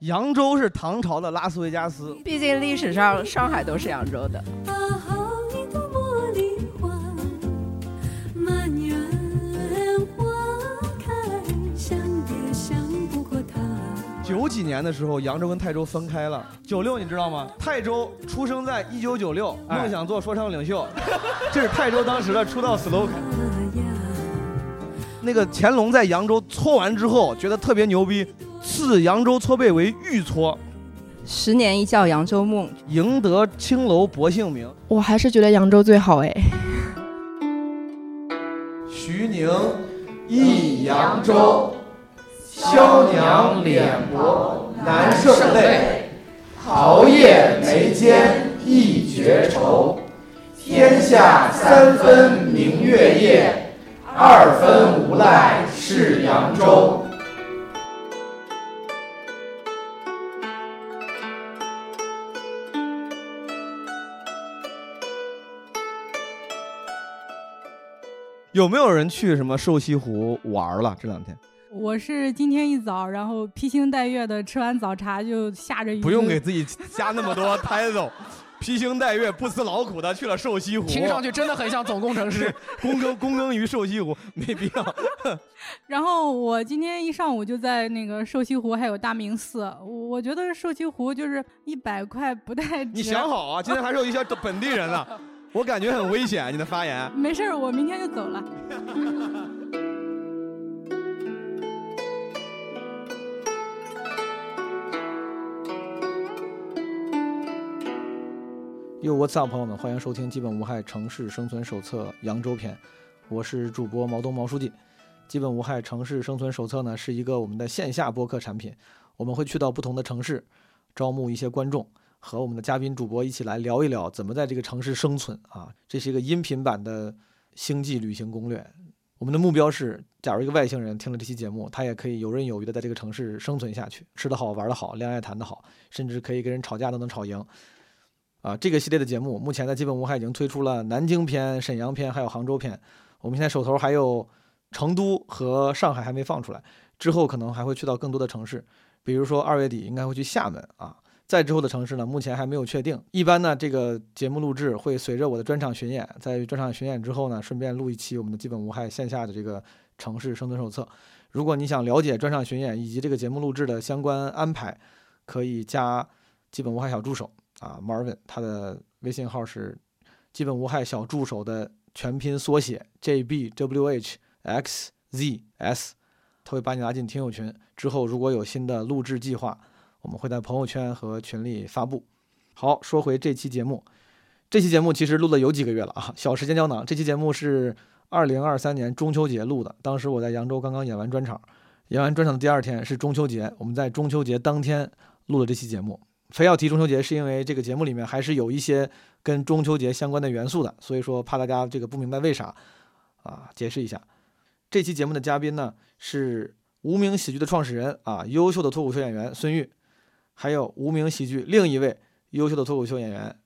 扬州是唐朝的拉斯维加斯，毕竟历史上上海都是扬州的。把好你的茉莉花，满园花开，想也想不过它。九几年的时候，扬州跟泰州分开了。九六你知道吗？泰州出生在一九九六，哎梦想做说唱领袖， 这是泰州当时的出道 slogan。那个乾隆在扬州搓完之后，觉得特别牛逼，赐扬州搓背为御搓，十年一觉扬州梦，赢得青楼薄幸名。我还是觉得扬州最好哎。徐宁忆扬州，萧娘脸薄难胜泪，桃叶眉间一绝愁。天下三分明月夜，二分无赖是扬州。有没有人去什么瘦西湖玩了？这两天我是今天一早，然后披星戴月的吃完早茶就下嗯着雨，不用给自己加那么多 title，披星戴月、不辞劳苦的去了瘦西湖，听上去真的很像总工程师。 躬耕躬耕于瘦西湖，没必要。然后我今天一上午就在那个瘦西湖还有大明寺，我我觉得瘦西湖就是一百块不太值。你想好啊，今天还是有一些本地人呢，我感觉很危险。你的发言， 没事儿，我明天就走了。哟，What's up，朋友们，欢迎收听《基本无害城市生存手册》扬州篇，我是主播毛东毛书记。《基本无害城市生存手册》呢是一个我们的线下播客产品，我们会去到不同的城市，招募一些观众和我们的嘉宾主播一起来聊一聊怎么在这个城市生存啊，这是一个音频版的星际旅行攻略。我们的目标是，假如一个外星人听了这期节目，他也可以游刃有余的在这个城市生存下去，吃得好，玩得好，恋爱谈得好，甚至可以跟人吵架都能吵赢。啊，这个系列的节目目前在基本无害已经推出了南京篇、沈阳篇，还有杭州篇。我们现在手头还有成都和上海还没放出来，之后可能还会去到更多的城市，比如说二月底应该会去厦门啊。再之后的城市呢，目前还没有确定。一般呢，这个节目录制会随着我的专场巡演，在专场巡演之后呢，顺便录一期我们的基本无害线下的这个城市生存手册。如果你想了解专场巡演以及这个节目录制的相关安排，可以加基本无害小助手啊，Marvin，他的微信号是基本无害小助手的全拼缩写 J B W H X Z S，他会把你拉进听友群。之后如果有新的录制计划，我们会在朋友圈和群里发布。好，说回这期节目，这期节目其实录了有几个月了啊，小时间胶囊。这期节目是二零二三年中秋节录的，当时我在扬州刚刚演完专场，演完专场的第二天是中秋节，我们在中秋节当天录了这期节目。非要提中秋节，是因为这个节目里面还是有一些跟中秋节相关的元素的，所以说怕大家这个不明白为啥啊，解释一下。这期节目的嘉宾呢是无名喜剧的创始人啊，优秀的脱口秀演员孙玉，还有无名喜剧另一位优秀的脱口秀演员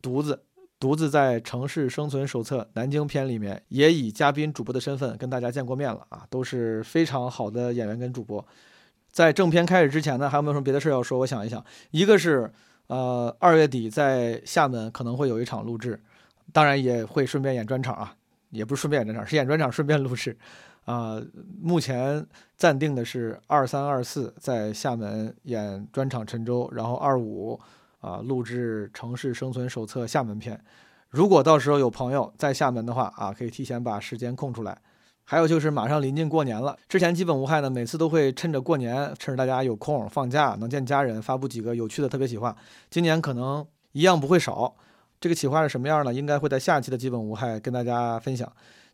独子。独自在《城市生存手册·南京篇》里面，也以嘉宾主播的身份跟大家见过面了啊，都是非常好的演员跟主播。在正片开始之前呢，还有没有什么别的事儿要说？我想一想，一个是呃二月底在厦门可能会有一场录制，当然也会顺便演专场啊，也不是顺便演专场，是演专场顺便录制。啊、目前暂定的是二三二四在厦门演专场陈州，然后二五啊录制《城市生存手册》厦门篇。如果到时候有朋友在厦门的话啊，可以提前把时间空出来。还有就是马上临近过年了，之前基本无害呢，每次都会趁着过年，趁着大家有空放假能见家人，发布几个有趣的特别企划。今年可能一样不会少，这个企划是什么样呢？应该会在下期的基本无害跟大家分享。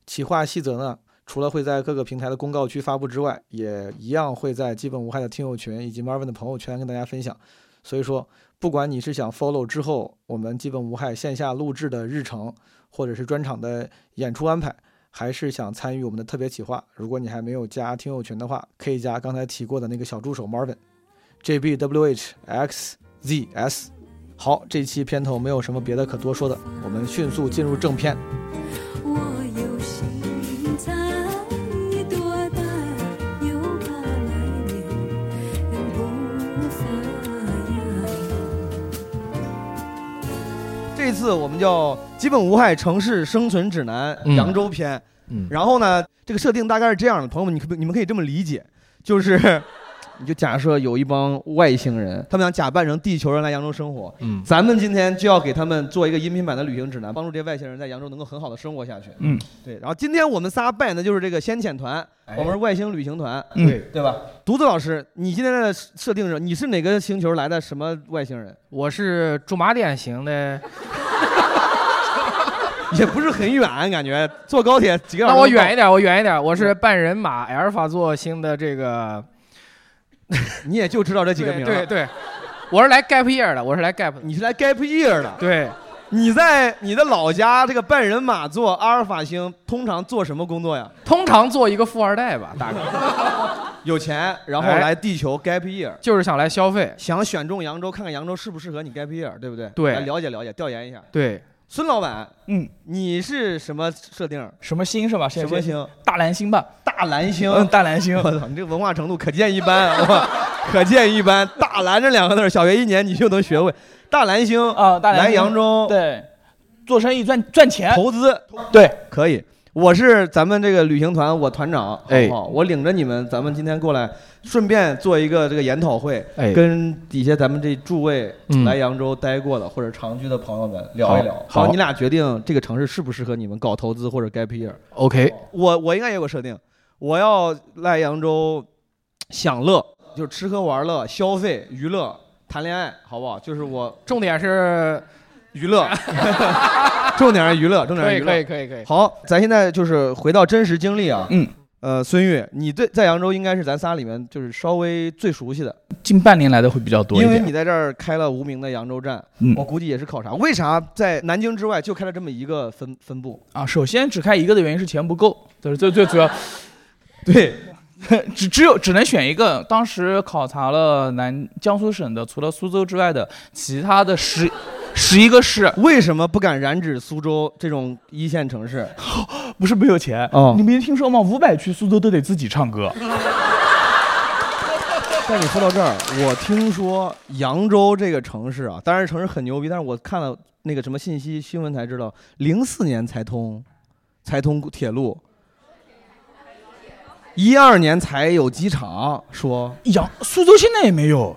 企划细则呢，除了会在各个平台的公告区发布之外，也一样会在基本无害的听友群以及 Marvin 的朋友圈跟大家分享。所以说，不管你是想 follow 之后我们基本无害线下录制的日程，或者是专场的演出安排。还是想参与我们的特别企划，如果你还没有加听友群的话，可以加刚才提过的那个小助手 Marvin J B W H X Z S。好，这期片头没有什么别的可多说的，我们迅速进入正片。我有心才多大，又怕来年人不散。这次我们叫《基本无害城市生存指南》嗯扬州篇。嗯然后呢，这个设定大概是这样的，朋友们，你可不你们可以这么理解，就是 你就假设有一帮外星人，他们想假扮成地球人来扬州生活，嗯咱们今天就要给他们做一个音频版的旅行指南，帮助这些外星人在扬州能够很好的生活下去。嗯，对。然后今天我们仨扮演的就是这个先遣团，我们是外星旅行团，哎嗯对对吧？独子老师，你现在的设定是你是哪个星球来的什么外星人？我是驻马店型的，也不是很远，感觉坐高铁几个小时。嗯那我远一。点，我远一点，我是半人马阿尔法座星的这个， 你也就知道这这几个名儿对对对，我是来 gap year 的，我是来 gap，你是来 gap year 的。对，你在你的老家这个半人马座阿尔法星，通常做什么工作呀？通常做一个富二代吧，大概 有钱，然后哎来地球 gap year，就是想来消费，想选中扬州，看看扬州适不适合你 gap year，对不对？对来了解了解，调研一下。对，孙老板，嗯，你是什么设定？什么星是吧？什么？星？大蓝星吧？大蓝星。嗯，大蓝星。我操，你这个文化程度可见一斑啊！我可见一斑。大蓝这两个字儿，小学一年你就能学会。大蓝星啊，大蓝来星扬州对，做生意赚赚钱。投资，对，可以。我是咱们这个旅行团，我团长，哎好不好我领着你们，咱们今天过来，顺便做一个这个研讨会，哎跟底下咱们这诸位嗯来扬州待过的、或者长居的朋友们聊一聊，好然好后你俩决定这个城市适不适合你们搞投资或者 gap year。 ，OK，我我应该也有个设定，我要来扬州享乐，就是吃喝玩乐、消费、娱乐、谈恋爱，好不好？就是我重点是，娱乐，重点是娱乐，重点可是以娱可乐以。可以可以，好，咱现在就是回到真实经历啊。嗯。呃，孙玉，你对在扬州应该是咱仨里面就是稍微最熟悉的，近半年来的会比较多一因为点你。在这儿开了无名的扬州站，嗯我估计也是考察。为啥在南京之外就开了这么一个分分部？啊，首先只开一个的原因是钱不够，这是最最主要， 对，只只有只能选一个。当时考察了南江苏省的，除了苏州之外的其他的十十一个市，为什么不敢染指苏州这种一线城市？ 不是没有钱哦你没听说吗？五百去苏州都得自己唱歌。但你说到这儿，我听说扬州这个城市啊，当然城市很牛逼，但是我看了那个什么信息新闻才知道，零四年才通，才通铁路，一二年才有机场。说扬苏州现在也没有，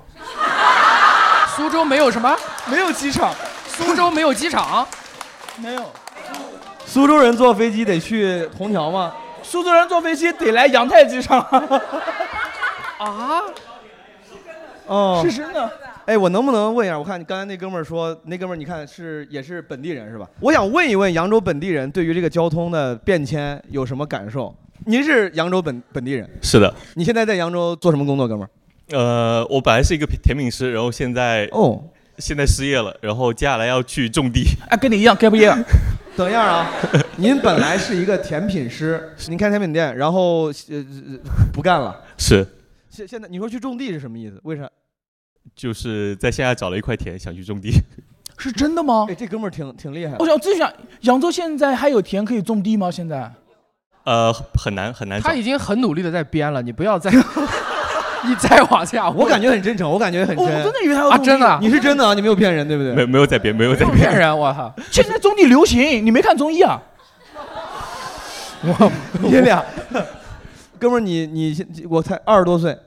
苏州没有什么，没有机场，苏州没有机场，没有。苏州人坐飞机得去虹桥吗？苏州人坐飞机得来扬泰机场，哦是真的。哎，我能不能问一下？我看你刚才那哥们儿说，那哥们儿你看是也是本地人是吧？我想问一问扬州本地人对于这个交通的变迁有什么感受？您是扬州本本地人，是的，你现在在扬州做什么工作，哥们儿？呃，我本来是一个甜品师，然后现在哦，现在失业了，然后接下来要去种地。哎，跟你一样，gap year。 等一下啊，您本来是一个甜品师，您开甜品店，然后呃不干了。 是，现现在你说去种地是什么意思？为啥？就是在现在找了一块田，想去种地。是真的吗哎，？这哥们儿挺挺厉害我。想，我自己想，扬州现在还有田可以种地吗？现在呃，很难很难找他。已经很努力的在编了，你不要再， 你再往下，我感觉很真诚，我感觉很我真真。的以为还有啊种地真的啊你是真的啊，你没有骗人，对不没对？有没有在编，没有在不编。骗人，我操，现在种地流行，你没看综艺啊？ 你俩，哥们儿，你你我才二十多岁，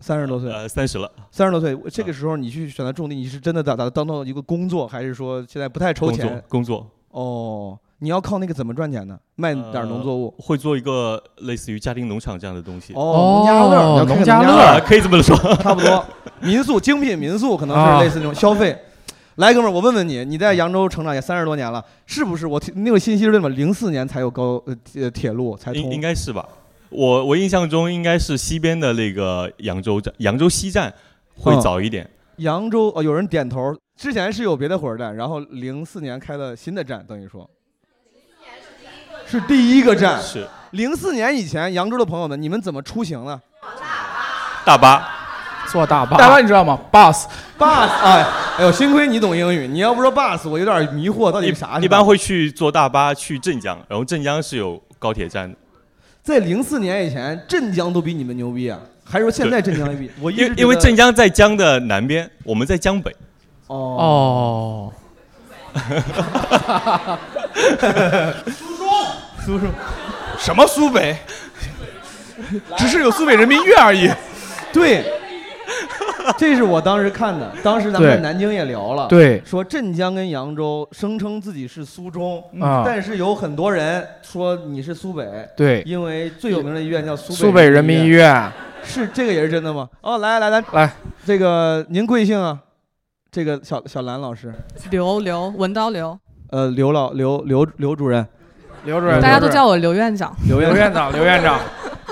三十多岁，呃，三十了，啊三十多岁，我这个时候你去选择种地，你是真的把它当做一个工作，还是说现在不太抽工作钱？工作哦，你要靠那个怎么赚钱呢？卖点儿农作物。呃会做一个类似于家庭农场这样的东西。哦，农家乐儿，你要开个农家乐啊， 可以这 么说。差不多，民宿精品民宿可能啊是类似那种消费。来，哥们儿，我问问你，你在扬州成长也三十多年了，是不是？我听那个信息是什么？零四年才有高呃铁铁路才应应通，该是吧？我我印象中应该是西边的那个扬州站，扬州西站会嗯早一点。扬州哦，有人点头，之前是有别的火车站，然后零四年开了新的站，等于说。是第一个站，是零四年以前，扬州的朋友们，你们怎么出行呢大巴，坐大巴，大巴你知道吗？bus ？bus，哎，哎呦，幸亏你懂英语，你要不说 bus，我有点迷惑，到底一是啥？一般会去坐大巴去镇江，然后镇江是有高铁站的。在零四年以前，镇江都比你们牛逼啊，还是说现在镇江也比？我一因直为觉因为得 镇江在江的南边，我们在江北。哦哦，苏中，什么苏北？只是有苏北人民乐而已。对，这是我当时看的。当时咱们对在南京也聊了，对说镇江跟扬州声称自己是苏中，啊但是有很多人说你是苏北，对因为最有名的医院叫苏苏北人民医院，院，是这个也是真的吗？哦，来来来来，这个您贵姓啊？这个小小兰老师，刘刘文刀刘，呃，刘老刘刘刘主任，刘主任大家都叫我刘院长。刘刘院长，刘院长，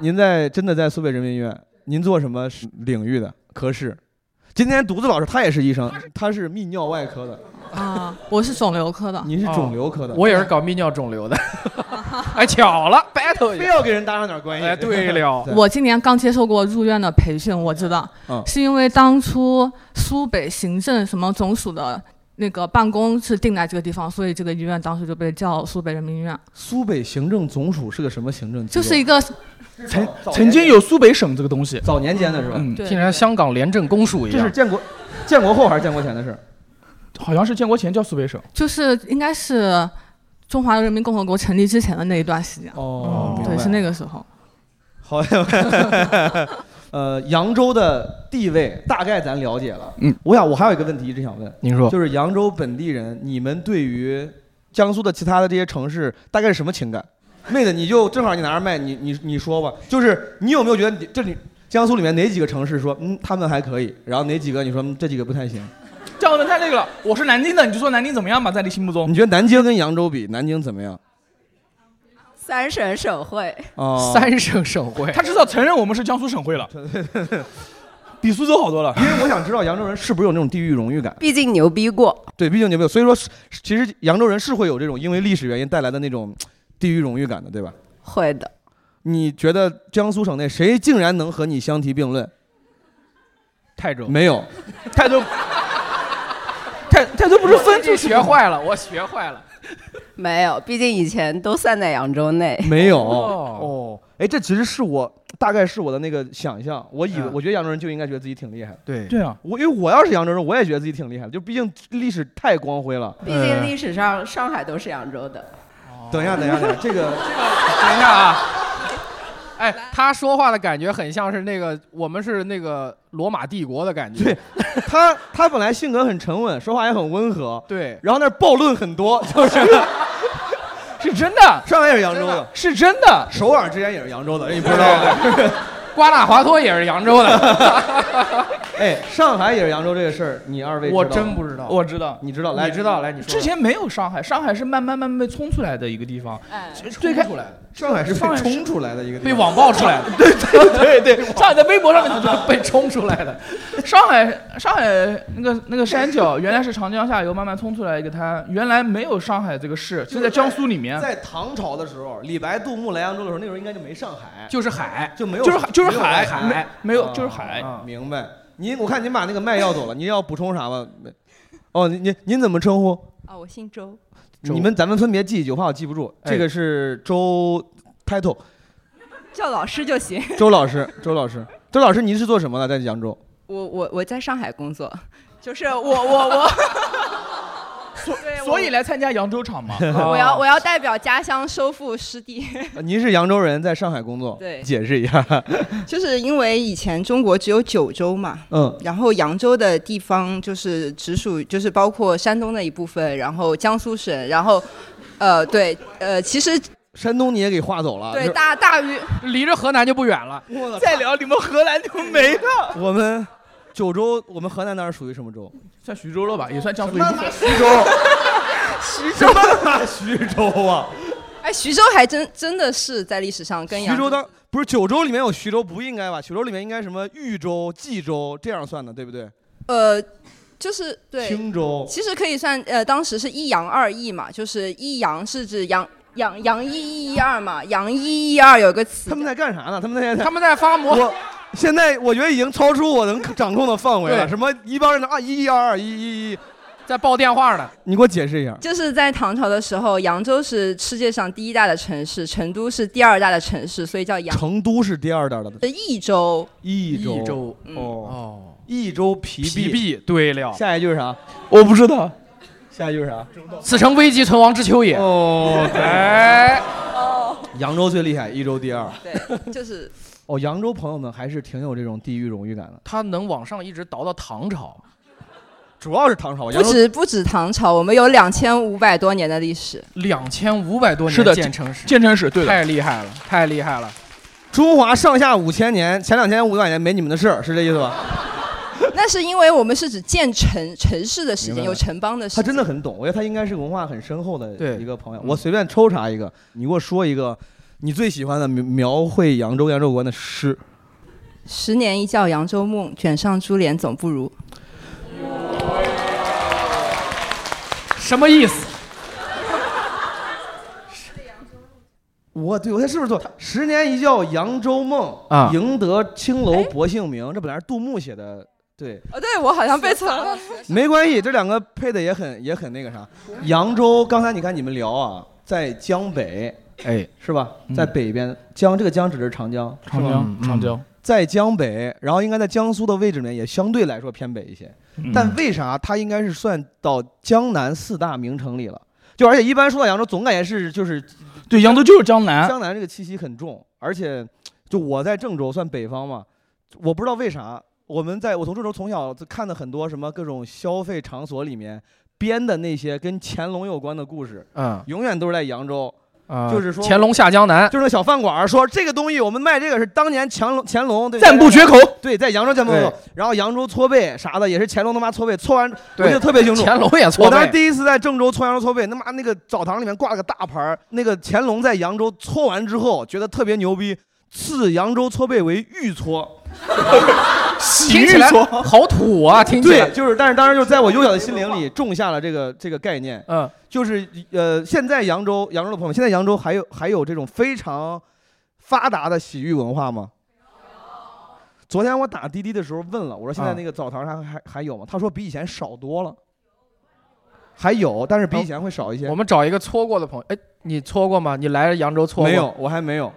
您在真的在苏北人民医院，您做什么是领域的科室？今天独子老师他也是医生，他是泌尿外科的， 啊，我是肿瘤科的。你是肿瘤科的，哦我也是搞泌尿肿瘤的。哎，巧了，battle 一非下要跟人搭上点关系。哎，对 了，我今年刚接受过入院的培训，我知道，嗯是因为当初苏北行政什么总署的那个办公是定在这个地方，所以这个医院当时就被叫苏北人民医院，苏北行政总署是个什么行政机就构？是一个曾曾经有苏北省这个东西，早年间的是吧？嗯，对竟然香港廉政公署一这是样，建国建国后还是建国前的事？好像是建国前叫苏北省。就是应该是中华人民共和国成立之前的那一段时间，嗯哦对，是那个时候。好像， 呃，扬州的地位大概咱了解了。嗯，我想我还有一个问题一直想问，您说就是扬州本地人，你们对于江苏的其他的这些城市大概是什么情感？妹子，你就正好你拿着麦，你你你说吧，就是你有没有觉得你这里江苏里面哪几个城市说嗯他们还可以，然后哪几个你说嗯这几个不太行？这样问太那个了，我是南京的，你就说南京怎么样吧，在你心目中。你觉得南京跟扬州比，南京怎么样？三省省会，哦，三省省会，他至少承认我们是江苏省 会了，比苏州好多了。因为我想知道扬州人是不是有那种地域荣誉感。毕竟牛逼过。对，毕竟牛逼，所以说是其实扬州人是会有这种因为历史原因带来的那种呃地域荣誉感的，对吧？会的，你觉得江苏省内谁竟然能和你相提并论？泰州，没有， 泰州，泰泰州不是分出去学坏了，我学坏了。没有，毕竟以前都算在扬州内。 没有。哦哦，哎，这其实是我大概是我的那个想象，我以为、嗯我觉得扬州人就应该觉得自己挺厉害的。对，对啊，我因为我要是扬州人，我也觉得自己挺厉害的，就毕竟历史太光辉了。嗯毕竟历史上上海都是扬州的，等一下，等一下，等一下，这个等一下 啊，哎，他说话的感觉很像是那个，我们是那个罗马帝国的感觉。 对 他他本来性格很沉稳，说话也很温和，对，然后那儿暴论很多， 就是。是真的，上海也是扬州的，是真的。首尔之前也是扬州的，你不知道？瓜纳华托也是扬州的， 哎，上海也是扬州这个事儿，你二位我知道吗真不知道。我知道，你知道？来，你知道？来，你说之前没有上海，上海是慢慢慢慢被冲出来的一个地方。哎最最开开出来的上海是被上海是冲出来的一个地被方，网暴出来的，对对，上海在微博上面就知道。被冲出来的。上海上海那个那个山脚原来是长江下游慢慢冲出来一个滩，原来没有上海这个市，就在江苏里面。在唐朝的时候，李白、杜牧来扬州的时候，那时候应该就没上海，就是海，就没有，就是海就是没有海海，没没有啊就是海啊明白？您，我看您把那个麦要走了，您要补充啥吗？没哦，您您您怎么称呼？啊，我姓周，你们咱们分别记，有怕我记不住。哎这个是周 title，叫老师就行。周老师，周老师，周老师，您是做什么的？在扬州？我我我在上海工作，就是我我我，所对我所以来参加扬州场 嘛。哦我要我要代表家乡收复失地，呃您是扬州人，在上海工作，对解释一下。 就是因为以前中国只有九州嘛，嗯，然后扬州的地方就是直属，就是包括山东的一部分，然后江苏省，然后，呃，对，呃，其实山东你也给划走了。对大大于离着河南就不远了。我再聊你们荷兰就没了，我们九州，我们河南那儿属于什么州？算徐州了吧，也算江苏一部分。徐州。 徐州啊，徐州啊！哎，徐州还真真的是在历史上跟扬徐州当不是九州里面有徐州，不应该吧？九州里面应该什么豫州、冀州这样算的，对不对？呃，就是对，青州。其实可以算呃，当时是一扬二抑嘛，就是一扬是指扬扬扬一一二嘛，扬一一二有个词他们在干啥呢？他们在他们在发魔，我现在我觉得已经超出我能掌控的范围了。对什么一帮人的啊一一二二一一一，在报电话呢。你给我解释一下。就是在唐朝的时候，扬州是世界上第一大的城市，成都是第二大的城市，所以叫扬成都是第二大的益州。益州。州哦，哦，益州疲疲弊，对了，下一句是啥？我不知道，下一句是啥？此诚危急存亡之秋也。哦，哎，扬州最厉害，一周第二。对，就是哦，扬州朋友们还是挺有这种地域荣誉感的。他能往上一直倒到唐朝，主要是唐朝，不止不止唐朝，我们有两千五百多年的历史。两千五百多年是的建城史，建城史对的，太厉害了，太厉害了。中华上下五千年，前两千五百年没你们的事儿，是这意思 吧？那是因为我们是指建城城市的时间，有城邦的时他间。真的很懂，我觉得他应该是文化很深厚的一个朋友。我随便抽查一个，你给我说一个你最喜欢的描描绘扬州、扬州国的诗。十年一觉扬州梦，卷上珠帘总不如。什么意思？我对我在是不是错？十年一觉扬州梦啊赢得青楼薄幸名。这本来是杜牧写的，对，哦，对我好像被藏了。没关系，这两个配的也很也很那个啥。扬州，刚才你看你们聊啊，在江北，哎，是吧？在北边，江这个江指的是长江，是吧嗯嗯长江，长江。在江北，然后应该在江苏的位置呢，也相对来说偏北一些。嗯但为啥它应该是算到江南四大名城里了？就而且一般说到扬州，总感觉是就是，对，扬州就是江南江南这个气息很重。而且，就我在郑州算北方嘛，我不知道为啥，我们在我从郑州从小就看的很多什么各种消费场所里面编的那些跟乾隆有关的故事，嗯永远都是在扬州。啊就是说乾隆下江南，就是那小饭馆儿说这个东西我们卖这个是当年乾隆乾隆对赞不绝口对，在扬州赞不绝口对，然后扬州搓背啥的也是乾隆他妈搓背，搓完我对记得特别清楚，乾隆也搓背我当时第一次在郑州搓扬州搓背，他妈那个澡堂里面挂了个大牌儿那个乾隆在扬州搓完之后觉得特别牛逼，赐扬州搓背为御搓。洗浴搓好土啊！听起来对，就是，但是当时就在我幼小的心灵里种下了这个这个概念。嗯，就是呃，现在扬州扬州的朋友们，现在扬州还有还有这种非常发达的洗浴文化吗？昨天我打滴滴的时候问了，我说现在啊那个澡堂上还还还有吗？他说比以前少多了，还有，但是比以前会少一些。我们找一个搓过的朋友，哎，你搓过吗？你来扬州搓过没有，？我还没有。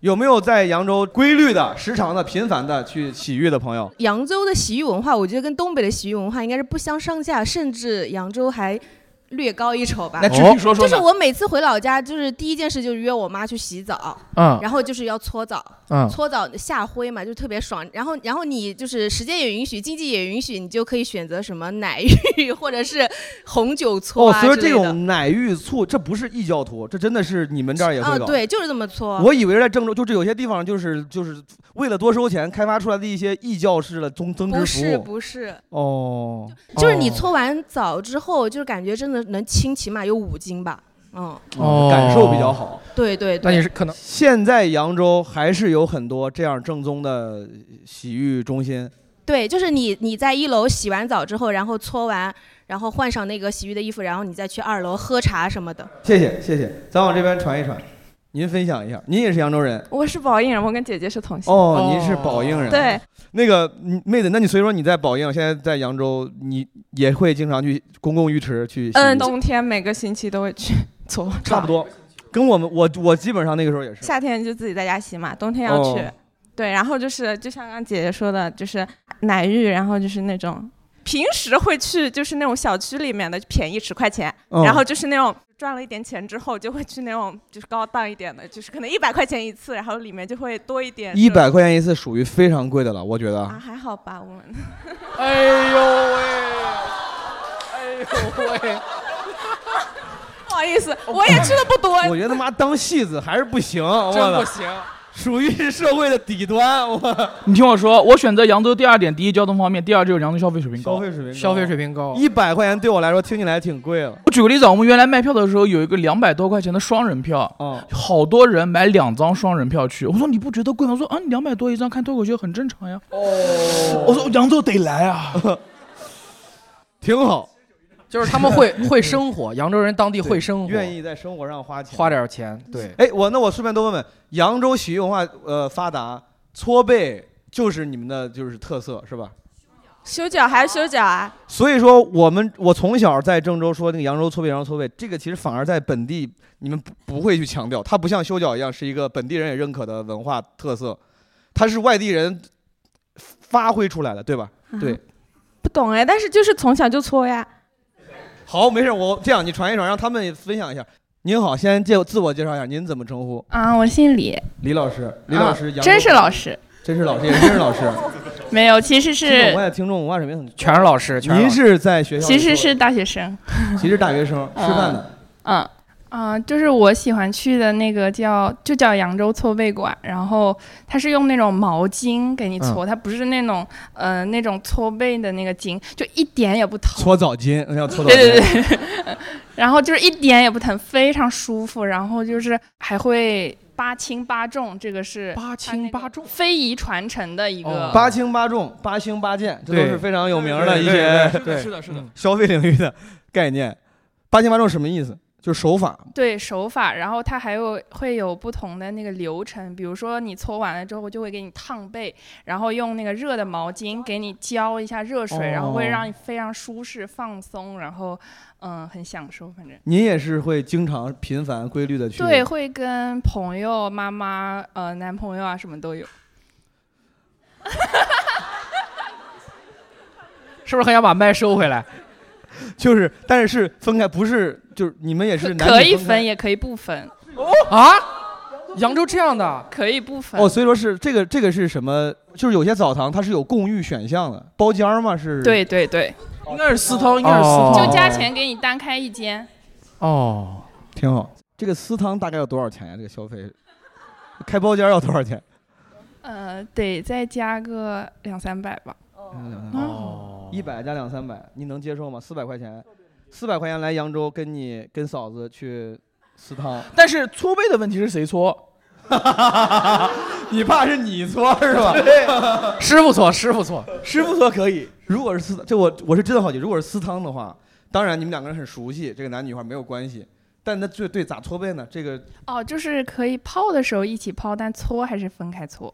有没有在扬州规律的、时常的、频繁的去洗浴的朋友？扬州的洗浴文化，我觉得跟东北的洗浴文化应该是不相上下，甚至扬州还略高一筹吧。那具体说说呢就是我每次回老家，就是第一件事就是约我妈去洗澡，啊嗯然后就是要搓澡，嗯搓澡下灰嘛，就特别爽。然后，然后你就是时间也允许，经济也允许，你就可以选择什么奶浴或者是红酒搓哦，啊所以说之类这的。种奶浴醋，这不是异教徒，这真的是你们这儿也会啊，搞。对，就是这么搓。我以为在郑州，就是有些地方就是就是为了多收钱开发出来的一些异教式的增增值不服是务。不是，哦，就是你哦搓完澡之后，就是感觉真的能轻，起码有五斤吧。嗯，哦感受比较好。对对对。可能现在扬州还是有很多这样正宗的洗浴中心。对，就是你你在一楼洗完澡之后，然后搓完，然后换上那个洗浴的衣服，然后你再去二楼喝茶什么的。谢谢谢谢，咱往这边传一传。您分享一下，您也是扬州人我是宝应人，我跟姐姐 是同乡。哦，您是宝应人。对，那个你妹子，那你所以说你在宝应，现在在扬州，你也会经常去公共浴池去洗浴？嗯，冬天每个星期都会去搓，差不多，跟我们我我基本上那个时候也是。夏天就自己在家洗嘛，冬天要去。哦对，然后就是就像刚姐姐 说的，就是奶浴，然后就是那种平时会去，就是那种小区里面的便宜十块钱，哦嗯然后就是那种赚了一点钱之后，就会去那种就是高档一点的，就是可能一百块钱一次，然后里面就会多一点。一百块钱一次属于非常贵的了，我觉得。啊，还好吧，我们。 哎呦喂，哎呦喂， 不好意思，我也去的不多。 我觉得妈当戏子还是不行，我真不的行。属于是社会的底端。我 你听我说，我选择扬州第二点，第一交通方便，第二就是扬州消费水平高。消费水平高消费水平高一百块钱对我来说听起来挺贵了。我举个例子啊，我们原来卖票的时候有一个两百多块钱的双人票，哦好多人买两张双人票去。我说你不觉得贵吗？我说啊，两百多一张看脱口秀很正常呀。哦，我说扬州得来 啊，挺好。嗯就是他们 会会生活，扬州人当地会生活，愿意在生活上花钱，花点钱。对，哎，我那我顺便多问问，扬州洗浴文化呃发达，搓背就是你们的就是特色是吧？修脚还是修脚啊？所以说我们我从小在郑州说那个扬州搓背，扬州搓背，这个其实反而在本地你们不不会去强调，它不像修脚一样是一个本地人也认可的文化特色，它是外地人发挥出来的，对吧？对，不懂哎，但是就是从小就搓呀。好，没事，我这样你传一传，让他们也分享一下。您好，先介自我介绍一下，您怎么称呼？啊，我姓李，李老师，李老师，啊杨真是老师，真是老师，也真是老 师，没有，其实听众是文化听众文化水平很，全是老师，您是在学校里其做的，实是啊大学生，其实大学生 吃饭的，嗯啊、就是我喜欢去的那个叫就叫扬州搓背馆，然后它是用那种毛巾给你嗯搓，它不是那种呃那种搓背的那个巾，就一点也不疼。搓澡巾，那叫搓澡对巾，对对， 然后就是一点也不疼，非常舒服，然后就是还会八轻八重，这个是八轻八重非遗传承的一个。哦八轻八重、八星八剑，这都对是非常有名的对一对些嗯对对是的是的是的消费领域的概念。八轻八重什么意思？就是手法，对手法，然后它还有会有不同的那个流程，比如说你搓完了之后就会给你烫背，然后用那个热的毛巾给你浇一下热水，然后会哦让你非常舒适放松，然后嗯很享受，反正。您也是会经常频繁规律的去对，会跟朋友、妈妈、呃男朋友啊什么都有。是不是很想把麦收回来？就是，但是是分开，不是就是你们也是男女可以分开分，也哦可以不分，啊？扬州这样的可以不分。哦，所以说是这个这个是什么？就是有些澡堂它是有共浴选项的，包间儿吗？是？哦对对对，应该是私掏，应该是私掏就加钱给你单开一间。哦，挺好。这个私汤大概要多少钱呀、这个消 费，开包间儿要多少钱？呃，得再加个两三百吧。嗯嗯啊哦，一百加两三百，你能接受吗？四百块钱，四百块钱来扬州跟你跟嫂子去私汤，但是搓背的问题是谁搓？ 你怕是你搓是 吧？对师傅搓，师傅搓，师傅搓可以。如果是私，这我我是真的好奇，如果是私汤的话，当然你们两个人很熟悉，这个男女孩没有关系。但那对对咋搓背呢？这个哦，就是可以泡的时候一起泡，但搓还是分开搓。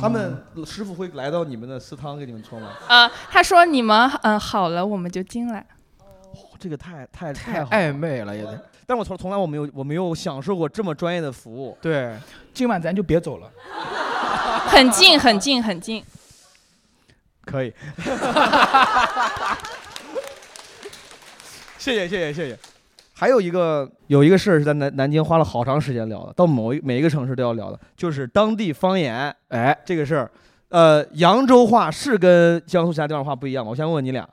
他们师傅会来到你们的私汤给你们搓吗？呃，他说你们嗯、呃好了，我们就进来。这个太太太好了暧昧了也得。但我从从来我没有我没有享受过这么专业的服务。对，今晚咱就别走了。很近，很近，很近。可以。 谢谢谢谢谢谢。还有一个有一个事儿是在南南京花了好长时间聊的，到某一每一个城市都要聊的，就是当地方言。哎，这个事儿，呃，扬州话是跟江苏其他地方话不一样吗？我先问问你俩。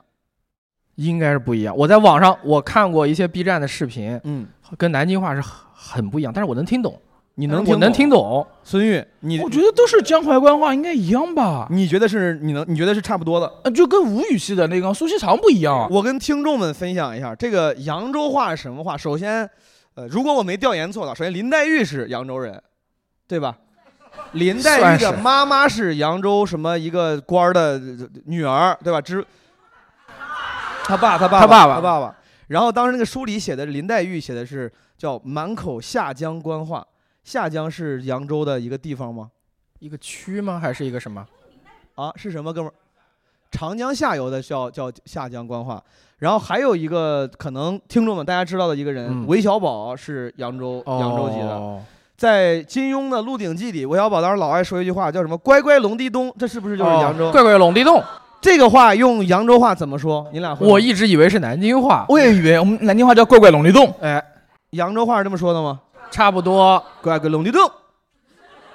应该是不一样。我在网上我看过一些 B 站的视频，嗯，跟南京话是很很不一样，但是我能听懂。你能我听能懂听懂。孙玉，你我觉得都是江淮官话，应该一样吧？呃你觉得是？你能？你觉得是差不多的？就跟吴语系的那个苏锡常不一样啊。我跟听众们分享一下这个扬州话是什么话。首先，呃，如果我没调研错的话，首先林黛玉是扬州人，对 吧？林黛玉算的是妈妈是扬州什么一个官儿的呃女儿，对吧？之他爸，他爸他爸爸，爸他爸爸。然后当时那个书里写的林黛玉写的是叫满口下江官话，下江是扬州的一个地方吗？一个区吗？还是一个什么？啊，是什么，哥们儿？长江下游的叫叫下江官话，然后还有一个可能听众们大家知道的一个人，嗯韦小宝是扬州、扬州籍的哦，在金庸的《鹿鼎记》里，韦小宝当时老爱说一句话，叫什么“乖乖龙地东”，这是不是就是哦扬州？怪怪龙地洞。这个话用扬州话怎么说？你俩会吗我一直以为是南京话，我也以为我们南京话叫怪怪龙地洞。哎，扬州话是这么说的吗？差不多，乖乖龙地洞，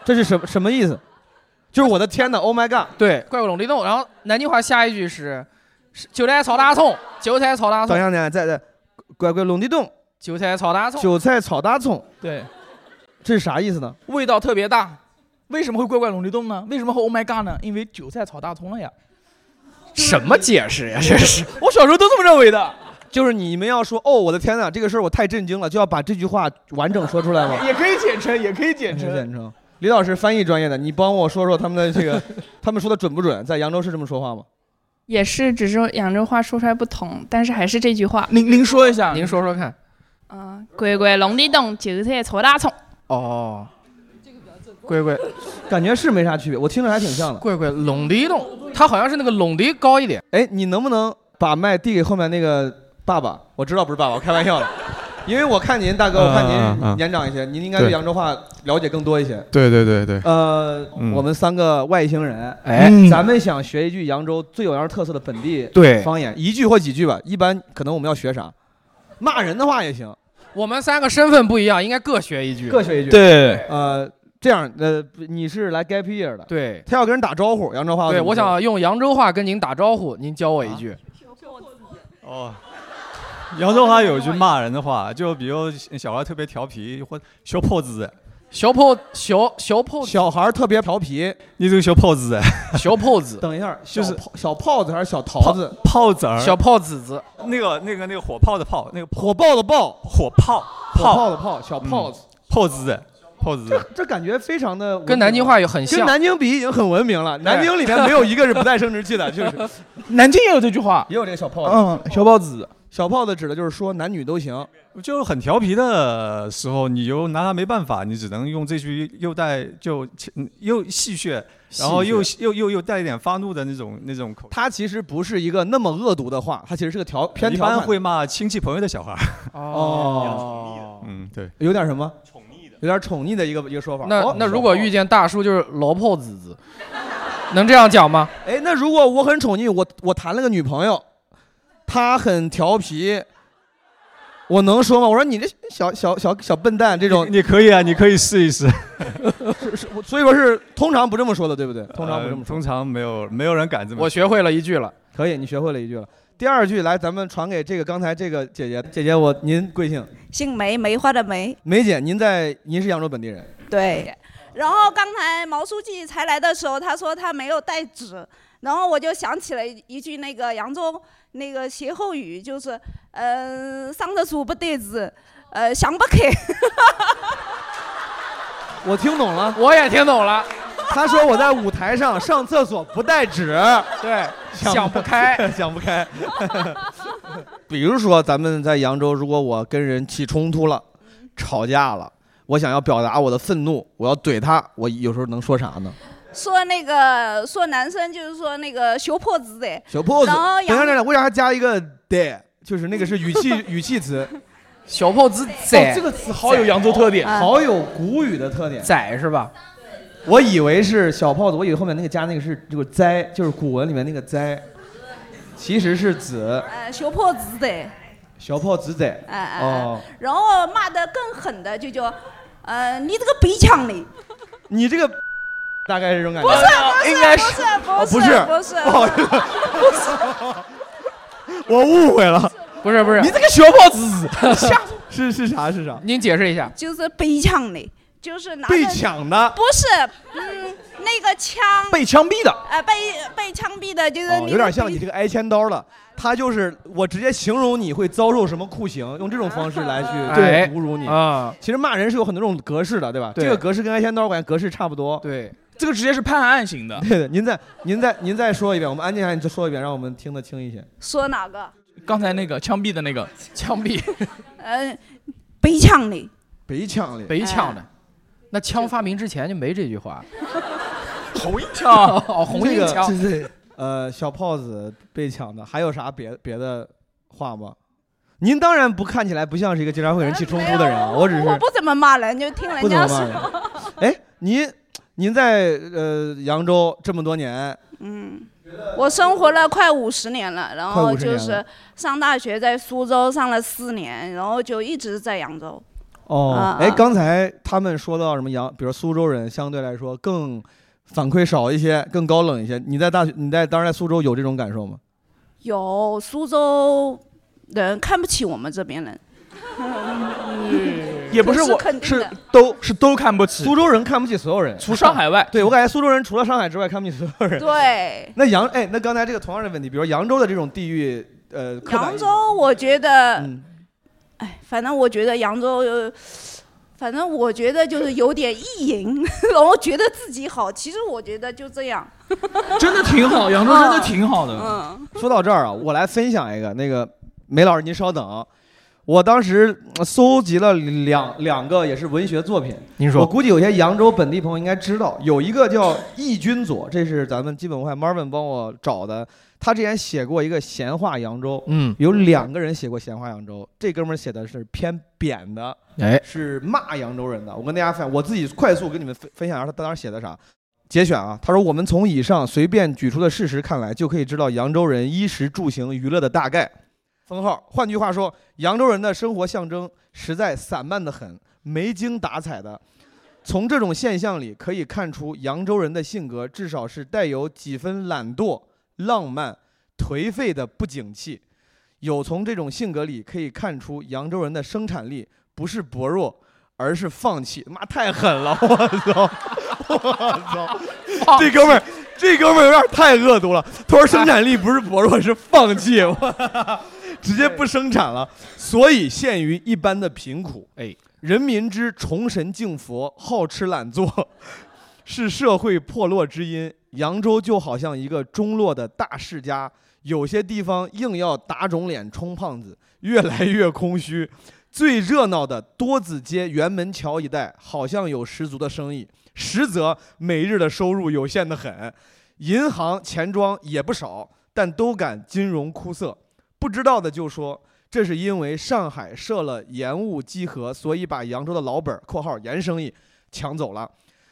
这是什么什么意思？就是我的天呐 o h my god！对，怪怪龙地洞。然后南京话下一句是是韭菜炒大葱，韭菜炒大啊葱等一，下，等一下，再再，乖乖龙地洞，韭菜炒大葱，韭菜炒大葱，对，这是啥意思呢？味道特别大。为什么会怪怪龙地洞呢？为什么会 Oh my God 呢？因为韭菜炒大葱了呀。什么解释呀？这是 我小时候都这么认为的，就是你们要说哦，我的天呐，这个事儿我太震惊了，就要把这句话完整说出来 吗？也可以简称，也可以简是称。简称。李老师翻译专业的，你帮我说说他们的这个，他们说的准不准？在扬州是这么说话吗？也是，只是扬州话说出来不同，但是还是这句话。您您说一下，您说说看。啊，乖乖龙地洞，韭菜搓大葱。哦，贵贵感觉是没啥区别，我听着还挺像的。贵贵龙地洞，它好像是那个龙地高一点。哎，你能不能把麦递给后面那个爸爸？我知道不是爸爸，我开玩笑的。因为我看您大哥，嗯我看嗯嗯您嗯年长一些，您应该对对扬州话了解更多一 些。对对对对，呃，嗯我们三个外星人，哎咱们想学一句扬州最有扬州特色的本地对方言，一句或几句吧。一般可能我们要学啥？骂人的话也行，我们三个身份不一样，应该各学一句，各学一句。对呃，这样，呃，你是来 gap year 的，对，他要跟人打招呼，扬州话。对，我想用扬州话跟您打招呼，您教我一啊句。哦，扬州话有一句骂人的话，就比如小孩特别调皮，或小破子，小破小小破小孩特别调皮， 你这个小破子，啊小破子， 等一下，就是小炮子还是小桃子？炮子儿，小炮子子，那个那个那个火炮的炮，那个火爆的爆，火炮嗯火炮的炮，小炮子，炮子，炮子，这感觉非常的文明跟南京话也很像跟南京比已经很文明了。南京里面没有一个是不带生殖器的，就是 南京也有这句啊话，也有这个小炮子。嗯，小豹子，小炮子指的就是说男女都行，就是很调皮的时候，你又拿他没办法，你只能用这句又带就嗯又戏谑，然后又戏又又又带一点发怒的那种那种口它其实不是一个那么恶毒的话，它其实是个调气，偏一调侃般的会骂亲戚朋友的小孩。 哦，嗯，对，有点什么宠溺的，有点宠溺的一个一个说法。那、哦那如果遇见大叔就是老炮子子，能这样讲吗？哎，那如果我很宠溺，我我谈了个女朋友，她很调皮，我能说吗？我说你这小小小小笨蛋这种，你可以啊，你可以试一试。是是，我所以说是通常不这么说的，对不对？通常不这么呃通常没有没有人敢这么。我学会了一句了，可以，你学会了一句了。第二句来，咱们传给这个刚才这个姐姐，姐姐我您贵姓？姓梅，梅花的梅。梅姐，您在您是扬州本地人，对，然后刚才毛书记才来的时候，他说他没有带纸，然后我就想起了一一句那个扬州那个歇后语，就是嗯、呃，上厕所不带纸，呃，想不 开。我听懂了，我也听懂了。她说我在舞台上上厕所不带纸，对， 想不开，想 不开。比如说，咱们在扬州，如果我跟人起冲突了，吵架了，我想要表达我的愤怒，我要怼他，我有时候能说啥呢？说那个说男生就是说那个小破子的，小 pose，然后等一下，扬等一下，为啥还加一个的？就是那个是语 气语气词，小 pose 哦，这个词好有扬州特点，嗯好有古语的特点，宰是吧？我以为是小炮子，我以为后面那个加那个是就是灾，就是古文里面那个灾，其实是子，呃小破子的。小炮子仔。哎哎哎哦，然后骂得更狠的就叫，呃，你这个逼腔的，你这个大概是这种感不觉，是不是应该哦不是不是哦不是不好意思 我误会了， 啊不是不是，你这个小炮子 是是啥是啥？您解释一下。就是逼腔的，就是拿着被抢的不是，嗯，那个枪被枪毙的。呃，被被枪毙的，就是哦，你有点像你这个挨千刀了。他就是我直接形容你会遭受什么酷刑，用这种方式来去对侮辱你啊。其实骂人是有很多种格式的，对吧？对这个格式跟挨千刀，我感觉格式差不多。对，这个直接是判案型的。对的。您再您再您再说一遍，我们安静一下，你再说一遍，让我们听得清一些。说哪个？刚才那个枪毙的 那个枪毙，呃，被抢的，北抢的，北抢哎的。那枪发明之前就没这句话。红缨枪哦，红缨枪。这个这呃，小炮子被抢的，还有啥别别的话吗？您当然不看起来不像是一个经常会跟人起冲突的人啊，我只是我不怎么骂人，就听人不怎家么骂人说， 哎，您您在呃扬州这么多年，嗯。我生活了快五十年了，然快后50就年是了上大学在苏州上了四年，然后就一直在扬州。哦啊，哎，啊刚才他们说到什么扬，比如苏州人相对来说更反馈少一些，更高冷一些。你在大学，你在当时在苏州有这种感受吗？有苏州人看不起我们这边人， 也不是这是我肯，定是的都是都看不起。苏州人看不起所有人，除上海外，对我感觉苏州人除了上海之外看不起所 有人。对。那扬哎，那刚才这个同样的问题，比如扬州的这种地域，呃，刻板扬印嗯州，我觉得，哎，反正我觉得扬州，呃反正我觉得就是有点意淫， 然后觉得自己好。其实我觉得就这样。真的挺好，扬州真的挺好的。嗯，说到这儿啊，我来分享一个，那个梅老师您稍等啊，我当时呃搜集了两两个也是文学作品，您说我估计有些扬州本地朋友应该知道，有一个叫易君左，这是咱们基本文化 Marvin 帮我找的，他之前写过一个《闲话扬州》，嗯有两个人写过《闲话扬州》，这哥们儿写的是偏贬的，哎是骂扬州人的。我跟大家分享，我自己快速跟你们分分享一下他当时写的啥。节选啊，他说：“我们从以上随便举出的事实看来，就可以知道扬州人衣食住行娱乐的大概。”封号，换句话说，扬州人的生活象征实在散漫的很，没精打采的。从这种现象里可以看出，扬州人的性格至少是带有几分懒惰、浪漫、颓废的不景气。有从这种性格里可以看出，扬州人的生产力不是薄弱，而是放弃。妈太狠了，我操！我操！这哥们儿，这哥们儿有点太恶毒了。他说生产力不是薄弱，是放弃，我直接不生产了，所以陷于一般的贫苦。哎，人民之崇神敬佛、好吃懒做，是社会破落之因。扬州就好像一个中落的大世家，有些地方硬要打肿脸充胖子，越来越空虚。最热闹的多子街、辕门桥一带，好像有十足的生意，实则每日的收入有限的很。银行、钱庄也不少，但都敢金融枯涩。不知道的就说，这是因为上海设了盐务稽核，所以把扬州的老本（括号盐生意）抢走了。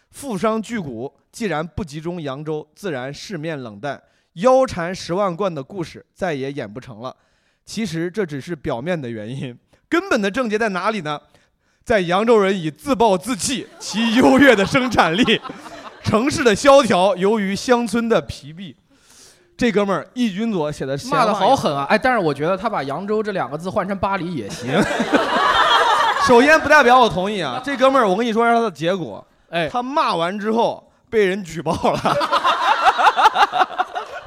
富商巨贾既然不集中扬州，自然市面冷淡，腰缠十万贯的故事再也演不成了。其实这只是表面的原因，根本的症结在哪里呢？在扬州人以自暴自弃，其优越的生产力， 城市的萧条，由于乡村的疲弊。这哥们儿易君左写的闲骂话的好呀狠啊！哎，但是我觉得他把扬州这两个字换成巴黎也行。 首先不代表我同意啊，这哥们儿，我跟你说一下他的结果。哎，他骂完之后被人举报了，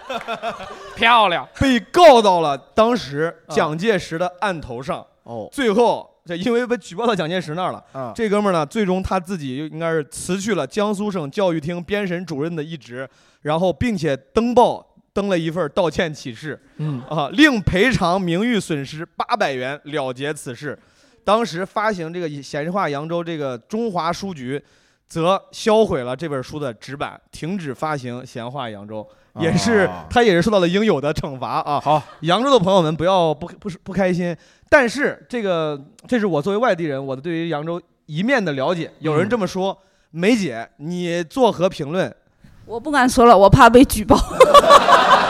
漂亮，被告到了当时蒋介石的案头上。哦，最后这因为被举报到蒋介石那儿了，啊这哥们儿呢，最终他自己应该是辞去了江苏省教育厅编审主任的一职，然后并且登报登了一份道歉启事。嗯啊，另赔偿名誉损失八百元，了结此事。当时发行这个《闲话扬州》这个中华书局，则销毁了这本书的纸版，停止发行《闲话扬州》，也是啊他也是受到了应有的惩罚啊。好，扬州的朋友们不要不不不开心，但是这个这是我作为外地人，我的对于扬州一面的了解。有嗯人这么说，梅姐，你作何评论？我不敢说了，我怕被举报。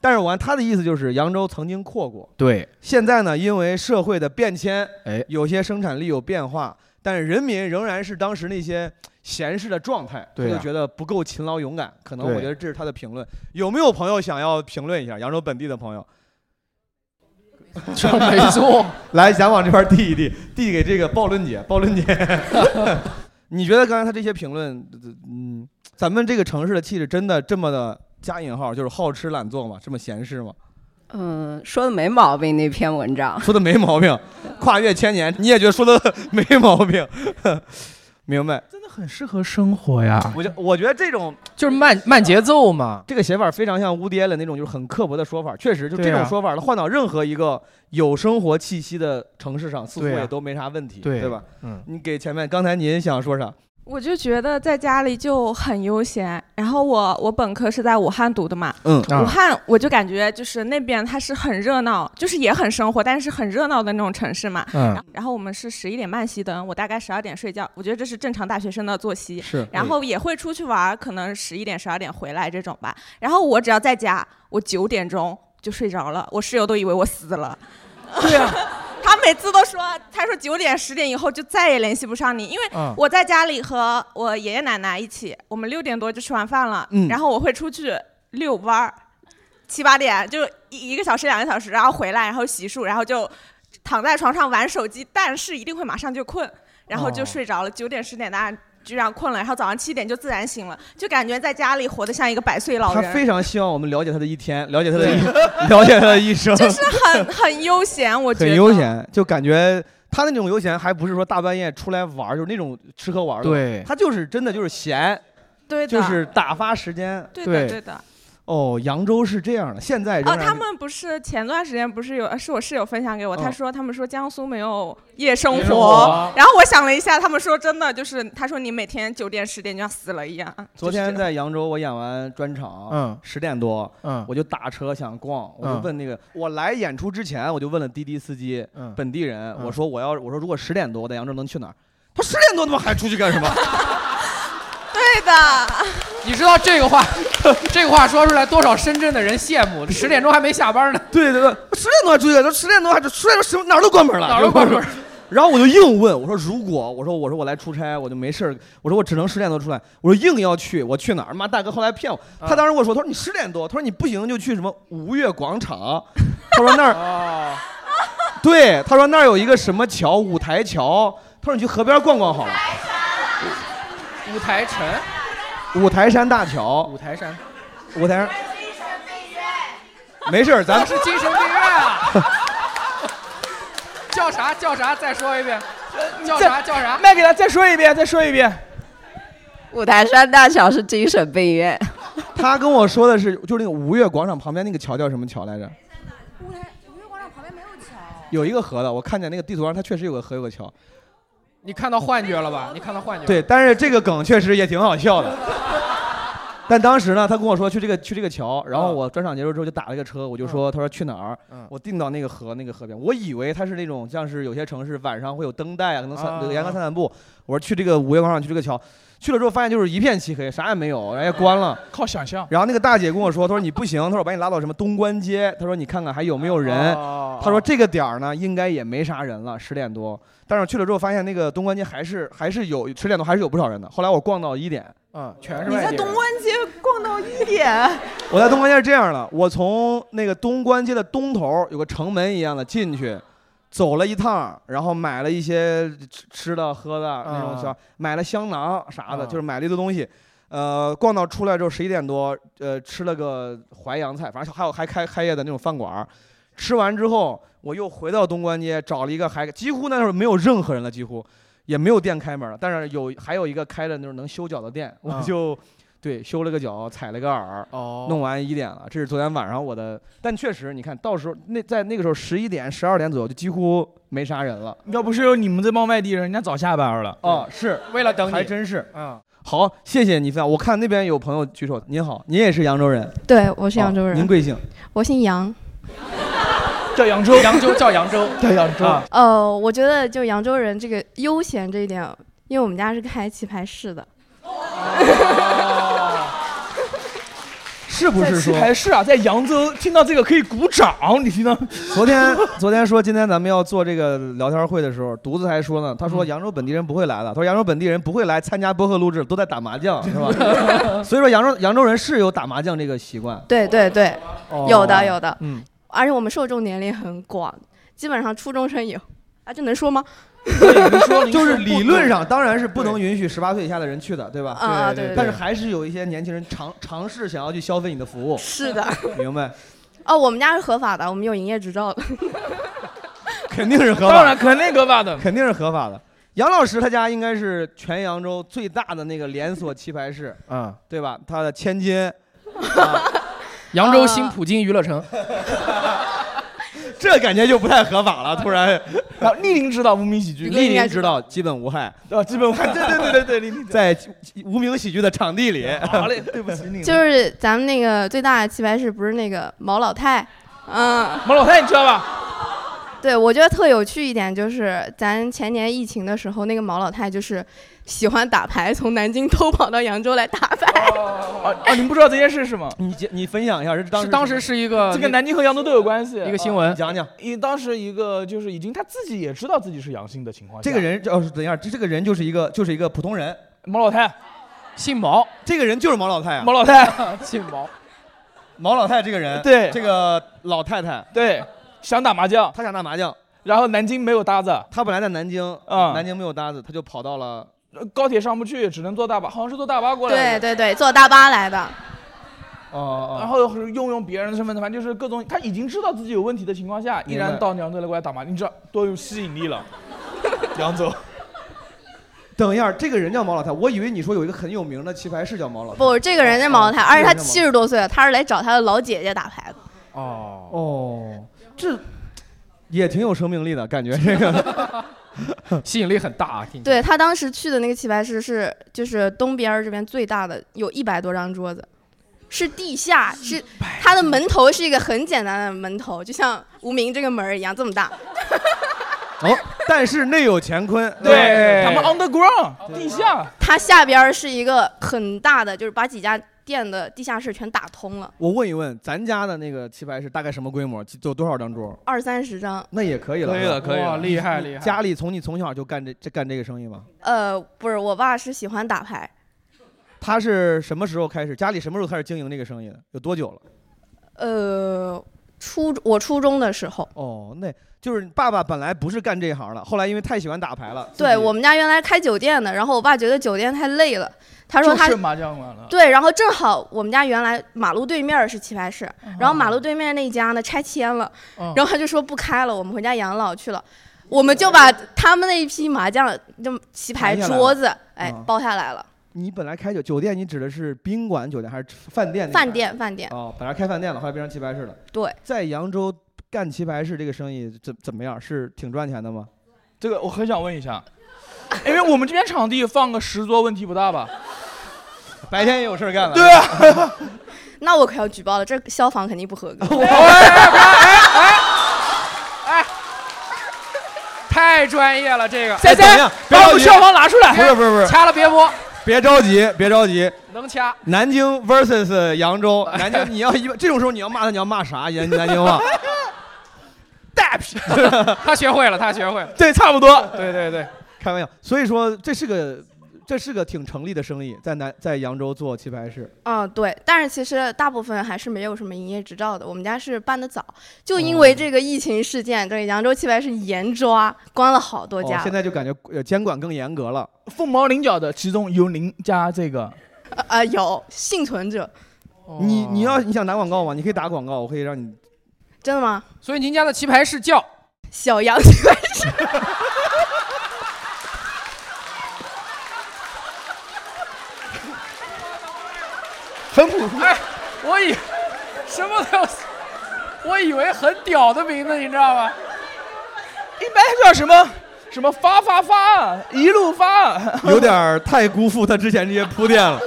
但是我他的意思就是，扬州曾经阔过，对，现在呢，因为社会的变迁，哎，有些生产力有变化，但是人民仍然是当时那些闲适的状态，对啊他就觉得不够勤劳勇敢。可能对我觉得这是他的评论。有没有朋友想要评论一下扬州本地的朋友？ 这没错，来，咱往这边递一递，递给这个鲍伦姐，鲍伦姐， 你觉得刚才他这些评论，嗯，咱们这个城市的气质真的这么的加引号，就是好吃懒做吗？这么闲适吗？嗯，说的没毛病，那篇文章。 说的没毛病，跨越千年，你也觉得说的 没毛病，明白？真的很适合生活呀。我觉我觉得这种就是慢慢节奏嘛，这个写法非常像乌爹了那种，就是很刻薄的说法。确实，就这对种啊说法，它换到任何一个有生活气息的城市上，似乎对啊也都没啥问题，对吧？嗯，你给前面，刚才您想说啥？我就觉得在家里就很悠闲，然后我我本科是在武汉读的嘛，嗯啊武汉我就感觉就是那边它是很热闹，就是也很生活，但是很热闹的那种城市嘛，嗯然后然后我们是十一点半熄灯，我大概十二点睡觉，我觉得这是正常大学生的作息，是然后也会出去玩儿，可能十一点十二点回来这种吧，然后我只要在家，我九点钟就睡着了，我室友都以为我死了，对啊。 他每次都说，他说九点十点以后就再也联系不上你，因为嗯我在家里和我爷爷奶奶一起，我们六点多就吃完饭了，嗯然后我会出去遛弯儿，七八点就一一个小时两个小时，然后回来，然后洗漱，然后就躺在床上玩手机，但是一定会马上就困，然后就哦睡着了，九点十点大家就这样困了，然后早上七点就自然醒了，就感觉在家里活得像一个百岁老他人，非常希望我们了解他的一天，了解他的 一，了解他的一生，就是很很悠闲，我觉得很悠闲，就感觉他那种悠闲还不是说大半夜出来玩儿，就是那种吃喝玩乐，对他就是真的就是闲，对的，就是打发时间，对的对的。哦，扬州是这样的，现在仍哦，然他们不是前段时间不是有，呃是我室友分享给我，哦他说他们说江苏没有夜生夜生活然后我想了一下，他们说真的就是，他说你每天九点十点就像死了一样。昨天在扬州，我演完专场，嗯十点多，嗯我就打车想逛，我就嗯问那个，我来演出之前我就问了滴滴司机，嗯本地人，嗯我说我要，我说如果十点多我在扬州能去哪儿？他说十点多他妈还出去干什么？对的， 你知道这个话， 这个话说出来多少深圳的人羡慕？十点钟还没下班呢。对对对，十点多还出去，他十点多还十点多十哪儿都关门了，哪儿都关门。然后我就硬问，我说如果我说我说我来出差，我就没事儿，我说我只能十点多出来，我说硬要去，我去哪儿？妈大哥后来骗我，他当时跟我说，他说你十点多，他说你不行就去什么吴越广场， 他说那儿，对，他说那儿有一个什么桥，五台桥，他说你去河边逛逛好了，五台城，五台山大桥，五台山，五台山，没事儿，咱那是精神病院啊。 叫啥叫啥？再说一遍，叫啥叫啥？卖给他，再说一遍，再说一遍。五台山大桥是精神病院，他跟我说的是，就是那个吴越广场旁边那个桥叫什么桥来着？有一个河的，我看见那个地图上它确实有个河，有个桥。你看到幻觉了吧？你看到幻觉了。对，但是这个梗确实也挺好笑的。但当时呢，他跟我说去这个去这个桥，然后我专场结束之后就打了一个车，我就说，他说去哪儿？我定到那个河那个河边，我以为它是那种像是有些城市晚上会有灯带啊，可能散啊沿河散散步。我说去这个五月广场去这个桥，去了之后发现就是一片漆黑，啥也没有，人家关了。靠想象。然后那个大姐跟我说，她说你不行，她说我把你拉到什么东关街，她说你看看还有没有哦人。她说这个点儿呢，应该也没啥人了，十点多。但是我去了之后发现那个东关街还是还是有十点多还是有不少人的。后来我逛到一点，嗯，全是你外地在人东关街逛到一点，我在东关街是这样的，我从那个东关街的东头儿有个城门一样的进去，走了一趟，然后买了一些吃吃的喝的那种小，啊买了香囊啥的，就是买了一堆东西。呃，逛到出来之后十一点多，呃，吃了个淮扬菜，反正还有还开开业的那种饭馆儿。吃完之后，我又回到东关街找了一个还几乎那时候没有任何人了，几乎也没有店开门了，但是有还有一个开的那种能修脚的店，我啊就对修了个脚，踩了个饵，哦弄完一点了。这是昨天晚上我的，但确实你看到时候那在那个时候十一点十二点左右就几乎没啥人了。要不是有你们这帮外地人，人家早下班了。哦，是为了等你，还真是。嗯，好，谢谢你分享。我看那边有朋友举手，您好，您也是扬州人？哦对我是扬州人您贵姓？我姓杨，叫扬州，扬州叫扬州， 啊叫扬州。呃，我觉得就扬州人这个悠闲这一点，因为我们家是开棋牌室的，是不是说还是啊，在扬州听到这个可以鼓掌，你听到？昨天昨天说今天咱们要做这个聊天会的时候，犊子还说呢，他嗯说扬州本地人不会来的，他说扬州本地人不会来参加播客录制，都在打麻将，是 吧？所以说扬州扬州人是有打麻将这个习惯，对对对，哦有的有的，嗯，而且我们受众年龄很广，基本上初中生有，啊，这能说吗？ 就是理论上当然是不能允许十八岁以下的人去的，对吧？啊对对对但是还是有一些年轻人尝尝试想要去消费你的服务。是的。明白，哦，我们家是合法的，我们有营业执照的。肯定是合法的，当然肯定合法的，肯定是合法的。杨老师他家应该是全扬州最大的那个连锁棋牌室，嗯，对吧？他的千金，扬州啊新普京娱乐城，这感觉就不太合法了。突 然，丽玲知道无名喜剧，丽玲知道基本无害，啊，基本无害，对对对对对，丽玲。在无名喜剧的场地里。好嘞，对不起你。就是咱们那个最大的棋牌室不是那个毛老太，嗯，毛老太你知道吧？对我觉得特有趣一点就是咱前年疫情的时候，那个毛老太就是喜欢打牌，从南京偷跑到扬州来打牌。哦哦，你们不知道这件事是吗？你介你分享一下，这当时当时是一个这跟南京和扬州都有关系，一个新闻讲讲。一当时一个就是已经他自己也知道自己是阳性的情况下，这个人哦，等一下，这这个人就是一个就是一个普通人，毛老太，姓毛，这个人就是毛老太啊，毛 老太姓毛，毛老太这个人，对这个老太太，对，想打麻将，他想打麻将，然后南京没有搭子，他本来在南京，啊，呃南京没有搭子，他就跑到了高铁上不去，只能坐大巴，好像是坐大巴过来对的。对对，坐大巴来的。哦然后是用用别人的身份证，反正就是各种，他已经知道自己有问题的情况下，依明白 然到扬州来过来打麻将，你知道多有吸引力了。扬州，等一下，这个人叫毛老太，我以为你说有一个很有名的棋牌室叫毛老太。哦不，这个人叫毛老哦太，而且他这个人叫毛老太七十多岁了，他是来找他的老姐姐打牌的。哦哦，这也挺有生命力的 感觉，这个吸引力很大啊。听起来对他当时去的那个棋牌室是就是东边儿这边最大的，有一百多张桌子，是地下，是它的门头是一个很简单的门头，就像无名这个门儿一样这么大。哦，但是内有乾坤，对他们 underground 地下。它下边儿是一个很大的，就是把几家店的地下室全打通了，我问一问，咱家的那个棋牌室大概什么规模？几有多少张桌？二三十张。那也可以了，可以了是吧可以了哇厉害你厉害家里从你从小就干这这干这个生意吗？呃，不是，我爸是喜欢打牌，他是什么时候开始？家里什么时候开始经营这个生意的？有多久了？呃，初我初中的时候。哦，那就是爸爸本来不是干这一行的，后来因为太喜欢打牌了，自己对我们家原来开酒店的，然后我爸觉得酒店太累了，他说他就剩麻将馆了。对，然后正好我们家原来马路对面儿是棋牌室，然后马路对面那家呢拆迁了，然后他就说不开了，我们回家养老去了。我们就把他们那一批麻将就棋牌拿下来桌了子，哎啊，包下来了。你本来开酒酒店，你指的是宾馆酒店还是饭店那种？饭店，饭店，哦，本来开饭店了，后来变成棋牌室了。对，在扬州干棋牌室这个生意怎怎么样？是挺赚钱的吗？这个我很想问一下，因为我们这边场地放个十桌问题不大吧？白天也有事儿干了。对啊， 那我可要举报了，这消防肯定不合哦格。太专业了，这个。三三哎等一下别着急把我们消防拿出来不是不是不是掐了别播，别着急，别着急。能掐。南京 versus 扬州， 南京你要一这种时候你要骂他，你要骂啥？南 南京话， 大 屁，他学会了，他学会了。对，差不多。对对对，开玩笑。所以说这是个这是个挺成立的生意，在南在扬州做棋牌室。嗯，对，但是其实大部分还是没有什么营业执照的。我们家是办的早，就因哦为这个疫情事件，这个扬州棋牌室严抓，关了好多哦家，现在就感觉 呃监管更严格了。凤毛麟角的，其中有您家这个。呃呃有幸存者，你你要你想打广告吗？你可以打广告，我可以让你真的吗？所以您家的棋牌室叫小杨棋牌室。 很普通。哎，我以什么东西？我以为很屌的名字，你知道吗？一般叫什么什么发发发，啊一路发。啊有点儿太辜负他之前这些铺垫了。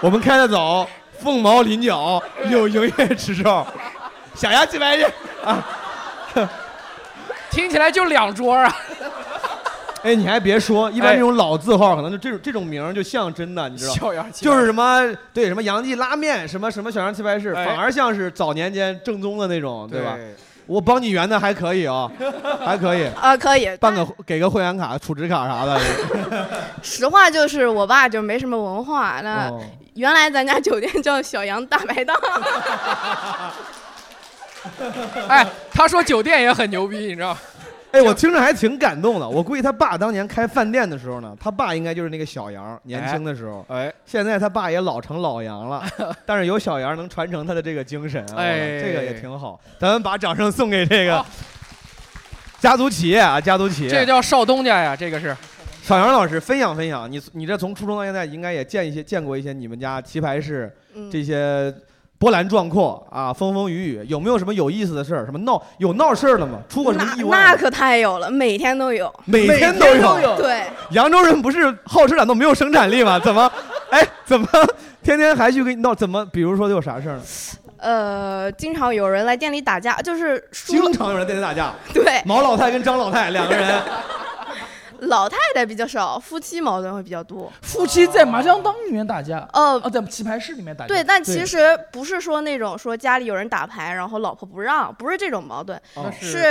我们开的早，凤毛麟角，有营业执照，小牙棋牌室啊。听起来就两桌啊。哎哎，你还别说，一般这种老字号可能就这种这种名儿就像真的，你知道吗？小杨棋牌室就是什么对什么杨记拉面，什么什么小杨棋牌室，哎反而像是早年间正宗的那种，对吧对？我帮你圆的还可以啊、还可以啊可以办个给个会员卡、储值卡啥的。实话就是我爸就没什么文化，那哦原来咱家酒店叫小杨大排档，哎，他说酒店也很牛逼，你知道吗？哎，我听着还挺感动的。我估计他爸当年开饭店的时候呢，他爸应该就是那个小杨，年轻的时候。哎，现在他爸也老成老杨了， 但是有小杨能传承他的这个精神啊，哎哦这个也挺好。咱们把掌声送给这个 家族企业啊，家族企业。这个叫少东家呀，这个 是。小杨老师分享分享，你你这从初中到现在，应该也见一些见过一些你们家棋牌室、嗯这些波澜壮阔啊，风风雨雨，有没有什么有意思的事儿？什么闹有闹事儿的吗？出过什么 意外吗？那可太有了，每天都有，每天都有每天都有对，扬州人不是好吃懒做，没有生产力吗？怎 么，哎，怎么天天还去跟你闹？怎么，比如说有啥事儿呢？呃，经常有人来店里打架，就是输经了常有人在那打架。对毛老太跟张老太两个人，老太太比较少，夫妻矛盾会比较多。夫妻在麻将档里面打架，哦，在棋牌室里面打架。对，但其实不是说那种说家里有人打牌，然后老婆不让，不是这种矛盾，哦是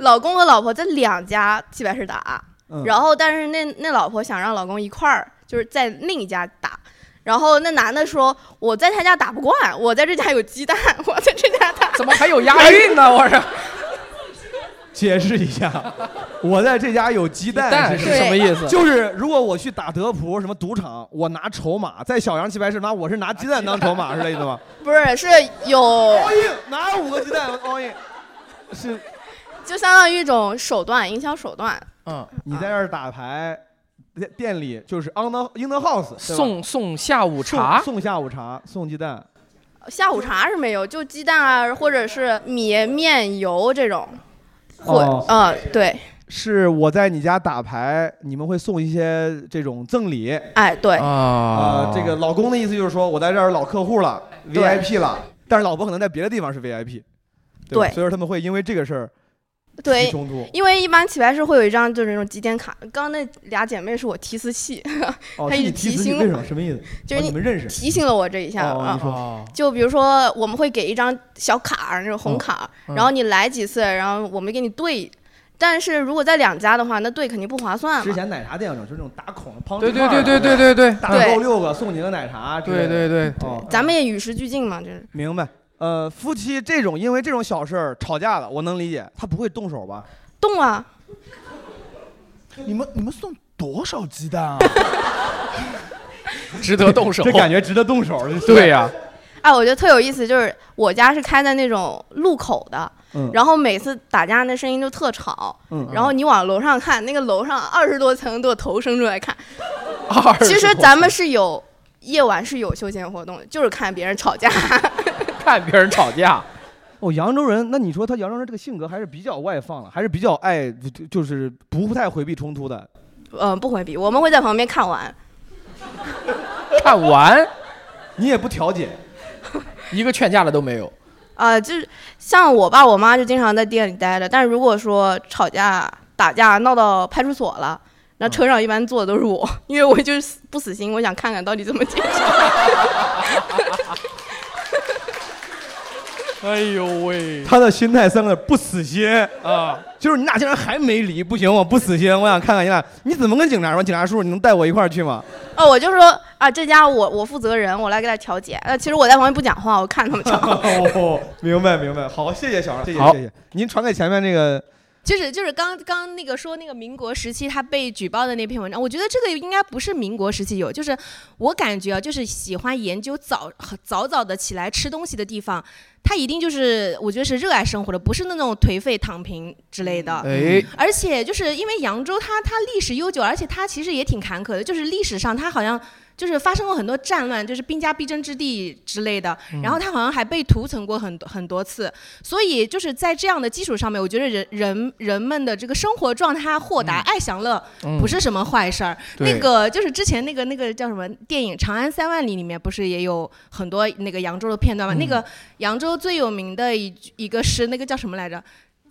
老公和老婆在两家棋牌室打，嗯然后但是那那老婆想让老公一块儿就是在另一家打，然后那男的说我在他家打不惯，我在这家有鸡蛋，我在这家打，怎么还有押韵 呢？我说解释一下，我在这家有鸡鸡蛋蛋是什么意思就是如果我去打德扑什么赌场，我拿筹码，在小杨棋牌室拿我是拿鸡蛋当筹码，是这意思吗？不是是 有 all in 拿五个鸡蛋 all in，是就相当于一种手段，营销手段。嗯，你在这儿打牌，店店里就是 on the in the house 对吧送送下午茶送送下午茶，送鸡蛋。下午茶是没有，就鸡蛋啊，或者是米、面、油这种。或哦嗯，对，是我在你家打牌，你们会送一些这种赠礼。哎，对。啊、这个老公的意思就是说，我在这儿是老客户了对，VIP 了，但是老婆可能在别的地方是 VIP，吧对所以说他们会因为这个事儿对起冲突，因为一般起牌是会有一张就是那种几点卡。刚刚那俩姐妹是我提词器，哦，她是一你直提提词器醒为什我么，什么意思？就是哦你们认识提醒了我这一下哦啊。你说就比如说，我们会给一张小卡儿，那种红嗯卡儿，嗯然后你来几次，然后我们给你兑。但是如果在两家的话，那兑肯定不划算嘛。之前奶茶店有种，就是那种打孔的胖对对对对对对对对打够六个送你个奶茶之类的，对对对，哦，咱们也与时俱进嘛，这是。明白。呃，夫妻这种因为这种小事儿吵架了，我能理解，他不会动手吧？动啊，你们你们送多少鸡蛋啊？值得动手这感觉值得动手。对呀、哎，我觉得特有意思，就是我家是开在那种路口的，嗯然后每次打架那声音就特吵，嗯然后你往楼上看，那个楼上二十多层都有头伸出来 看。 20其多实层咱们是有夜晚是有休闲活动的，就是看别人吵架。 看别人吵架。哦，扬州人，那你说他扬州人这个性格还是比较外放的，还是比较爱，就就是不太回避冲突的。嗯、不回避，我们会在旁边看完。看完， 你也不调解， 一个劝架的都没有。啊、就是像我爸我妈就经常在店里待着，但是如果说吵架、打架闹到派出所了，那车上一般坐的都是我，因为我就是死不死心，我想看看到底怎么解决。哎呦喂，他的心态三个字不死心啊，就是你俩竟然还没离，不行，我不死心，我想看看你俩你怎么跟警察说，警察叔叔你能带我一块儿去吗？哦，我就说啊，这家我我负责人，我来给他调解。呃那其实我在旁边不讲话，我看他 们吵。哦，明白明白，好，谢谢小二，谢谢好谢谢，您传给前面那个 就是就是刚刚那个说那个民国时期他被举报的那篇文章，我觉得这个应该不是民国时期有，就是我感觉啊，就是喜欢研究早早早的起来吃东西的地方，他一定就是我觉得是热爱生活的，不是那种颓废躺平之类的。嗯哎而且就是因为扬州它它历史悠久，而且它其实也挺坎坷的，就是历史上它好像。就是发生过很多战乱，就是兵家必争之地之类的，嗯然后它好像还被屠城过很多很多次，所以就是在这样的基础上面，我觉得人人人们的这个生活状态啊豁达、爱享乐、嗯不是什么坏事儿。对那个呃就是之前那个那个叫什么电影《长安三万里》里面不是也有很多那个扬州的片段吗？嗯那个扬州最有名的一句一个诗，那个叫什么来着？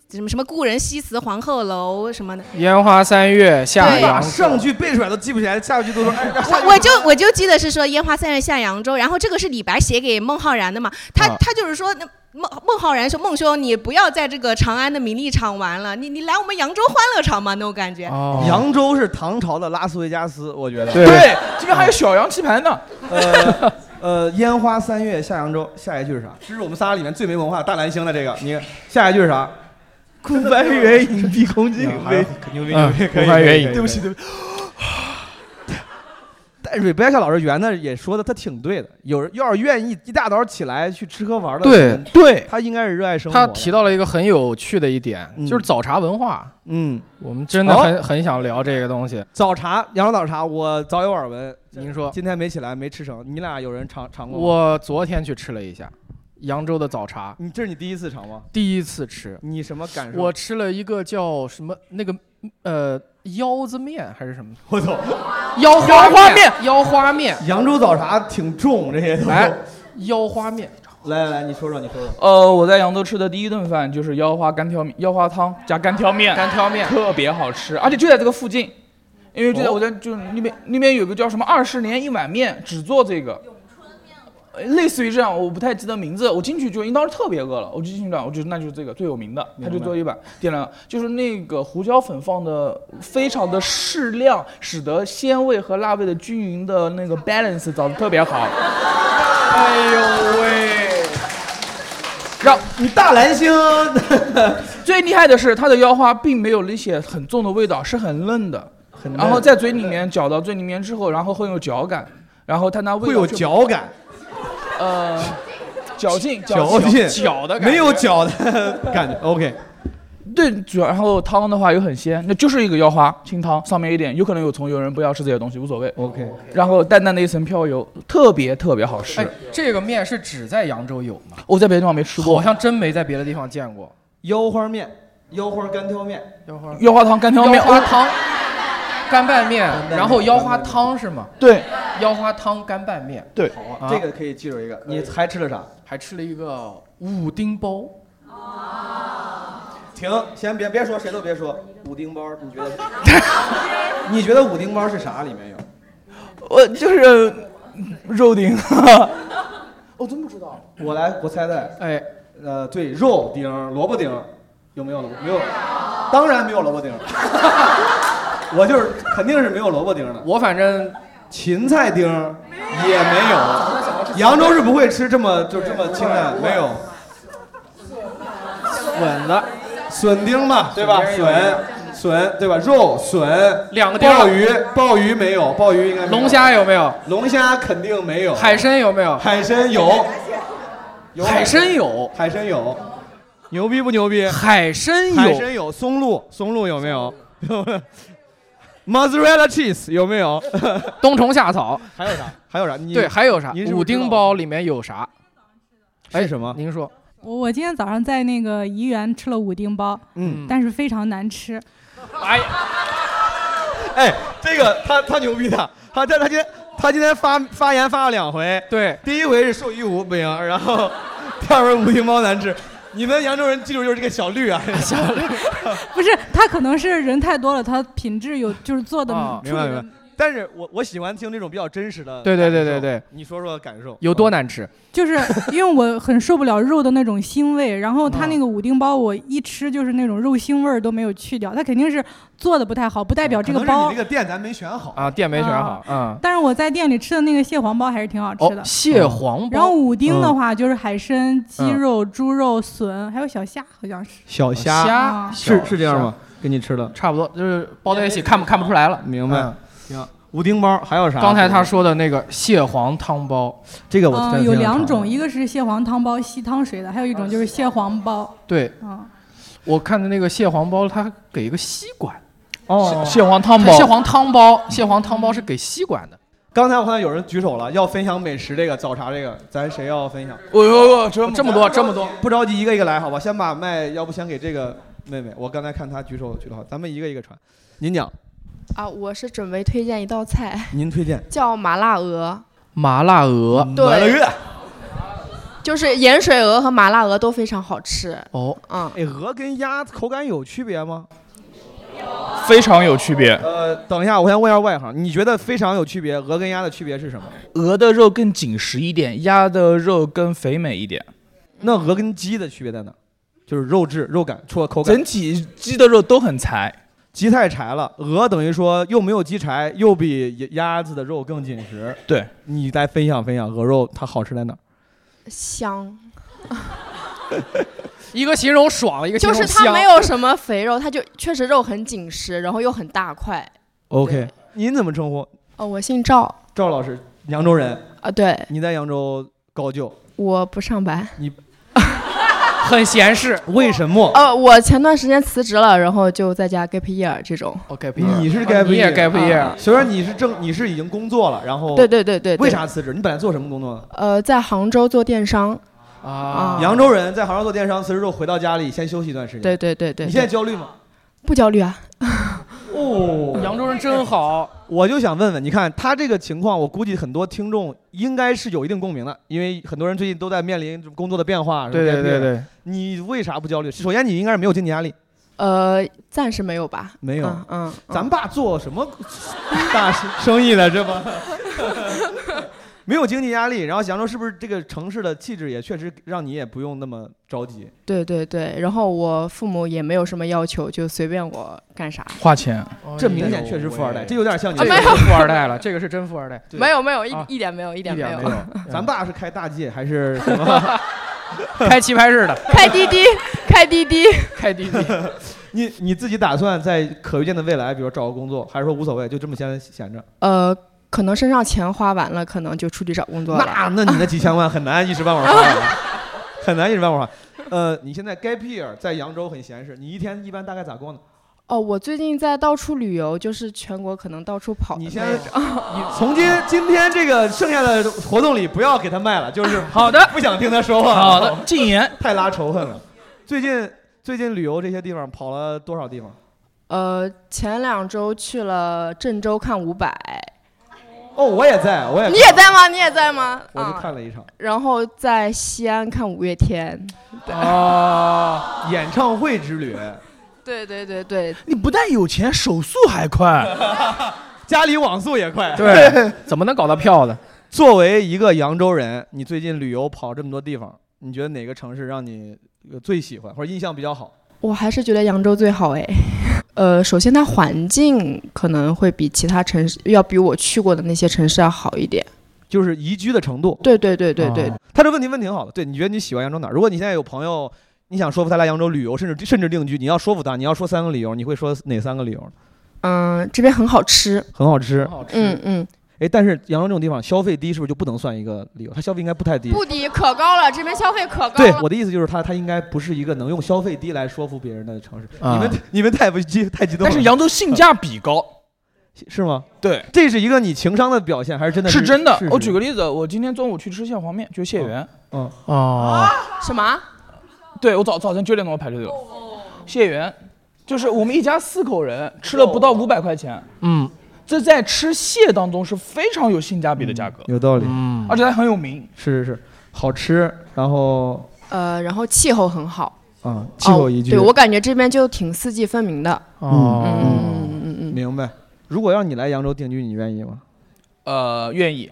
什么什么故人西辞黄鹤楼什么的，烟花三月下对扬州上句背出来都记不起来，下句都说。哎我我就我就记得是说烟花三月下扬州，然后这个是李白写给孟浩然的嘛，他、啊他就是说那孟孟浩然说孟兄，你不要在这个长安的名利场玩了，你你来我们扬州欢乐场嘛那种感觉。扬州是唐朝的拉斯维加斯，我觉得。对对这边还有小洋棋盘呢。呃呃，烟花三月下扬州，下一句是啥？这是我们仨里面最没文化的大蓝星了。这个，你看下一句是啥？啊孤帆远影碧空 尽，还有牛逼嗯牛逼，可以。孤帆远可以影对不起对不起。但 Rebecca 老师原的也说的，他挺对的。有人要是愿意一大早起来去吃喝玩乐的对人，对他应该是热爱生活他的。提到了一个很有趣的一点，就是早茶文化。嗯，我们真的很、哦很想聊这个东西。早茶，扬州早茶，我早有耳闻。您说，今天没起来，没吃成。你俩有人尝尝过吗？我昨天去吃了一下扬州的早茶，你这是你第一次尝吗？第一次吃，你什么感受？我吃了一个叫什么那个呃腰子面还是什么？我操，腰花腰花面，腰花面，扬州早茶挺重，这些都。哎来腰花面，来来来，你说说，你说说。呃，我在扬州吃的第一顿饭就是腰花干挑面、腰花汤加干挑面，干挑面特别好吃，而且就在这个附近，因为就在我在就那边那边有个叫什么二十年一碗面，只做这个。呃类似于这样，我不太记得名字。我进去就，因为当时特别饿了，我就进去了，我就那就是这个最有名的，明他白就做一碗，点了就是那个胡椒粉放的非常的适量，使得鲜味和辣味的均匀的那个 balance 找的特别好。哎呦喂！让你大蓝星， 最厉害的是它的腰花并没有那些很重的味道，是很嫩的，很然后在嘴里面嚼到最里面之后，然后很有嚼感，然后它那味道会有就嚼感，呃，嚼劲嚼劲嚼的感觉没有嚼的感觉。OK，对，主要然后汤的话又很鲜，那就是一个腰花清汤，上面一点有可能有葱有人不要吃这些东西，无所谓。 OK，然后淡淡的一层飘油，特别特别好吃。哎，这个面是只在扬州有吗？我在别的地方没吃过，好像真没在别的地方见过。腰花面、腰花干挑面、腰花腰花汤干挑面，腰花哦汤、干拌面，拌然后面腰花汤是吗？对，腰花汤干拌面。对好啊，这个可以记住一个。你还吃了啥？还吃了一个五丁包。停，先别别说，谁都别说。五丁包，你觉得？你觉得五丁包是啥？里面有？我就是肉丁。我哦真不知道。我来，我猜猜。哎，呃，对，肉丁、萝卜丁，有没有萝卜？没有，当然没有萝卜丁。 我就是肯定是没有萝卜丁的。我反正芹菜丁也没有，扬州是不会吃这么就这么清淡，没有。笋了，笋丁嘛，对吧？笋丁有一笋个。笋对吧？肉笋两个丁鲍鱼鲍鱼没有，哦鲍鱼应该没有龙虾有没有？龙虾肯定没有。海参有没有？海参有，有海参有，海参有，牛逼不牛逼？海参有海参有，松露，松露有没有 ？Mozzarella cheese 有没有？ 冬虫夏草，还有啥？还有啥？你对，还有啥您？是不五是知道丁包里面有啥？哎，什么？您说，我我今天早上在那个怡园吃了五丁包，嗯但是非常难吃。哎， 哎，这个他他牛逼的，他他他今天他今天发发言发了两回，对，第一回是寿一五不行，然后 第二回五丁包难吃。你们扬州人记住就是这个小 绿啊，小绿，不是，他可能是人太多了，他品质有就是做的明白明白。但是我我喜欢听这种比较真实的，对对对对对，你说说感受，有多难吃？就是因为我很受不了肉的那种腥味，然后嗯它那个五丁包我一吃就是那种肉腥味儿都没有去掉，它肯定是做的不太好，不代表嗯这可个能是你包那。个啊店咱没选好啊，店没选好，嗯，但是我在店里吃的那个蟹黄包还是挺好吃的。哦蟹黄包然后五丁的话就是海参、鸡嗯肉、猪肉、笋，还有小虾，好像是。嗯小虾虾是是这样吗？给你吃的嗯差不多，就是包在一起看不看不出来了。明白嗯。行，五丁包还有啥？刚才他说的那个蟹黄汤包，这个嗯，有两种，一个是蟹黄汤包吸汤水的，还有一种就是蟹黄包。对，嗯，我看的那个蟹黄包，它给一个吸管。哦蟹黄汤它蟹黄汤包，蟹黄汤包是给吸管的。刚才我看到有人举手了，要分享美食这个早茶这个，咱谁要分享？我我我这这么哦多这么多，不着急，一个一个来，好吧？先把麦，要不先给这个妹妹。我刚才看她举手举得好，咱们一个一个传。您讲，啊，我是准备推荐一道菜，您推荐嗯叫麻辣鹅，麻辣鹅，对麻辣鹅就是盐水鹅和麻辣鹅都非常好吃。哦，嗯，哎，鹅跟鸭口感有区别吗？非常有区别。 呃，等一下，我先问一下外行，你觉得非常有区别，鹅跟鸭的区别是什么？鹅的肉更紧实一点，鸭的肉更肥美一点。那鹅跟鸡的区别在哪？就是肉质、肉感、除了口感。整体鸡的肉都很柴，鸡太柴了。鹅等于说又没有鸡柴，又比鸭子的肉更紧实。对，你来分享分享鹅肉它好吃在哪儿？香，一个形容爽，一个形就容是香。它没有什么肥肉，它就确实肉很紧实，然后又很大 块。 OK，您怎么称呼？哦，我姓赵赵老师，扬州人。啊，对，你在扬州高就，我不上班。你很闲适。为什么？呃，我前段时间辞职了，然后就在家 gap year 这种。哦，gap 你是 gap year，你也 gap year 啊虽然你是正，你是已经工作了，然后对对对对对为啥辞职？你本来做什么工作呢？呃，在杭州做电商。啊扬州人在杭州做电商，辞职之后回到家里先休息一段时间。对对对对对你现在焦虑吗？不焦虑啊？哦，扬州人真好。 我就想问问，你看他这个情况，我估计很多听众应该是有一定共鸣的，因为很多人最近都在面临工作的变化。对对对对，你为啥不焦虑？首先，你应该是没有经济压力，呃，暂时没有吧。没有。嗯嗯，咱爸做什么大生意的，这不？没有经济压力，然后扬州是不是这个城市的气质也确实让你也不用那么着急？对对对，然后我父母也没有什么要求，就随便我干啥。花钱这明显确实富二代，这有点像你啊没有富二代 了，这个是真富二代。没有没有一啊一点没有一点没有没 有咱爸是开大 G 还是什么？ 开棋牌室的， 开滴滴，开滴滴，开滴滴。 你你自己打算在可预见的未来，比如找个工作，还是说无所谓，就这么先 闲着？ 呃，可能身上钱花完了，可能就出去找工作 了。那那你那几千万很难一时半会儿花完，很难一时半会儿花。呃，你现在该 pier 在扬州很闲适，你一天一般大概咋逛呢？哦，我最近在到处旅游，就是全国可能到处跑的那现种。在你从今今天这个剩下的活动里不要给他卖了，就是 好的，不想听他说话。好 的，禁言，太拉仇恨了。最近最近旅游这些地方跑了多少地方？呃，前两周去了郑州看伍佰，哦，我也在，我也你也在吗？你也在吗？我啊去看了一场。然后在西安看五月天。哦，演唱会之旅， 对对对对，你不但有钱，手速还 快。家里网速也快。 对，怎么能搞到票呢？作为一个扬州人，你最近旅游跑这么多地方，你觉得哪个城市让你呃最喜欢或者印象比较好？我还是觉得扬州最好哎。 呃，首先它环境可能会比其他城市要比我去过的那些城市要好一点。就是宜居的程度。哦对对对对对，他这问题问挺好的。对，你觉得你喜欢扬州哪儿？如果你现在有朋友，你想说服他来扬州旅游，甚至甚至定居，你要说服他，你要说三个理由，你会说哪三个理由？嗯、这边很好吃。很好吃，嗯嗯，哎，但是扬州这种地方消费低，是不是就不能算一个理由？它消费应该不太低。不低。低，可高了，这边消费可高对了。，我的意思就是它，它应该不是一个能用消费低来说服别人的城市。啊你们你们太不激太激动了。但是扬州性价比高，是吗？对，这是一个你情商的表现，还是真的？是真的。我举个个例子，我今天中午去吃蟹黄面，就蟹源。嗯哦，什么？对我早早晨九点钟我排队的，蟹源，就是我们一家四口人吃了不到五百块钱，嗯，这在吃蟹当中是非常有性价比的价格，有道理。嗯而且还很有名。是是是，好吃，然后呃，然后气候很好，啊，气候宜居。哦对我感觉这边就挺四季分明的。嗯哦，嗯嗯嗯，明白。如果让你来扬州定居，你愿意吗？呃，愿意。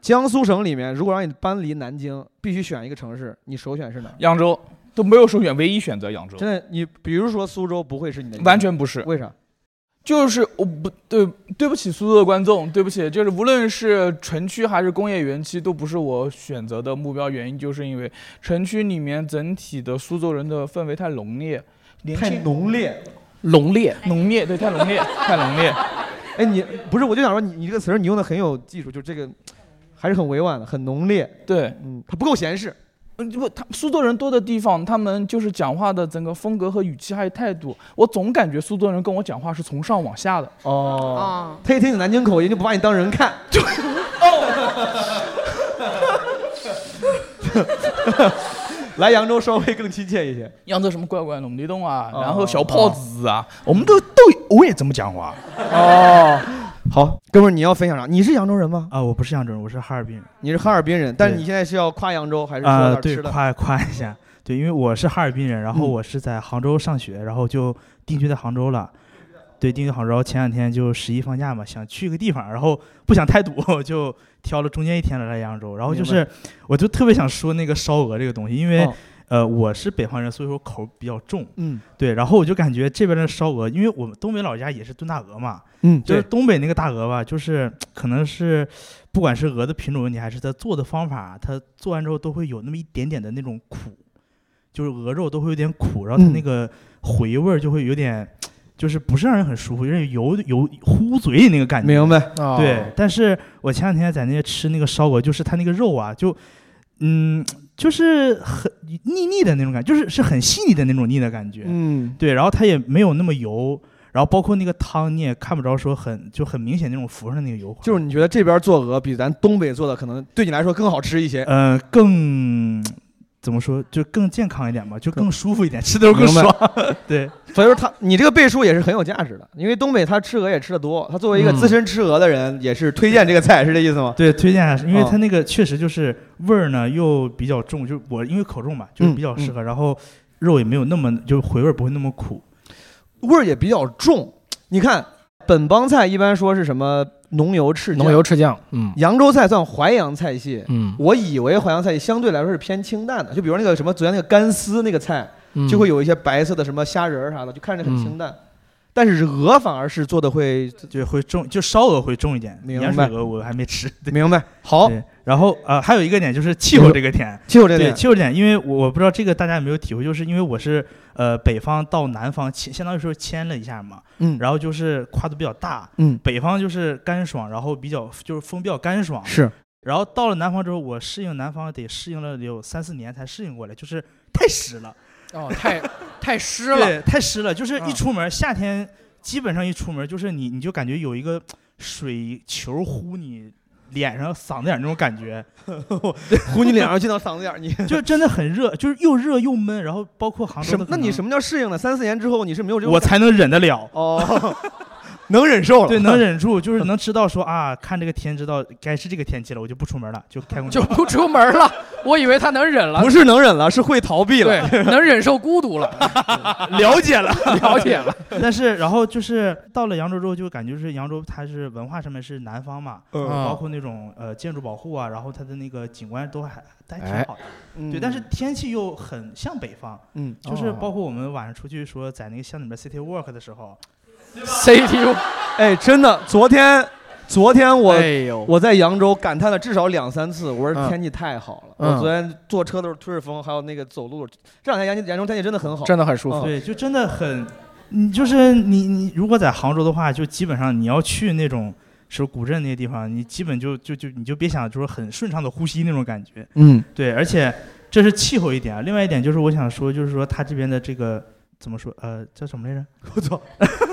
江苏省里面，如果让你搬离南京，必须选一个城市，你首选是哪儿？扬州都没有首选，唯一选择扬州。真的，你比如说苏州不会是你的，完全不是。为啥？就是我不对，对不起苏州的观众，对不起，就是无论是城区还是工业园区，都不是我选择的目标。原因就是因为城区里面整体的苏州人的氛围太浓烈，年太轻浓烈，浓烈，浓烈，对，太浓烈，太浓烈。 哎，你不是，我就想说你，你这个词儿你用的很有技术，就这个还是很委婉的，很浓烈。对，嗯，它不够闲适。嗯，不，他苏州人多的地方，他们就是讲话的整个风格和语气还有态度，我总感觉苏州人跟我讲话是从上往下的。哦，他一听你南京口音就不把你当人看。对， 来扬州稍微更亲切一些。扬州什么怪怪龙地洞啊，哦然后小炮子啊，我们都都我也这么讲话。 哦，好，哥们儿，你要分享啥？你是扬州人吗？啊，我不是扬州人，我是哈尔滨人。你是哈尔滨人，但是对你现在是要夸扬州还是说啊、点儿对，吃的？夸夸一下，对，因为我是哈尔滨人，然后嗯我是在杭州上学，然后就定居在杭州了。对，定居杭州，然后前两天就十一放假嘛，想去个地方，然后不想太堵， 就挑了中间一天来扬州。然后就明是白，我就特别想说那个烧鹅这个东西，因为、哦呃我是北方人，所以说口比较重。嗯，对，然后我就感觉这边的烧鹅，因为我们东北老家也是炖大鹅嘛，嗯就是对东北那个大鹅吧，就是可能是不管是鹅的品种问题，还是它做的方法，它做完之后都会有那么一点点的那种苦，就是鹅肉都会有点苦，然后它嗯那个回味儿就会有点，就是不是让人很舒服，有点油油糊嘴里那个感觉。明白哦对，但是我前两天在那些吃那个烧鹅，就是它那个肉啊，就嗯，就是很腻腻的那种感觉，就是是很细腻的那种腻的感觉。嗯，对，然后它也没有那么油，然后包括那个汤你也看不着说很就很明显那种浮上的那个油花。就是你觉得这边做鹅比咱东北做的可能对你来说更好吃 一些？呃，更怎么说，就更健康一点吧，就更舒服一点，吃的时候更明白 爽。对，所以说他你这个背书也是很有价值的，因为东北他吃鹅也吃的多，他作为一个嗯资深吃鹅的人，也是推荐这个菜，是这意思吗？ 对，推荐啊还是因为它哦那个确实就是味儿呢又比较重，就是我因为口重嘛，就是比较适合，然后肉也没有那么就是回味儿不会那么苦。味儿也比较重。你看本帮菜一般说是什么浓油赤酱， 浓油赤酱，嗯，扬州菜算淮扬菜系，嗯我以为淮扬菜系相对来说是偏清淡的，就比如那个什么昨天那个干丝那个菜，嗯就会有一些白色的什么虾仁儿啥的，就看着很清 淡。但是鹅反而是做的会就会重，就烧鹅会重一点，明盐水白鹅我还没吃。对明白，好。然后呃，还有一个点就是气候这个点，气候这个对点气候这点，因为我我不知道这个大家有没有体会，就是因为我是呃北方到南方迁，相当于说迁了一下嘛，嗯然后就是跨度比较大，嗯北方就是干爽，然后比较就是风比较干爽，是，然后到了南方之后，我适应南方得适应了得有三四年才适应过来，就是太湿了。哦， 太太湿对，了，太湿了，就是一嗯出门，夏天基本上一出门就是你你就感觉有一个水球呼你脸上、嗓子眼儿那种感觉， 呼你脸上进到嗓子眼儿，你就真的很热，就是又热又闷，然后包括杭州什么的？可那能你什么叫适应了？三四年之后你是没有这种我感才能忍得了。哦， 能忍受了，对，能忍住，就是能知道说啊，看这个天知道该是这个天气了，我就不出门了，就开空 调，就不出门了。我以为他能忍了，不是能忍了，是会逃避了， 对，能忍受孤独了。了解了，了解了。但是，然后就是到了扬州之后，就感觉是扬州，它是文化上面是南方嘛，嗯啊包括那种呃建筑保护啊，然后它的那个景观都还都还挺好的。嗯哎对，但是天气又很像北方，嗯就是哦包括我们晚上出去说在那个巷里面 city walk 的时候 CTU，哎，真的，昨天，昨天我、哎呦我在扬州感叹了至少两三次，我说嗯天气太好了。嗯我昨天坐车的时候吹着风，还有那个走路，这两天扬扬州天气真的很好，嗯对，就真的很，你就是你你如果在杭州的话，就基本上你要去那种是古镇那些地方，你基本就就就你就别想就是很顺畅的呼吸那种感觉。嗯，对，而且这是气候一点啊，另外一点就是我想说，就是说它这边的这个怎么说呃叫什么来着？我操，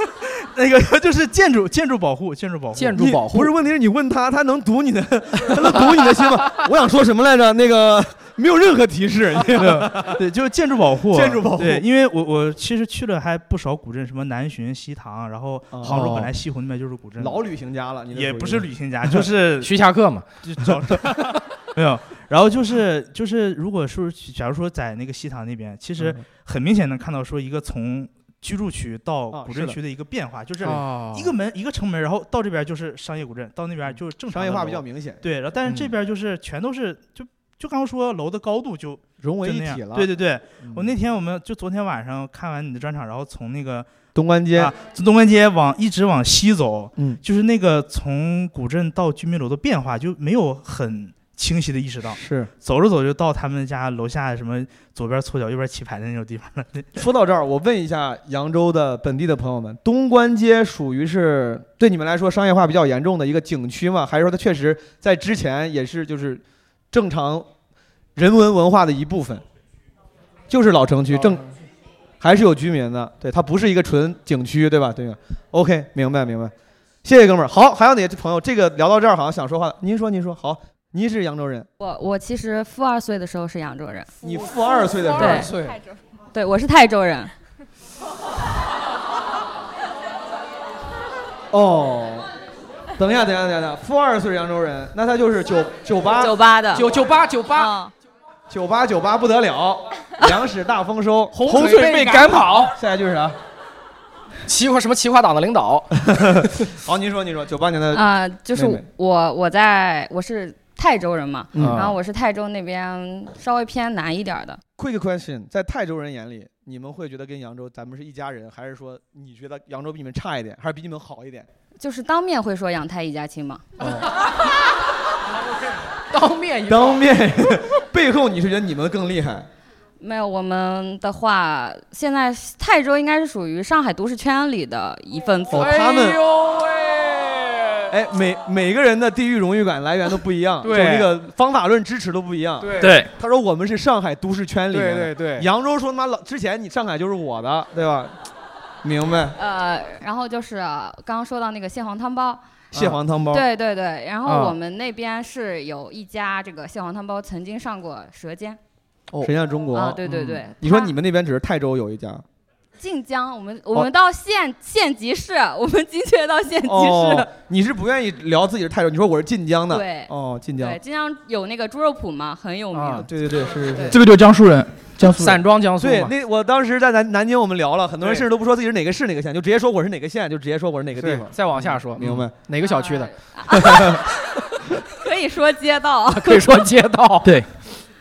那个就是建筑建筑保护建筑保护你不是问题是你问他，他能读你的，他能读你的心吗？ 我想说什么来着？那个没有任何提示，你没有 对，就是建筑保护，啊建筑保护对，因为我我其实去了还不少古镇，什么南浔、西塘，然后 杭州本来西湖那边就是古镇，哦老旅行家了，你这也属于不是旅行 家，就 是徐霞客嘛，就找 没有。然后就是就是，如果说假如说在那个西塘那边，其嗯实很明显能看到说一个从。居住区到啊古是镇的区的一个变化，就是哦一个门一个城门，然后到这边就是商业古镇，到那边就是正常商业的化楼比较明显对，然后但是这嗯边就是全都是就就刚刚说楼的高度就融为就一那样体了嗯对对对，我那天我们就昨天晚上看完你的专场，然后从那个东关街啊，从东关街往一直往西走，嗯就是那个从古镇到居民楼的变化就没有很清晰的意识到，是走着走着就到他们家楼下什么左边搓脚右边棋牌的那种地方了。说到这儿，我问一下扬州的本地的朋友们，东关街属于是对你们来说商业化比较严重的一个景区吗？还是说它确实在之前也是就是正常人文文化的一部分？就是老城区正还是有居民的，对，它不是一个纯景区，对吧？对吧？OK，明白明白，谢谢哥们儿。好，还有哪些朋友？这个聊到这儿好像想说话了，您说您说，好，您是扬州人，我我其实负二岁的时候是扬州人，你负二岁的时候对负二岁，对，我是泰州人，哦，等一下，等一下，等一下，负二岁是扬州人，那他就是九九八九八的嗯九九八九八九八九八不得了， 粮食大丰收，洪洪水被赶跑。下一句是啥？齐化什么齐化党的领导？好，您说，您说，九八年的啊、就是呃妹妹我我在我是泰州人嘛，嗯然后我是泰州那边稍微偏南一点儿的， quick question，在泰州人眼里，你们会觉得跟扬州咱们是一家人，还是说你觉得扬州比你们差一点，还是比你们好一点？哦就是当面会说养泰一家亲嘛， 啊当面当面背后你是觉得你们更厉害？没有我们的话，现在泰州应该是属于上海都市圈里的一份子，哦他们哎哎，每每个人的地域荣誉感来源都不一样，对就那个方法论支持都不一样。对对他说我们是上海都市圈里面的，对对对扬州说他妈老之前你上海就是我的，对吧？明白。呃，然后就是呃刚刚说到那个蟹黄汤包，嗯蟹黄汤包对对对，然后啊我们那边是有一家这个蟹黄汤包曾经上过《舌尖》，哦神像中国嗯啊对对对你说你们那边只是泰州有 一家，晋江，我们我们到县、县级市，我们精确到县级市，哦，你是不愿意聊自己是泰州，你说我是晋江的，对哦，晋江对，，晋江有那个猪肉铺嘛，很有名。啊，对对对，是是是，这个就是江苏人，江苏人散装江苏对嘛，那我当时在南南京，我们聊了，很多人对甚至都不说自己是哪个市哪个县，就直接说我是哪个县，就直接说我是哪个地对方。再往下说，明白嗯？哪个小区啊的？可以说街 道， 可以说街 道。对，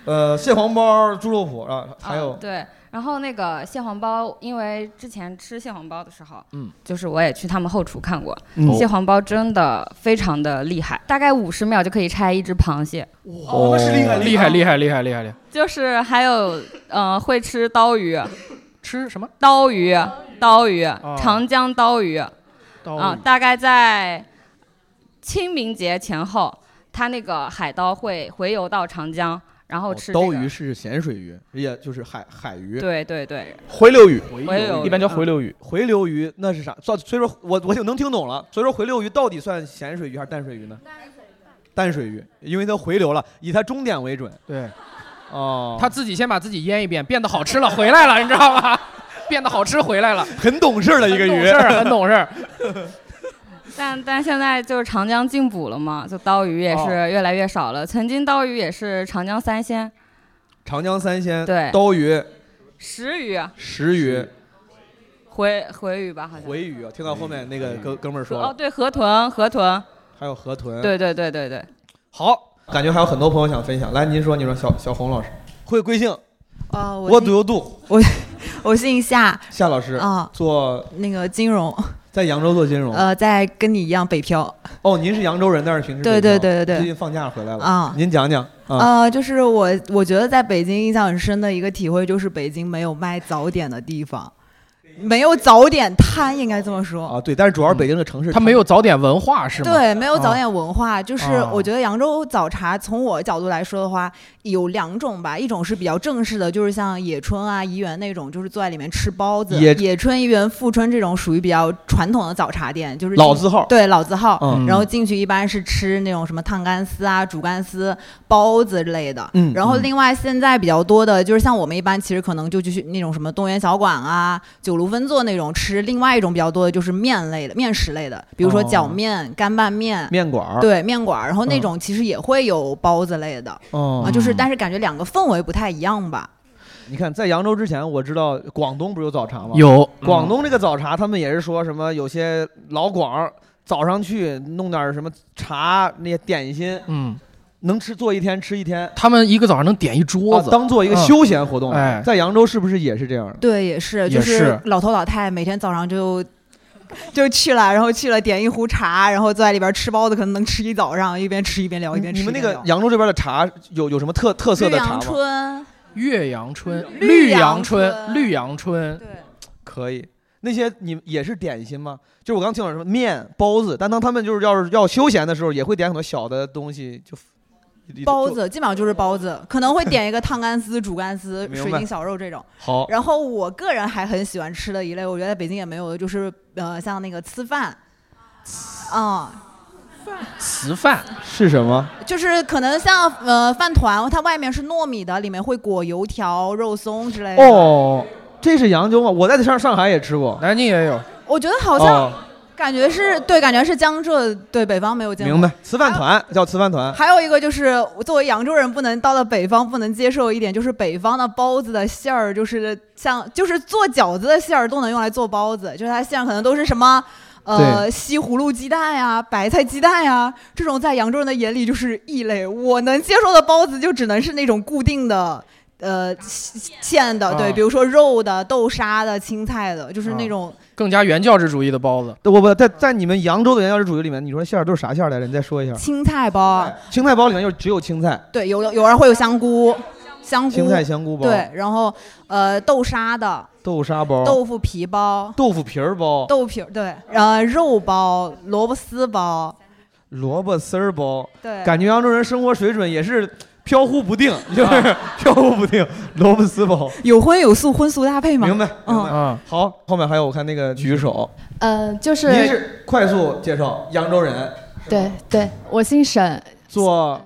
呃，蟹黄包、猪肉脯啊，还有嗯对。然后那个蟹黄包，因为之前吃蟹黄包的时候，嗯，就是我也去他们后厨看过，嗯蟹黄包真的非常的厉害，大概五十秒就可以拆一只螃蟹。哦，是厉害厉害厉害厉害厉害厉害！就是还有，呃，会吃刀鱼， 吃什么？哦刀鱼，刀鱼，长江刀鱼，刀啊鱼，大概在清明节前后，它那个海刀会回游到长江，然后吃、这个哦刀鱼是咸水鱼，也就是海海鱼。对对对回流鱼，回流鱼一般叫回流鱼。回流鱼那是啥？所所以说我我就能听懂了。所以说回流鱼到底算咸水鱼还是淡水鱼呢？淡水鱼，因为它回流了，以它终点为准。对，哦，他自己先把自己腌一遍，变得好吃了，回来了，你知道吗？ 变得好吃回来了， 很懂事的一个鱼，很懂事儿，很懂事儿。 但但现在就是长江禁捕了嘛，就刀鱼也是哦越来越少了。曾经刀鱼也是长江三鲜， 长江三鲜，对刀鱼、石鱼、石鱼、啊回回鱼吧，好像回鱼啊。听到后面那个哥哥们儿说哦，了，对，河豚，河豚，还有河豚。对对对对对。好，感觉还有很多朋友想分享。来，您说，您说，小小红老师会归姓哦，我，What do 姓 you do？我我姓夏，夏老师啊做那个金融，在扬州做金融。呃，在跟你一样北漂。哦，您是扬州人，但是平时对北对京对对对最近放假回来了啊您讲讲啊，呃，就是我，我觉得在北京印象很深的一个体会就是北京没有卖早点的地方，没有早点摊，应该这么说。啊，对，但是主要是北京这个城市，嗯他没有早点文化是吗？对，没有早点文化，哦就是啊我觉得扬州早茶，从我角度来说的话，有两种吧，一种是比较正式的，就是像野春啊、怡园那种，就是坐在里面吃包子；野野春、怡园、富春这种属于比较传统的早茶店，就是老进字号对老字号、嗯然后进去一般是吃那种什么烫干丝啊、煮干丝、包子之类的。嗯然后嗯另外现在比较多的就是像我们一般，其实可能就去那种什么东园小馆啊、九如分座那种吃。另外一种比较多的就是面类的、面食类的，比如说哦饺面、干拌面、面馆儿嗯对面馆儿，然后那种其实也会有包子类的，哦啊，就是但是感觉两个氛围不太一样吧。你看，在扬州之前，我知道广东不是有早茶吗？有广东这个早茶，他们也是说什么有些老广早上去弄点什么茶那些点心，嗯，能吃做一天吃一天，他们一个早上能点一桌子，啊当做一个休闲活动。啊嗯哎，在扬州是不是也是这样的？对，也是，就也是是老头老太每天早上就。就去了，然后去了点一壶茶，然后坐在里边吃包子，可能能吃一早上，一边吃一边聊，一边吃你一们边那聊。个扬州这边的茶有有什么特特色的茶吗？春，岳阳春，绿绿阳阳春春，绿阳春，可以。那些你们也是点心吗？就是我刚听到什么面包子，但当他们就是要是要休闲的时候，也会点很多小的东西，就包子基本上就是包子，可能会点一个烫干丝、煮干丝、明白水晶小肉这种。好然后我个人还很喜欢吃的一类，我觉得在北京也没有的，就是呃，像那个粢饭，啊、糍饭是什么？就是可能像呃饭团，它外面是糯米的，里面会裹油条、肉松之类的。，哦，这是扬州吗？我在上上海也吃过，南京也有。我觉得好像哦、感觉是、对，感觉是江浙对北方没有见过。明白，糍饭团叫糍饭 团，还有一个就是，我作为扬州人，不能到了北方不能接受一点，就是北方的包子的馅儿，就是像就是做饺子的馅儿都能用来做包子，就是它馅儿可能都是什么。呃，对西葫芦鸡蛋呀、白菜鸡蛋呀，这种在扬州人的眼里就是异类。我能接受的包子就只能是那种固定的，呃，馅的，对，啊比如说肉的、豆沙的、青菜的，就是那种更加原教旨主义的包子。对不不，在在你们扬州的原教旨主义里面，你说馅儿都是啥馅儿来着？你再说一下。青菜包。青菜包里面就只有青菜，对，有有人会有香菇，香菇，青菜香菇包对，然后呃豆沙的、豆沙包、哦豆腐皮包、豆腐皮儿包、豆皮儿，对，呃肉包、萝卜丝包，萝卜丝儿包。对感觉扬州人生活水准也是飘忽不定， 就是啊飘忽不定。萝卜丝包，有荤有素，荤素搭配嘛。明白？嗯明白。好，后面还有我看那个举手，呃，就是您是快速介绍扬州人对对，我姓沈，做。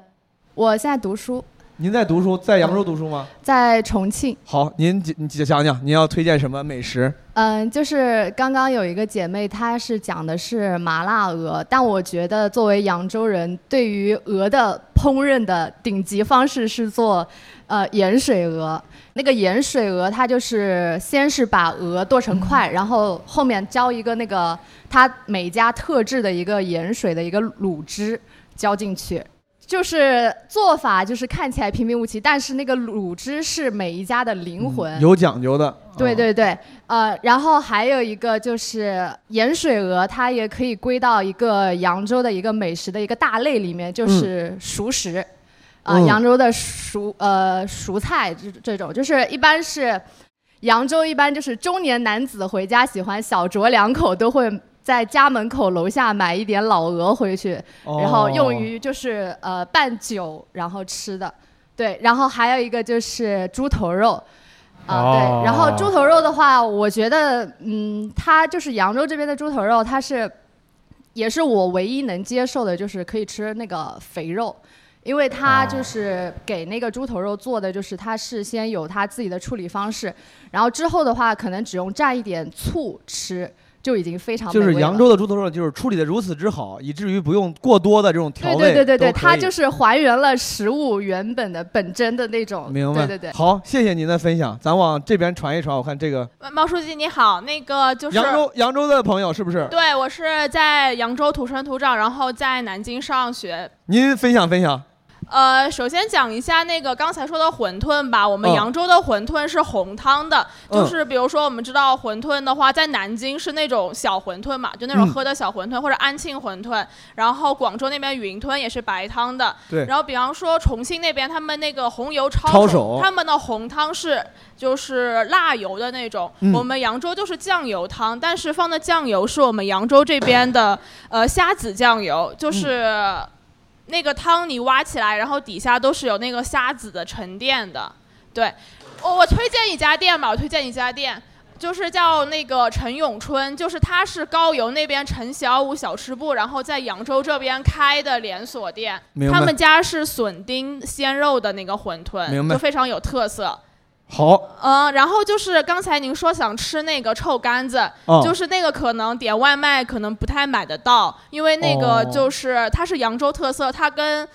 我现在读书您在读书，在扬州读书吗？在重庆。好，您讲你讲讲，您要推荐什么美食？嗯、就是刚刚有一个姐妹，她是讲的是麻辣鹅，但我觉得作为扬州人，对于鹅的烹饪的顶级方式是做呃盐水鹅。那个盐水鹅，它就是先是把鹅剁成块，然后后面浇一个那个它每家特制的一个盐水的一个卤汁浇进去。就是做法，就是看起来平平无奇，但是那个卤汁是每一家的灵魂。嗯有讲究的，对对对，呃，然后还有一个就是盐水鹅，它也可以归到一个扬州的一个美食的一个大类里面，就是熟食，啊、嗯扬州的熟呃熟菜这这种，就是一般是扬州一般就是中年男子回家喜欢小酌两口，都会在家门口楼下买一点老鹅回去，然后哦用于就是呃拌酒然后吃的，对，然后还有一个就是猪头肉。啊，哦对，然后猪头肉的话，我觉得，嗯，它就是扬州这边的猪头肉，它是，也是我唯一能接受的，就是可以吃那个肥肉，因为它就是给那个猪头肉做的，就是它事先有它自己的处理方式，然后之后的话，可能只用蘸一点醋吃，就已经非常就美是味扬了。州的猪头肉，就是处理的如此之好，以至于不用过多的这种调对味。对对对都对，可它以就是还原了食物原本的本真的那种。明白。对对对。好，谢谢您的分享，咱往这边传一传，我看这个毛书记你好，那个就是扬州扬州的朋友是不是？对我是在扬州土生土长，然后在南京上学。您分享分享。呃，首先讲一下那个刚才说的馄饨吧。我们嗯扬州的馄饨是红汤的，嗯就是比如说我们知道馄饨的话，在南京是那种小馄饨嘛，就那种嗯喝的小馄饨、或者安庆馄饨。然后广州那边云吞也是白汤的。对然后比方说重庆那边他们那个红油抄抄手手，他们的红汤是就是辣油的那种，嗯我们扬州就是酱油汤，但是放的酱油是我们扬州这 边的呃虾子酱油，就是。嗯那个汤你挖起来，然后底下都是有那个虾子的沉淀的。对，我我推荐一家店吧，我推荐一家店，就是叫那个陈永春，就是他是高邮那边陈小五小吃部，然后在扬州这边开的连锁店明。白他们家是笋丁鲜肉的那个馄明饨，白就非常有特色。好，嗯，然后就是刚才您说想吃那个臭干子，哦就是那个可能点外卖可能不太买得到，因为那个哦就是它是扬州特色，它跟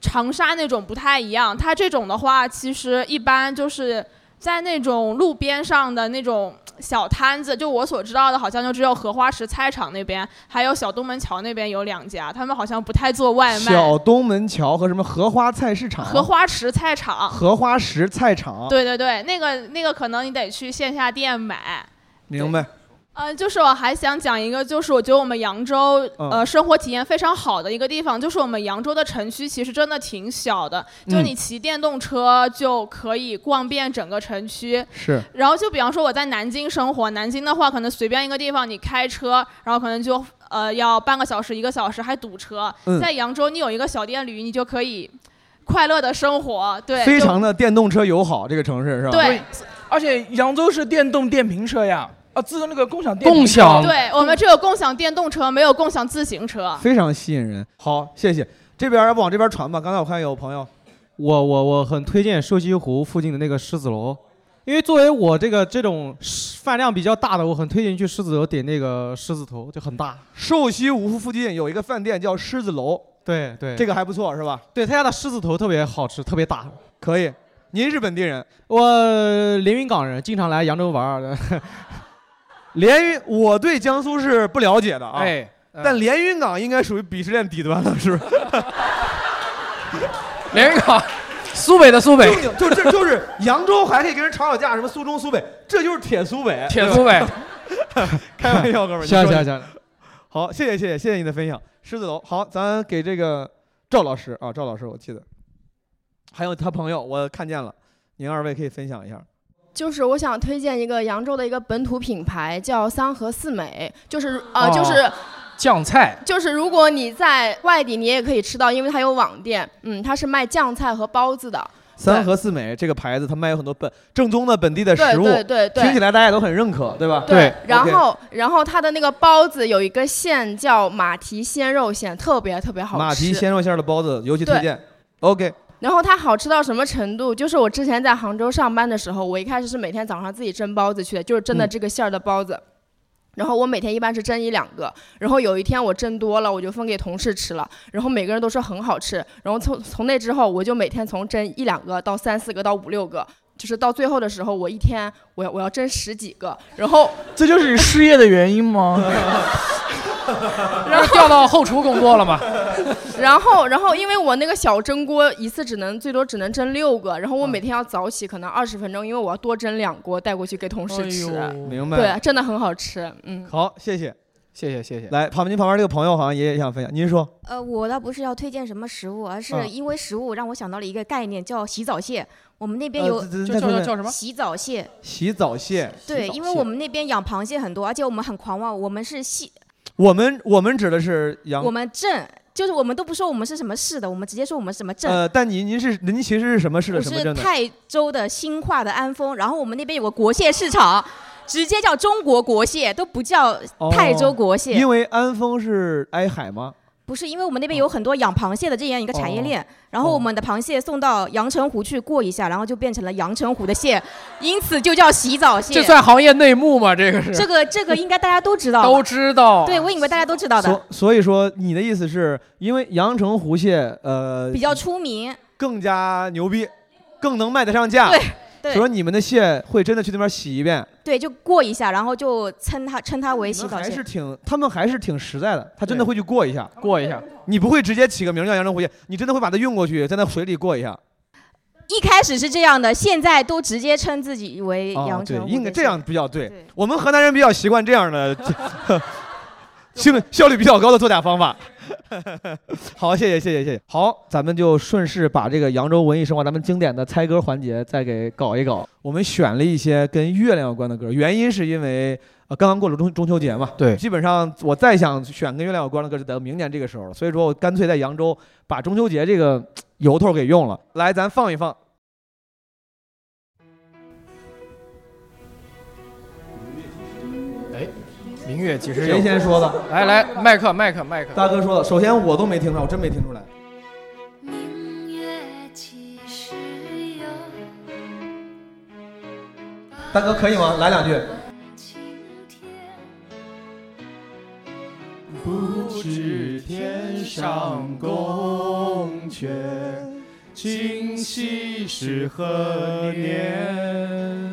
长沙那种不太一样。它这种的话，其实一般就是在那种路边上的那种小摊子，就我所知道的，好像就只有荷花池菜场那边，还有小东门桥那边有两家，他们好像不太做外卖。小东门桥和什么荷花菜市场？荷花池菜场，荷花石菜场。对，对对，那个那个可能你得去线下店买。明白。呃，就是我还想讲一个，就是我觉得我们扬州、嗯呃生活体验非常好的一个地方，就是我们扬州的城区其实真的挺小的，就是嗯你骑电动车就可以逛遍整个城区。是然后就比方说我在南京生活，南京的话可能随便一个地方你开车，然后可能就呃要半个小时一个小时还堵车。嗯在扬州你有一个小电驴，你就可以快乐的生活，对，非就常的电动车友好，这个城市是吧？对，而且扬州是电动电瓶车呀，啊，自动那个共享电共瓶车享对我们只有共享电动车，没有共享自行车。非常吸引人。好，谢谢。这边要不往这边传吧？刚才我看有朋友，我我我很推荐瘦西湖附近的那个狮子楼，因为作为我这个这种饭量比较大的，我很推荐去狮子楼点那个狮子头，就很大。瘦西湖附近有一个饭店叫狮子楼，对对，这个还不错是吧？对他家的狮子头特别好吃，特别大。可以，您是本地人？我连云港人，经常来扬州玩儿。 连云，我对江苏是不了解的啊。哎嗯但连云港应该属于鄙视链底端了， 是不是？连云港，苏北的苏北，就这就是扬州还可以跟人吵吵架，什么苏中苏北，这就是铁苏北。铁苏北对吧， 开玩笑，哥们儿。你行说行你行。好，谢谢谢谢谢谢你的分享，狮子楼。好，咱给这个赵老师啊，赵老师我记得，还有他朋友，我看见了，您二位可以分享一下。就是我想推荐一个扬州的一个本土品牌，叫三和四美，就是呃，就哦是酱菜。就是如果你在外地，你也可以吃到，因为它有网店，嗯，它是卖酱菜和包子的。三和四美这个牌子，它卖有很多本正宗的本地的食物，对对对对听起来大家都很认可，对吧？对，然 OK 后然后它的那个包子有一个馅叫马蹄鲜肉馅，特别特别好吃。马蹄鲜肉馅儿的包子尤其推对荐。OK，然后它好吃到什么程度？就是我之前在杭州上班的时候，我一开始是每天早上自己蒸包子去的，就是真的嗯这个馅儿的包子。然后我每天一般是蒸一两个，然后有一天我蒸多了，我就分给同事吃了，然后每个人都说很好吃。然后从从那之后，我就每天从蒸一两个到三四个到五六个，就是到最后的时候，我一天我要我要蒸十几个，然后这就是你失业的原因 吗？然后调到后厨工作了嘛？ 然后，然后因为我那个小蒸锅一次只能最多只能蒸六个，然后我每天要早起，可能二十分钟，因为我要多蒸两锅带过去给同事吃。啊明白对，真的很好吃，嗯。好，谢谢，哎谢谢谢谢。来，旁边您旁边这个朋友好像也想分享，您说呃，我倒不是要推荐什么食物，而是嗯因为食物让我想到了一个概念，叫洗澡蟹。我们那边呃有、这这就再叫说一遍叫什么洗澡蟹。洗澡蟹。对，因为我们那边养螃蟹很多，而且我们很狂妄，我们是蟹，我们我们指的是羊，我们镇就是我们都不说我们是什么市的，我们直接说我们什么镇。呃，但您您是您其实是什么市我的什么是镇的？泰州的新化的安丰，然后我们那边有个国蟹市场，直接叫中国国蟹，都不叫哦泰州国蟹。因为安丰是挨海吗？不是因为我们那边有很多养螃蟹的这样一个产业链，哦然后我们的螃蟹送到阳澄湖去过一下，然后就变成了阳澄湖的哦蟹，因此就叫洗澡蟹。这算行业内幕吗？这个是这个这个应该大家都知道吧，都知道。对，我以为大家都知道所的，所以说，你的意思是因为阳澄湖蟹，呃，比较出名。更加牛逼，更能卖得上价。对，所对以说你们的蟹会真的去那边洗一遍，对，就过一下，然后就称它称它为洗澡还蟹是。挺，他们还是挺实在的，他真的会去过一下，过一下。你不会直接起个名叫阳澄湖蟹，你真的会把它运过去，在那水里过一下。一开始是这样的，现在都直接称自己为哦阳，对澄，湖应该的这样比较对。我们河南人比较习惯这样的效率 效率比较高的作假方法。 好，谢谢谢谢谢谢。好，咱们就顺势把这个扬州文艺生活咱们经典的猜歌环节再给搞一搞。我们选了一些跟月亮有关的歌，原因是因为呃刚刚过了中中秋节嘛，对基本上我再想选跟月亮有关的歌就得明年这个时候了，所以说我干脆在扬州把中秋节这个由头给用了。来，咱放一放。哎，明月几时有？谁先说的？来来，麦克麦克麦克，大哥说的，首先我都没听出来，我真没听出来。大哥可以吗？来两句。不知天上宫阙，今夕是何年？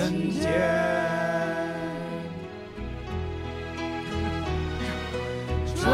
间？转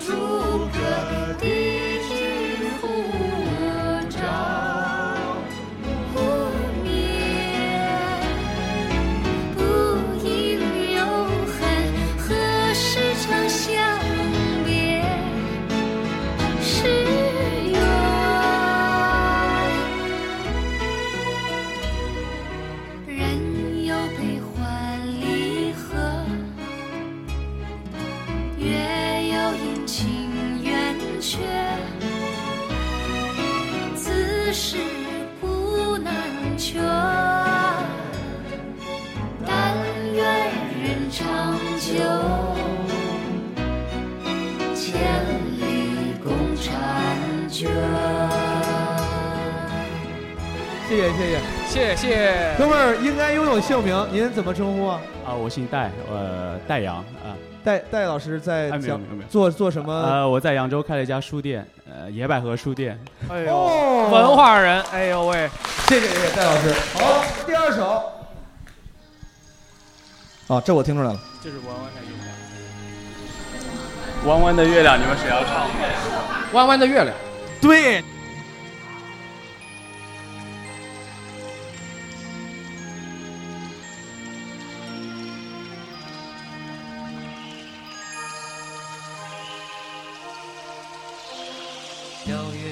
诸葛低绮护照，湖面不应有恨，何时长相别？是缘。人有悲欢离合。月有阴晴圆缺，此事古难全。但愿人长久，千里共婵娟。谢谢谢谢谢谢哥们儿应该拥有姓名，您怎么称呼啊？啊，我姓戴，呃，戴阳啊。戴戴老师在哎没有讲没有没有做做什么？呃，我在扬州开了一家书店，呃，野百合书店。哎呦文化人，哎呦喂，哦谢谢谢谢戴老师。好，第二首，啊，这我听出来了。这是弯弯的月亮。弯弯的月亮，你们谁要唱？弯弯的月亮，对，遥远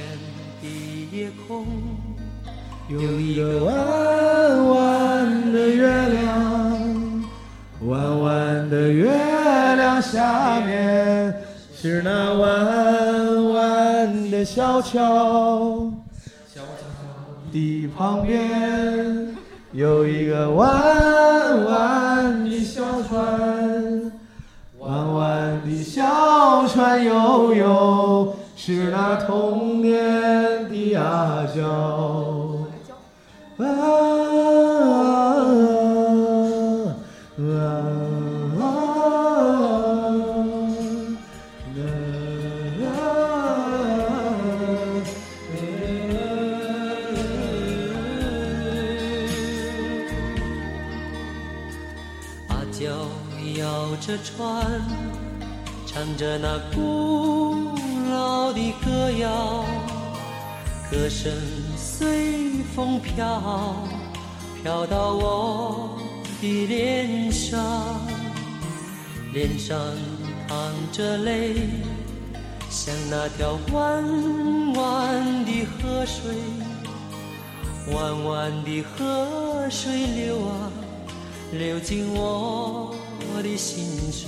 的夜空，有一个弯弯的月亮，弯弯的月亮下面是那弯弯的小桥，小桥的旁边有一个弯弯的小船。弯弯的小船悠悠，是那童年的阿娇。啊啊啊阿娇摇着船，唱着那古老的歌谣，歌声随风飘，飘到我的脸上，脸上淌着泪，像那条弯弯的河水，弯弯的河水流啊，流进我的心上。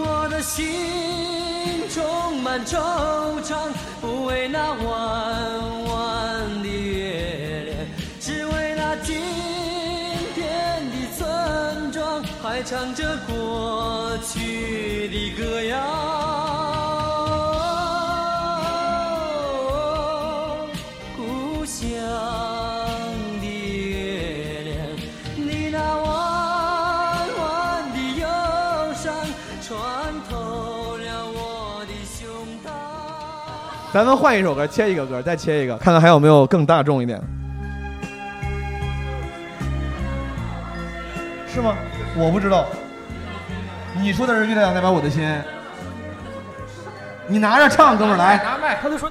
我的心充满惆怅，不为那弯弯的月亮，只为那今天的村庄，还唱着过去的歌谣。故乡的月亮，你那弯弯的忧伤穿透了我的胸膛。咱们换一首歌，切一个歌，再切一个，看看还有没有更大众一点。是吗？我不知道。你说的是《月亮代表我的心》，你拿着唱，哥们儿来。拿麦，他就说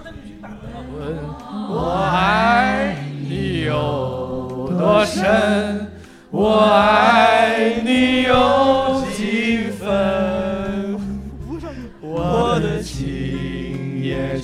我爱你有多深，我爱你有几分，我的情也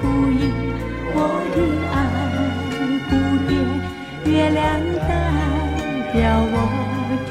不移，我的爱不变，月亮代表我的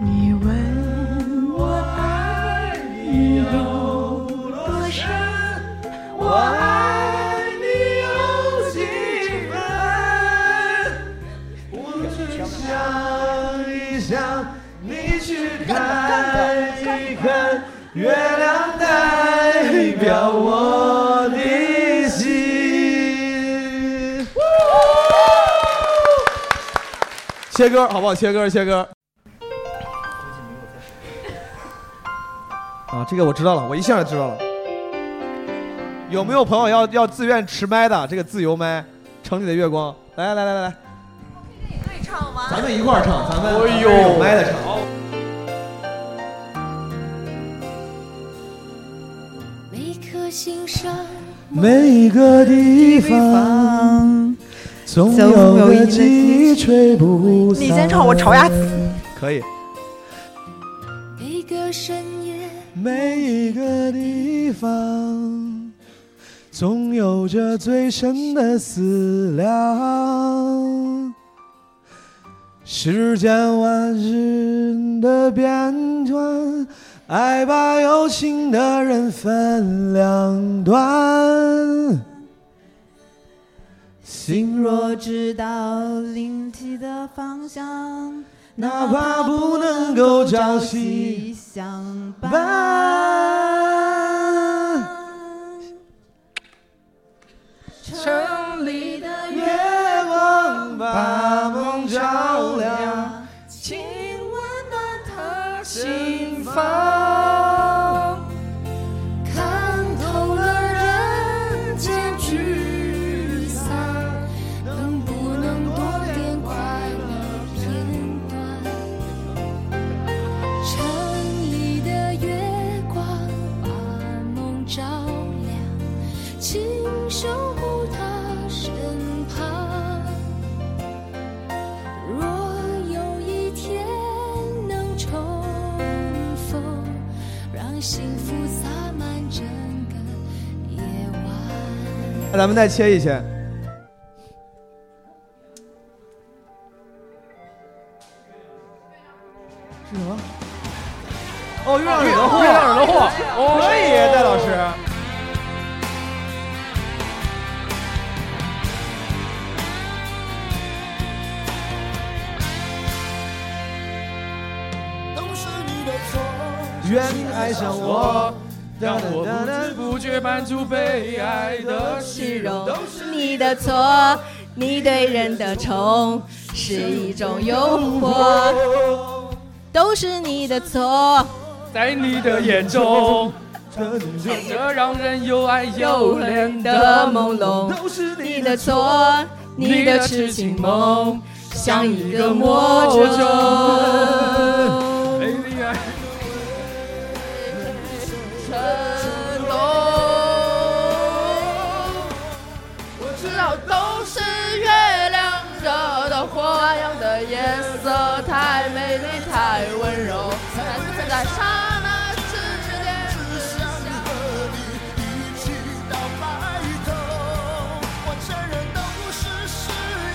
你问我爱你有多深，我爱你有几分？我只想一想，你去看一看，月亮代表我的心。切歌好不好？切歌，切歌。啊，这个我知道了，我一下就知道了。有没有朋友要要自愿持麦的？这个自由麦，城里的月光，来来来来来，咱们一块儿唱，咱们哎呦咱们有麦的唱。每颗心上每个地方总有个记忆吹不散。你先唱我朝鸭子。可以。每个深夜，每一个地方总有着最深的思量。世间万事的变幻，爱把有情的人分两端。心若知道灵体的方向，哪怕不能够朝夕相伴。城里的月光把梦照亮，请温暖他心房。看透了人间聚散，能不能多点快乐？幸福洒满整个夜晚。那咱们再切一切。是什么？哦，月亮惹的祸，月亮惹的祸哦可以，戴老师。都是你的错。愿你爱上我，让我不知不觉搬出悲哀的虚虚荣荣。都是你的错，你对人的宠是一种诱惑，都是你的错。在你的眼中，这让人又爱诱人的朦胧，都是你的错，你的痴情梦像一个魔咒。成龙，我知道都是月亮惹的祸，阳的颜色太美丽，太温柔，才会在刹那之间失效。一起到白头。我承认都是誓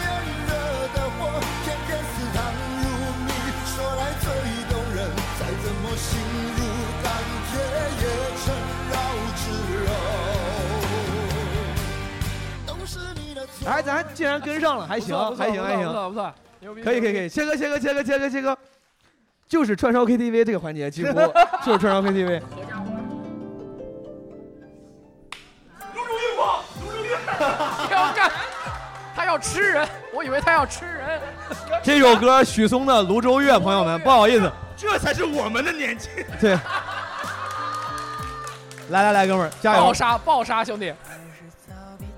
言惹的祸，偏偏似糖如蜜，说来最动人，再怎么心如钢铁也成绕指柔。都是你的错。哎，咱竟然跟上了，还行不错不，错还行，不错还不错行，不错牛逼可以，可以，可以，切割，切割，切割，切割，切割，就是串烧 KTV 这个环节，几 乎就是串烧 KTV。他要干，他要吃人，我以为他要吃人。这首歌许嵩的《泸州月》，朋友们，不好意思，这才是我们的 年纪。对，来来来，哥们儿，加暴油！杀，暴杀，兄弟！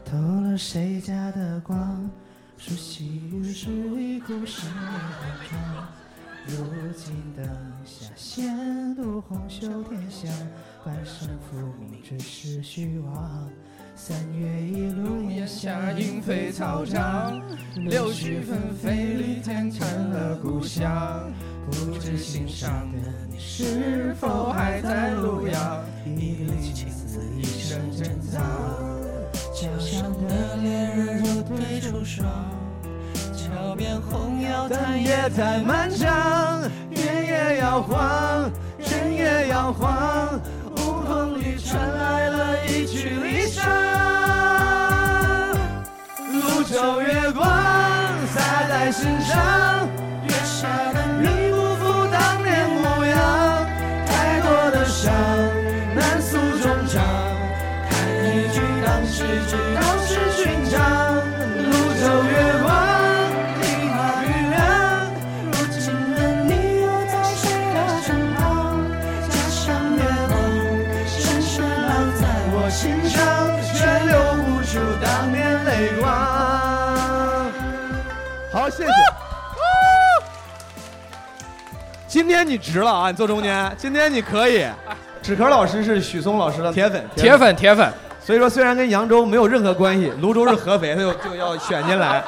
偷了谁家的光，熟悉于是一股深夜的妆。如今灯下仙渡红袖添香，半生浮名 只是虚妄。啊三月一路烟霞，莺飞草长，柳絮纷飞里添成了故乡。不知心上的你是否还在路遥？一缕情丝一生珍藏，脚上的恋人如堆出霜。桥边红药叹夜太漫长，月也摇晃，人也摇晃，梧桐里传来了一曲离殇。泸州月光洒在身上，月下的你不复当年模样，太多的伤难诉衷肠。叹一句当时只道是寻常。泸州月光，梨花雨亮，如今的你又在谁的身旁？家乡月光，深深烙在我心上，却流不出当年泪光。好，谢谢。今天你值了啊！你坐中间，今天你可以。 纸壳老师是许嵩老师的 铁粉，铁粉，铁粉。所以说，虽然跟扬州没有任何关系，泸州是合肥，他 就就要选进来，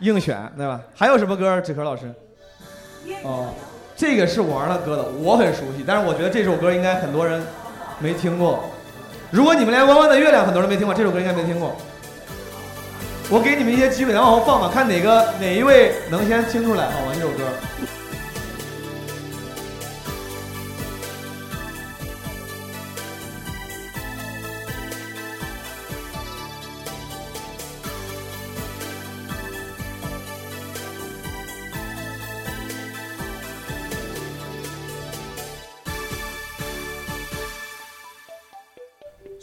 硬选，对吧？还有什么歌？纸壳老师，哦，这个是我玩的歌的，我很熟悉，但是我觉得这首歌应该很多人没听过。如果你们连《弯弯的月亮》很多人没听过，这首歌应该没听过。我给你们一些机会，然后放吧，看哪个哪一位能先听出来，好吧？这首歌。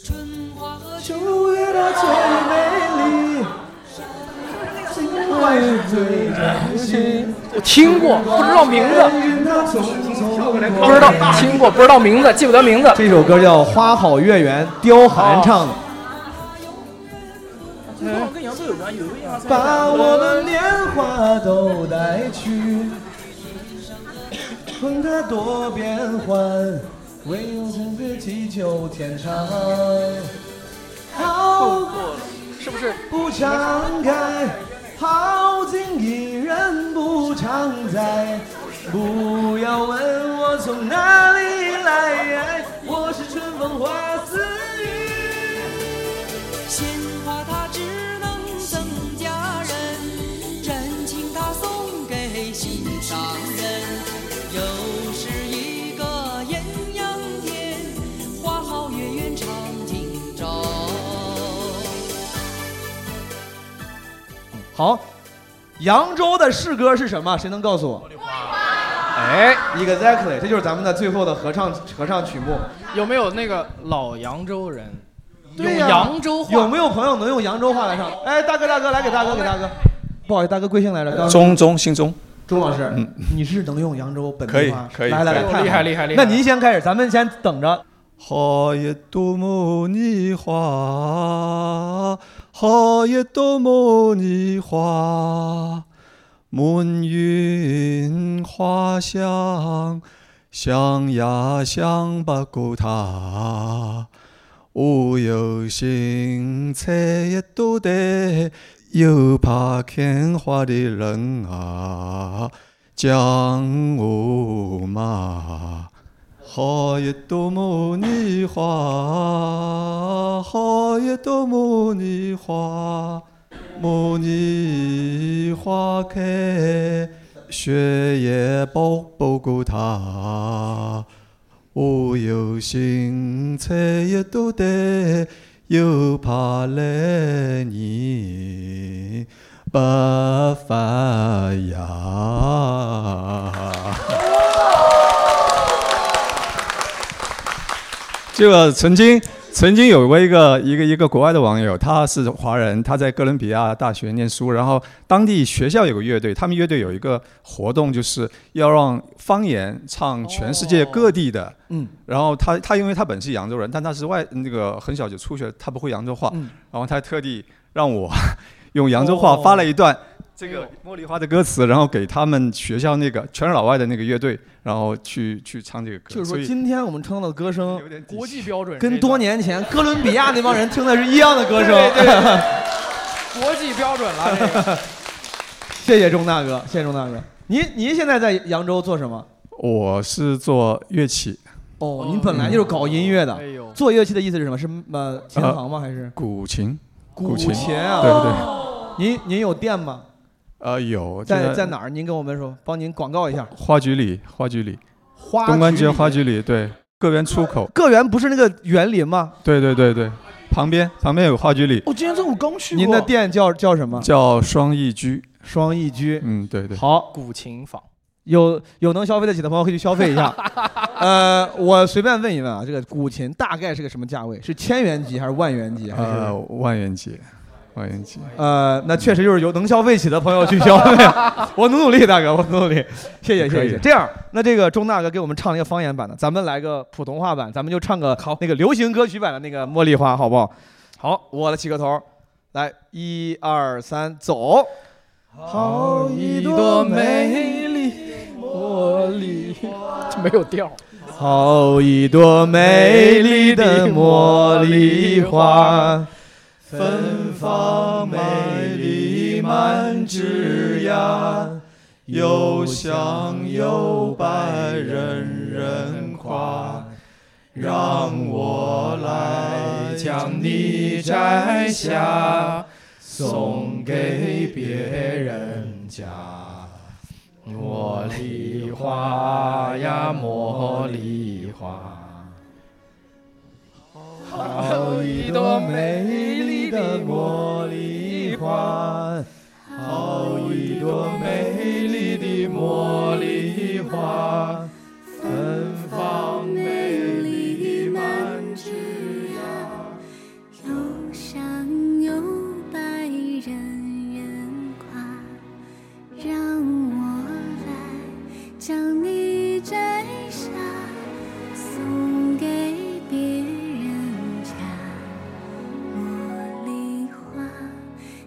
春花和秋月的最美丽，外是最真心。我听过，不知道名字，不不知道听过，不知道名字，记不得名字。这首歌叫《花好月圆》，刁寒唱的。跟扬州有关，有一个把我们年华都带去，管它多变幻，唯有真知祈求天长。好是不是？不常开，好景依然不常在。不要问我从哪里来，我好，扬州的市歌是什么？谁能告诉我？哎，exactly，这就是咱们的最后的合唱合唱曲目。有没有那个老扬州人？对有呀扬州话有没有朋友能用扬州话来唱？哎，大哥大哥，来给大哥给大哥。不好意思，大哥贵姓来着？刚中中姓中，嗯钟老师，你是能用扬州本可以地话？可以来来来，可以太好了厉害厉害厉害那您先开始，咱们先等着。好一朵茉莉花，好一朵茉莉花，满园花香，想也想不过它。我有心采一朵戴，又怕看花的人啊将我骂。好一朵茉莉花，好一朵茉莉花，茉莉花开，雪也包不过它。我有心采一朵戴，又怕来年不发芽。这个曾经曾经有过一个一个一个国外的网友，他是华人，他在哥伦比亚大学念书，然后当地学校有个乐队，他们乐队有一个活动，就是要让方言唱全世界各地的。嗯然后他他因为他本是扬州人，但他是外那个很小就出去了，他不会扬州话，嗯然后他特地让我 用扬州哦话发了一段这哎个茉莉花的歌词，然后给他们学校那个全是老外的那个乐队，然后去去唱这个歌。就是所说，以今天我们听到的歌声，国际标准跟多年前哥伦比亚那帮人听的是一样的歌声。对对国际标准了。这个谢谢钟大哥，谢谢钟大哥。您您现在在扬州做什么？我是做乐器，哦，您本来就是搞音乐的。做乐器的意思是什么？是呃琴行吗？还是古琴？古琴琴啊？对对对。您您有店吗？呃，有在这在哪儿？您跟我们说，帮您广告一下。花局里，花局里，花东关局街里花局里，对，个园出口，个园不是那个园林吗？哦对对对对，旁边旁边有花局里，我哦今天中午刚去过。您的店叫叫什么？叫双逸居，双逸居，嗯，对对，好，古琴 坊，有有能消费得起的朋友可以去消费一 下。呃，我随便问一问啊，这个古琴大概是个什么价位？是千元级还是万元级？还是呃，万元节，万元节，呃，那确实就是有能消费起的朋友去消费， 我努努力，大哥，我努努力，谢谢可谢以谢。这样，那这个钟大哥给我们唱一个方言版的，咱们来个普通话版，咱们就唱个那个流行歌曲版的那个《茉莉花》，好不好？好，我来起个头，来，一二三，走。好一朵美丽茉莉 花，没有调。好一朵美丽的茉莉花，芬芳美丽满枝桠，又香又白，人人夸。让我来将你摘下，送给别人家。茉莉花呀，茉莉花，好一朵美丽的茉莉花，好一朵美丽的茉莉花，芬芳美丽满枝桠。又香又白，人人夸。让我来将你摘下，送给别人家。茉莉花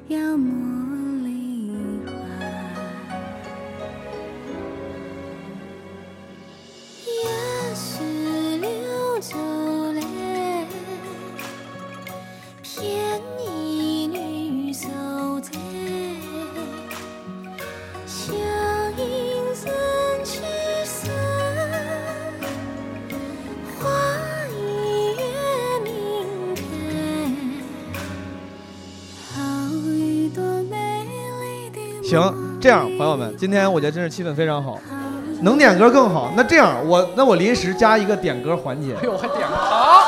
呀，茉莉花。也许流走嘞。偏一女守在，乡音三曲散，花一月明开，好一朵美丽的行，这样，朋友们，今天我觉得真是气氛非常好，能点歌更好。那这样，我那我临时加一个点歌环节。呦，还点个好。哎哎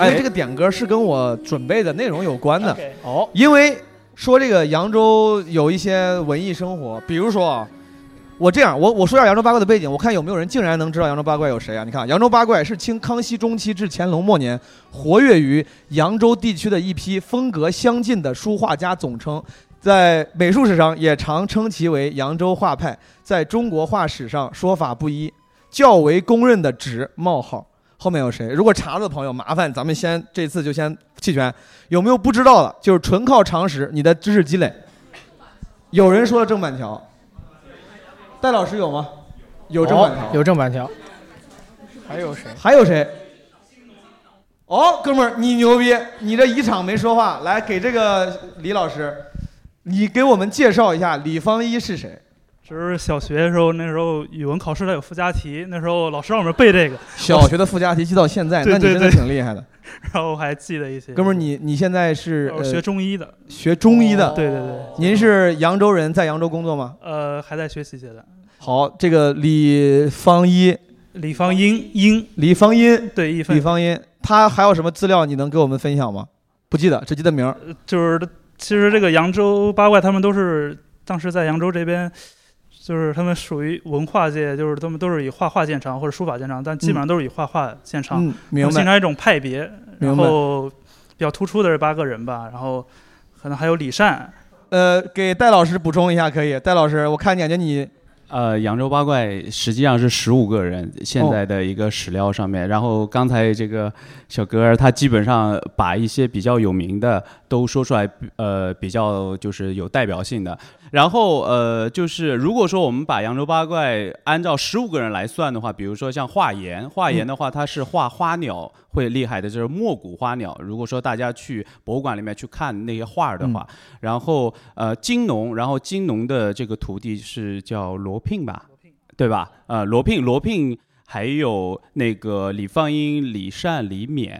哎，这个点歌是跟我准备的内容有关的 OK。哦，因为说这个扬州有一些文艺生活，比如说啊，我这样，我我说一下扬州八怪的背景，我看有没有人竟然能知道扬州八怪有谁啊？你看，扬州八怪是清康熙中期至乾隆末年活跃于扬州地区的一批风格相近的书画家总称，在美术史上也常称其为扬州画派，在中国画史上说法不一，较为公认的指冒号。后面有谁？如果查了的朋友，麻烦咱们先这次就先弃权。有没有不知道的？就是纯靠常识，你的知识积累。有人说了郑板桥，戴老师有吗？有郑板桥，哦有郑板桥，还有谁？还有谁？哦，哥们儿，你牛逼！你这一场没说话，来给这个李老师，你给我们介绍一下李方一是谁？就是小学的时候，那时候语文考试它有附加题，那时候老师让我们背这个。小学的附加题记到现在，对那你对真的对挺厉害的。 然后我还记得一些。哥们儿，你你现在是、呃我哦学中医的，哦学中医的，对对对。您是扬州人，在扬州工作吗？呃，还在学习阶段。好，这个李方呃一，李方英，英，李方英，对，一分李方英，他还有什么资料你能给我们分享吗？不记得，只记得名儿。呃就是其实这个扬州八怪，他们都是当时在扬州这边，就是他们属于文化界，就是他们都是以画画见长或者书法见长，但基本上都是以画画见长，嗯明白形成一种派别。明然白后比较突出的是八个人吧，然后可能还有李善，呃，给戴老师补充一下可以。戴老师，我看感觉你呃，扬州八怪实际上是十五个人，现哦在的一个史料上面。然后刚才这个小哥儿他基本上把一些比较有名的都说出来，呃，比较就是有代表性的。然后呃，就是如果说我们把扬州八怪按照十五个人来算的话，比如说像华岩，华岩的话他是画花鸟会厉害的，就是墨骨花鸟。如果说大家去博物馆里面去看那些画儿的话，然后呃金农，然后金农的这个徒弟是叫罗聘吧，对吧？呃，罗聘，罗聘还有那个李放英、李善、李勉，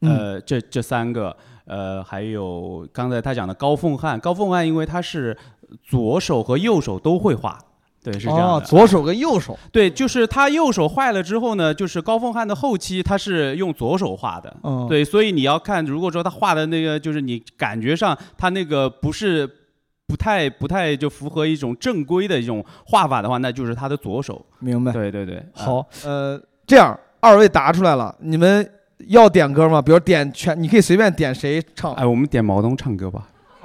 呃，这这三个，呃，还有刚才他讲的高凤翰，高凤翰因为他是左手和右手都会画。对，是这样的。哦，左手跟右手，对，就是他右手坏了之后呢，就是高凤翰的后期他是用左手画的，嗯对，所以你要看，如果说他画的那个，就是你感觉上他那个不是不太不太就符合一种正规的一种画法的话，那就是他的左手。明白？对对对，好，呃，这样二位答出来了，你们要点歌吗？比如点全，你可以随便点谁唱。哎，我们点毛东唱歌吧。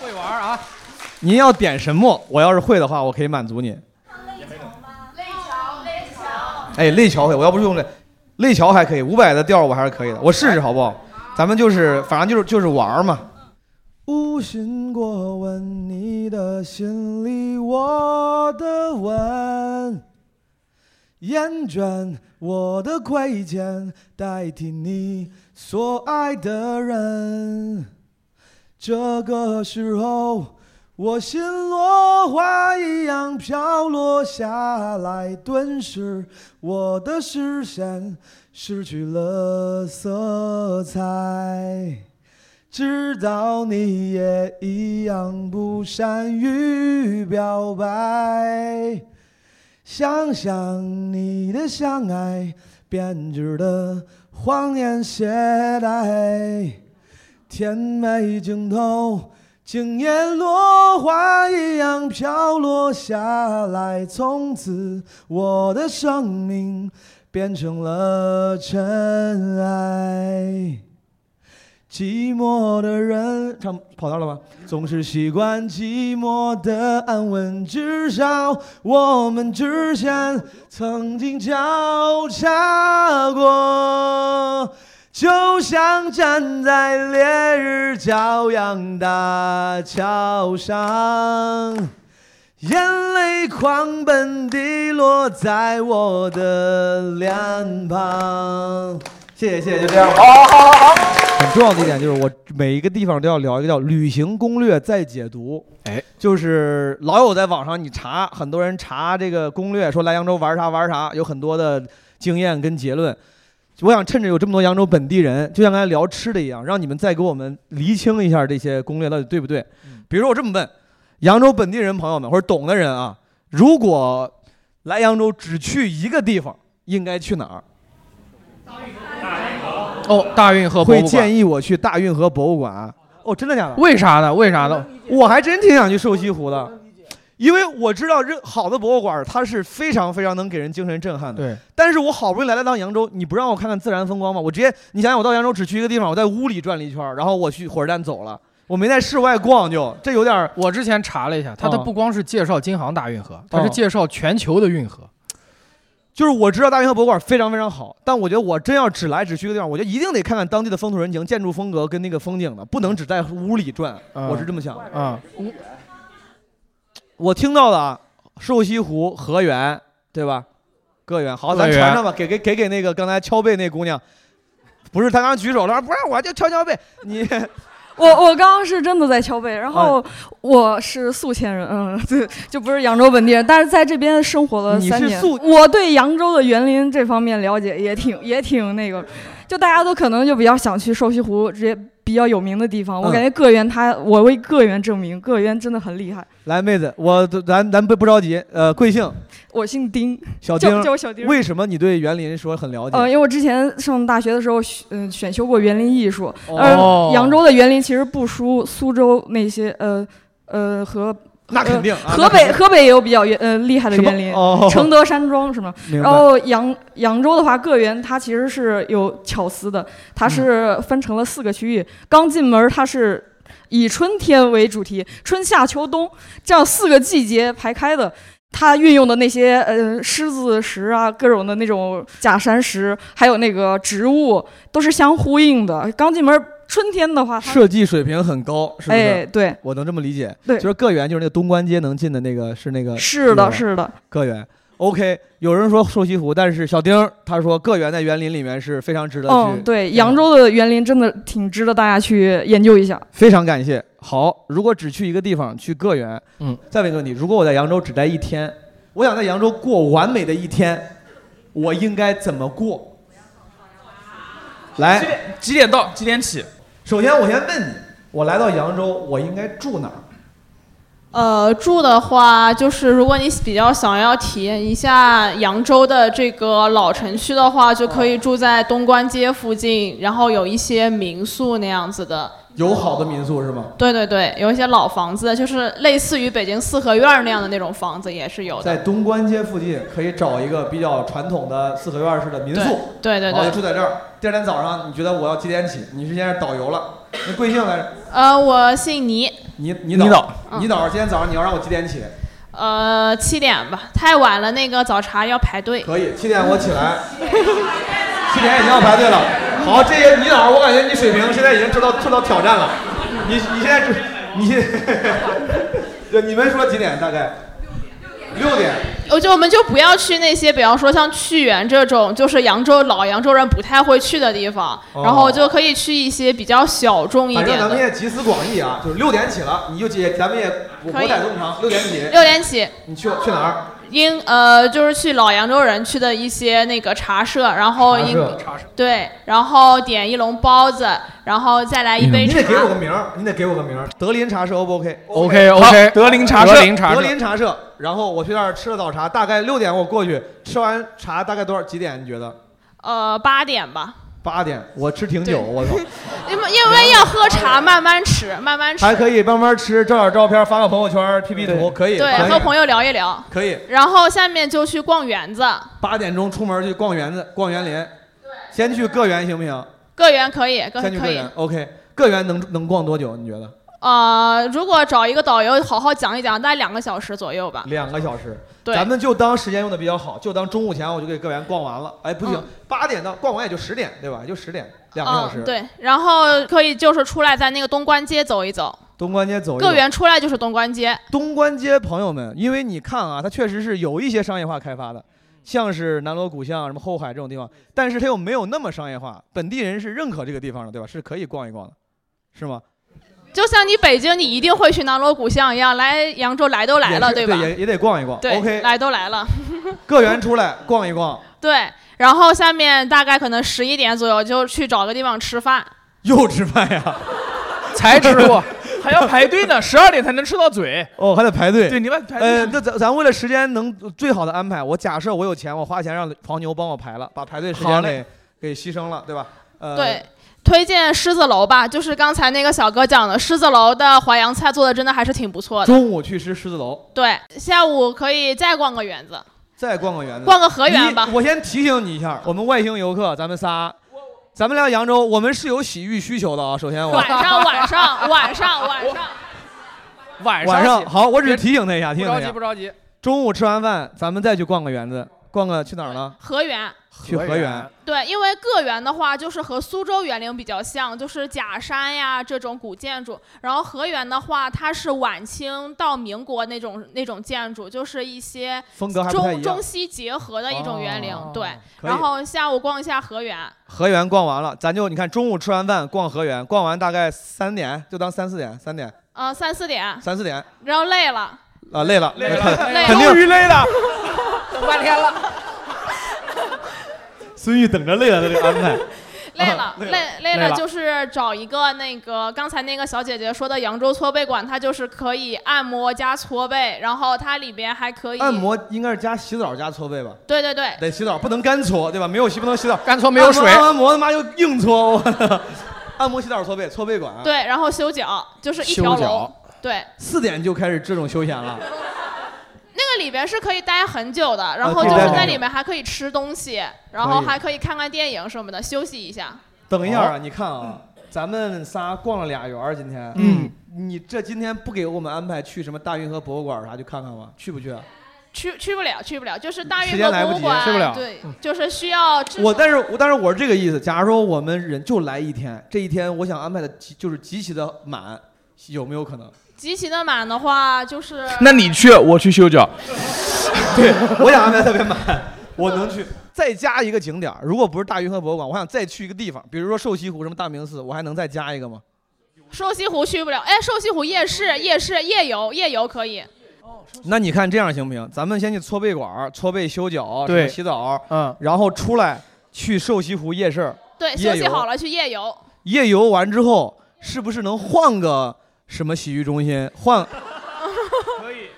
会玩儿啊！您要点什么？我要是会的话，我可以满足您。哎，泪桥会，我要不是用这，泪桥还可以，五百的调儿我还是可以的，我试试好不好？咱们就是，反正就是就是玩儿嘛。无心过问你的心里我的吻，厌倦我的亏欠，代替你所爱的人。这个时候，我心落花一样飘落下来，顿时我的视线失去了色彩。知道你也一样不善于表白，想想你的相爱编织的谎言懈怠，甜美尽头，惊艳落花一样飘落下来。从此，我的生命变成了尘埃。寂寞的人，唱跑调了吧？总是习惯寂寞的安稳，至少我们之前曾经交叉过。就像站在烈日骄阳大桥上，眼泪狂奔滴落在我的脸庞。谢谢谢谢，就这样吧。好好好好。很重要的一点就是，我每一个地方都要聊一个叫“旅行攻略再解读”。哎，就是老有在网上你查，很多人查这个攻略，说来扬州玩啥玩啥，有很多的经验跟结论。我想趁着有这么多扬州本地人，就像刚才聊吃的一样，让你们再给我们厘清一下这些攻略到底对不对。比如说我这么问，扬州本地人朋友们或者懂的人啊，如果来扬州只去一个地方，应该去哪儿？哦，大运河博物会馆建议我去大运河博物馆。哦，真的假的？为啥呢？为啥呢？我还真挺想去瘦西湖的，因为我知道任好的博物馆它是非常非常能给人精神震撼的。对，但是我好不容易来了趟扬州，你不让我看看自然风光吗？我直接，你想想，我到扬州只去一个地方，我在屋里转了一圈儿，然后我去火车站走了，我没在室外逛就，这有点儿。嗯我之前查了一下，它它不光是介绍京杭大运河，它哦是介绍全球的运河。就是我知道大运河博物馆非常非常好，但我觉得我真要只来只去一个地方，我觉得一定得看看当地的风土人情、建筑风格跟那个风景的，不能只在屋里转。我是这么想的。啊、我听到的啊，瘦西湖、河源，对吧？个源，好，咱乐园传上吧，给给给给那个刚才敲背那姑娘，不是她刚举手了，不让我就敲敲背，你 我我刚刚是真的在敲背，然后啊我是宿迁人，嗯， 对，就不是扬州本地人，但是在这边生活了你三是年宿，我对扬州的园林这方面了解也挺也挺那个，就大家都可能就比较想去瘦西湖这些比较有名的地方，我嗯感觉个园它，我为个园证明，个园真的很厉害。来妹子，我咱咱不不着急，呃，贵姓？我姓丁，小叫丁，叫我小丁为什么你对园林说很了解？呃，因为我之前上大学的时候选，嗯，选修过园林艺术，哦而扬州的园林其实不输苏州那些，呃，呃和。那肯定啊呃那河肯定北河北也有比较园呃厉害的什么园林，哦承德山庄什么。明白然后呃扬扬州的话，个园它其实是有巧思的，它是嗯分成了四个区域。刚进门它是以春天为主题，春夏秋冬这样四个季节排开的。它运用的那些呃狮子石啊，各种的那种假山石，还有那个植物，都是相呼应的。刚进门春天的话，它设计水平很高，是不是？哎对，我能这么理解。对就是个园，就是那个东关街能进的那个，是那个。是的是的。个园，OK。有人说瘦西湖，但是小丁儿他说个园在园林里面是非常值得去。嗯，对，扬州的园林真的挺值得大家去研究一下。非常感谢。好，如果只去一个地方，去个园。嗯，再问一个问题：如果我在扬州只待一天，我想在扬州过完美的一天，我应该怎么过？来，几点到？几点起？首先我先问你，我来到扬州，我应该住哪儿？呃，住的话，就是如果你比较想要体验一下扬州的这个老城区的话，就可以住在东关街附近，然后有一些民宿那样子的。有好的民宿是吗？对对对，有一些老房子，就是类似于北京四合院儿那样的那种房子也是有在的。东关街附近可以找一个比较传统的四合院式的民宿，对对对对然后就住在这儿。第二天早上，你觉得我要几点起？你是现在导游了，那贵姓来着？呃，我姓倪，你你导你导嗯你导，今天早上你要让我几点起？呃，七点吧，太晚了，那个早茶要排队。可以，七点我起来，七点已经要排队了。好，这些你导，我感觉你水平现在已经受到受到挑战了。你你现在只你 现对你们说几点大概？六点。我就我们就不要去那些，比方说像屈原这种，就是扬州老扬州人不太会去的地方，哦然后就可以去一些比较小众一反点正咱们的。也集思广益啊，就是六点起了，你就接，咱们也我可以我在正常，六点起。六点起，你去去哪儿？应呃就是去老扬州人去的一些那个茶社，然后茶应社对，然后点一笼包子，然后再来哎嗯一杯你茶得。给我个名儿，你得给我个名儿。德林茶社 O 不 OK？ OK，OK，好德林茶社德德林茶社林茶社。然后我去那儿吃了早茶，大概六点我过去，吃完茶大概多少几点？你觉得？呃，八点吧，八点，我吃挺久， 我操，因为因为要喝茶，慢慢吃，慢慢吃。还可以慢慢吃，照点照片，发个朋友圈，P P 图，可以，可对，以和朋友聊一聊，可以。然后下面就去逛园子，八点钟出门去逛园子，逛园林，先去个园行不行？个园可以，个先去可个以。园，OK，个园能能逛多久？你觉得？呃，如果找一个导游好好讲一讲，大概两个小时左右吧。两个小时， 对咱们就当时间用的比较好，就当中午前我就给个园逛完了。哎，不行，八、点到逛完也就十点，对吧？也就十点，两个小时。嗯，对，，然后可以就是出来在那个东关街走一走，东关街走一走。个园出来就是东关街。东关街朋友们，因为你看啊，它确实是有一些商业化开发的，像是南锣鼓巷、什么后海这种地方，但是它又没有那么商业化，本地人是认可这个地方的，对吧？是可以逛一逛的，是吗？就像你北京，你一定会去南锣鼓巷一样，来扬州来都来也了，是对吧？也也得逛一逛。对 OK，来都来了。个园出来逛一逛， 对，然后下面大概可能十一点左右就去找个地方吃饭。又吃饭呀？ 才吃过，还要排队呢，十二点才能吃到嘴。哦，还得排队。对，你们排队。呃，那咱咱为了时间能最好的安排，我假设我有钱，我花钱让黄牛帮我排了，把排队时好间嘞给给牺牲了，对吧？呃，对，推荐狮子楼吧，就是刚才那个小哥讲的，狮子楼的淮扬菜做的真的还是挺不错的。中午去吃狮子楼，对，下午可以再逛个园子。再逛个园子，逛个河园吧你我先提醒你一下，我们外星游客，咱们仨，咱们来扬州，我们是有洗浴需求的啊。首先我晚上，晚上，晚上，晚上，晚上晚上起好，我只是提醒他一下，提不醒他着一急下不。着急，中午吃完饭，咱们再去逛个园子，逛个去哪儿呢？河园。去河园。对，因为个园的话，就是和苏州园林比较像，就是假山呀这种古建筑。然后河园的话，它是晚清到民国那种那种建筑，就是一些风格还不太一中样哦中西结合的一种园林。对，可以然后下午逛一下河园。河园逛完了，咱就你看，中午吃完饭逛河园，逛完大概三点，就当三四点，三点，呃，三四点，三四点然后 累了，啊，累了，累了看累了肯定终于累 了。等半天了，孙玉等着累了的这个安排， 累了，累累啊累了，了就是找一个那个刚才那个小姐姐说的扬州搓背馆，它就是可以按摩加搓背，然后它里边还可以按。摩应该是加洗澡加搓背吧。对对对，得洗澡，不能干搓，对吧？没有洗不能洗澡，干搓没有水按摩按摩他妈就硬搓， 我按摩洗澡搓背，搓背馆。对，然后修脚就是一条修龙脚，对，四点就开始这种休闲了，那个里边是可以待很久的，然后啊可以就待是很在久里面还可以吃东西，然后可以还可以看看电影什么的，休息一下。等一下啊，你看啊，咱们仨逛了俩园儿，今天，嗯，你这今天不给我们安排去什么大运河博物馆啥去看看吗？去不去啊？去去不了，去不了，就是大时运间河来博不物及馆，去不了对，就是需要至我少但是我但是我是这个意思，假如说我们人就来一天，这一天我想安排的极就是极其的满，有没有可能？极其的满的话，就是那你去，我去修 脚。对，我想安排特别满， 我能去。再加一个景点儿，如果不是大运河博物馆，我想再去一个地方，比如说瘦西湖什么大明寺，我还能再加一个吗？瘦西湖去不了，哎，瘦西湖夜哦市、夜市、夜游、夜游可以。那你看这样行不行？咱们先去搓背馆儿、搓背修脚、什么对洗澡，嗯，然后出来去瘦西湖夜市，对，休夜息游好了去夜游。夜游完之后，是不是能换个什么洗浴中心？换，可以，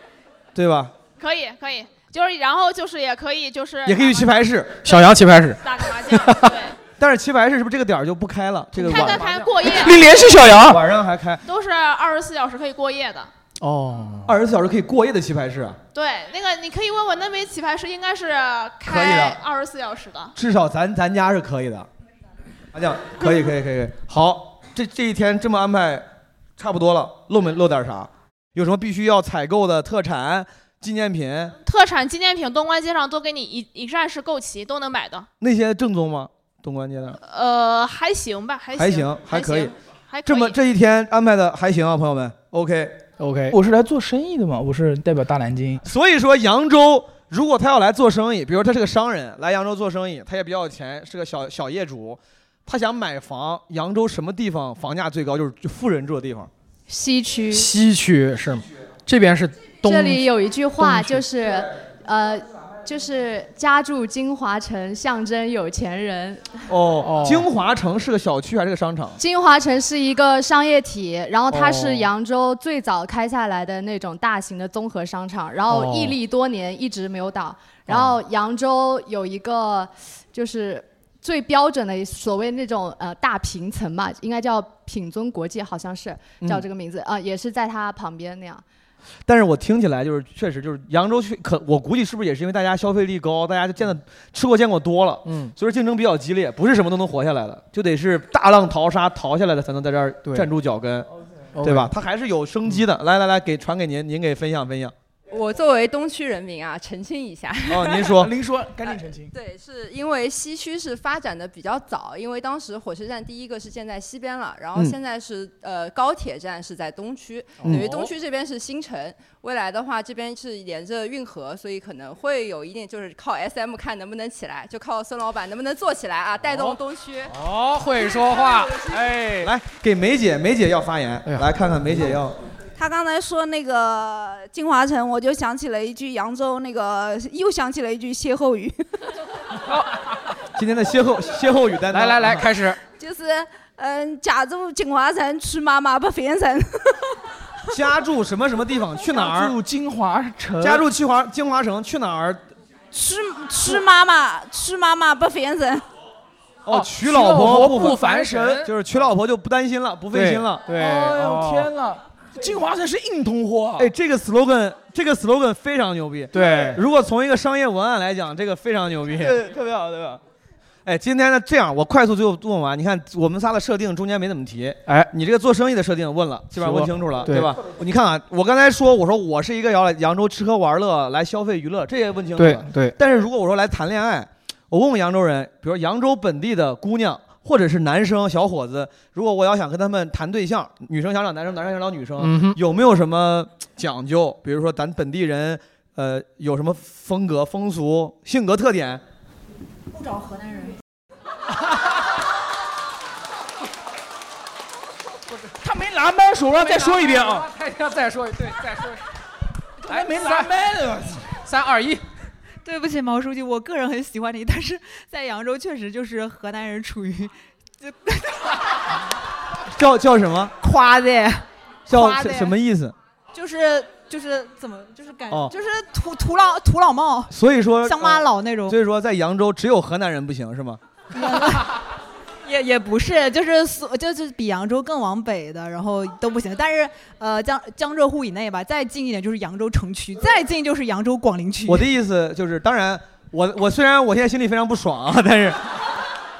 对吧？ 可以，可以，就是然后就是也可以就是也可以去棋牌室，小杨棋牌室打个麻将，对， 但是棋牌室是不是这个点儿就不开了？这个开晚哎开开过夜。你联系小杨晚上还开都是二十四小时可以过夜的。哦，二十四小时可以过夜的棋牌室啊，对，那个你可以问问那边棋牌室应该是可以开的二十四小时的。至少咱咱家是可以的。麻将可以可以可以可以，好，这这一天这么安排差不多了，漏没漏点啥？有什么必须要采购的特产、纪念品？特产纪念品，东关街上都给你一一站式购齐，都能买到。那些正宗吗？东关街的呃，还行吧，还还行行，，还可以。还可这么以这一天安排的还行啊，朋友们，OK OK。 我是来做生意的嘛，我是代表大南京。所以说，扬州如果他要来做生意，比如他是个商人，来扬州做生意，他也比较有钱，是个小小业主，他想买房，扬州什么地方房价最高？就是就富人住的地方。西区。西区是吗？这边是东，这里有一句话东区就是，呃，就是家住金华城，象征有钱人。哦哦，京华城是个小区还是个商场？金华城是一个商业体，然后它哦是扬州最早开下来的那种大型的综合商场，然后哦屹立多年，一直没有倒。然后扬州有一个就是最标准的所谓那种呃大平层嘛，应该叫品尊国际，好像是嗯叫这个名字啊、呃也是在它旁边那样。但是我听起来就是，确实就是扬州去，可我估计是不是也是因为大家消费力高，大家就见的吃过见过多了，嗯，所以说竞争比较激烈，不是什么都能活下来的，就得是大浪淘沙淘下来的才能在这儿站住脚跟，对吧？它还是有生机的。来来来，给传给您，您给分享分享。我作为东区人民啊，澄清一下。呃哦您 说您说，赶紧澄清。对，是因为西区是发展的比较早，因为当时火车站第一个是建在西边了，然后嗯现在是、呃高铁站是在东区，哦嗯等于东区这边是新城。未来的话，这边是沿着运河，所以可能会有一定就是靠 SM 看能不能起来，就靠孙老板能不能做起来啊，带动东区。哦，会说话，哎，来给梅姐，梅姐要发言，哎来看看梅姐要。他刚才说那个金华城，我就想起了一句扬州那个，又想起了一句歇 后语，今天的歇后歇后语担当，啊来来来，开始。就是嗯，家住金华城，娶妈妈不烦人。家住什么什么地方？去哪儿？家住金华城家住金华金 华城，去哪儿？娶娶妈妈，娶妈妈不烦人。哦，娶娶老婆婆不烦神就是娶老婆就不担心了，不费心了。对对哎呦哦天哪！金华城是硬通货。哎，这个 slogan，这个 slogan 非常牛逼。对，如果从一个商业文案来讲，这个非常牛逼。对，特别好，对吧？哎，今天呢，这样我快速最后问完，你看我们仨的设定中间没怎么提。哎，你这个做生意的设定问了，基本上问清楚了，对对吧？你看啊，我刚才说，我说我是一个要来扬州吃喝玩乐来消费娱乐，这也问清楚了。对对但是如果我说来谈恋爱，我问问扬州人，比如扬州本地的姑娘或者是男生小伙子，如果我要想跟他们谈对象，女生想找男生，男生想找女生，嗯哼有没有什么讲究？比如说咱本地人，呃，有什么风格、风俗、性格特点？不找河南人。他没拿麦手，让再说一遍啊！！他要 再说一遍，对，再说一遍。哎，没拿麦呢， 三二 一。对不起，毛书记，我个人很喜欢你，但是在扬州确实就是河南人处于叫叫什么？夸的，叫夸的什么意思？就是就是怎么就是感、哦就是土土老土老帽，所以说乡巴佬那呃种，所以说在扬州只有河南人不行是吗？也也不是，就是所就是比扬州更往北的，然后都不行。但是呃，江江浙沪以内吧，再近一点就是扬州城区，再近就是扬州广陵区。我的意思就是，当然，我我虽然我现在心里非常不爽啊，但 是，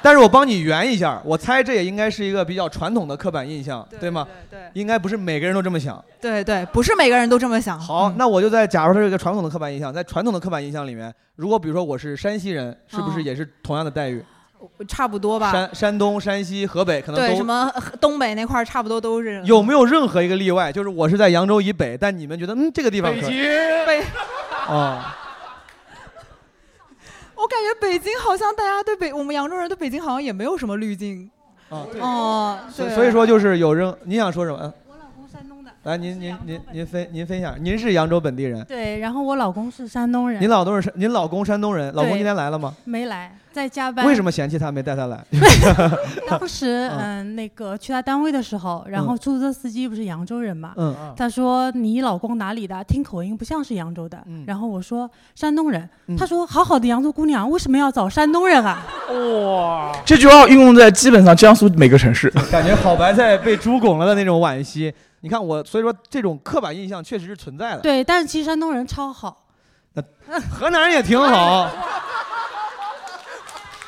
但是我帮你圆一下，我猜这也应该是一个比较传统的刻板印象，对吗？对应该不是每个人都这么想。对对，不是每个人都这么想。好，那我就在假如它是一个传统的刻板印象，在传统的刻板印象里面，如果比如说我是山西人，是不是嗯也是同样的待遇？差不多吧。山山东、山西、河北可能对，都什么呃东北那块儿差不多都是有没有任何一个例外？就是我是在扬州以北，但你们觉得嗯这个地方可以北，哦，我感觉北京好像大家对北我们扬州人对北京好像也没有什么滤镜。哦哦，所对所以说就是有任你想说什么？嗯来，您您您您分您分享，您是扬州本地人，对，然后我老公是山东人，您老公是您老公山东人，老公对今天来了吗？没来，在加班。为什么？嫌弃他没带他来？当时嗯，那个去他单位的时候，然后出租车司机不是扬州人嘛，嗯嗯他说你老公哪里的？听口音不像是扬州的。然后我说山东人，嗯他说好好的扬州姑娘为什么要找山东人啊？哇，这句话运用在基本上江苏每个城 市。感觉好白菜被猪拱了的那种惋惜。你看我，所以说这种刻板印象确实是 存在的。，对，但是其实山东人超好，河南人也挺好。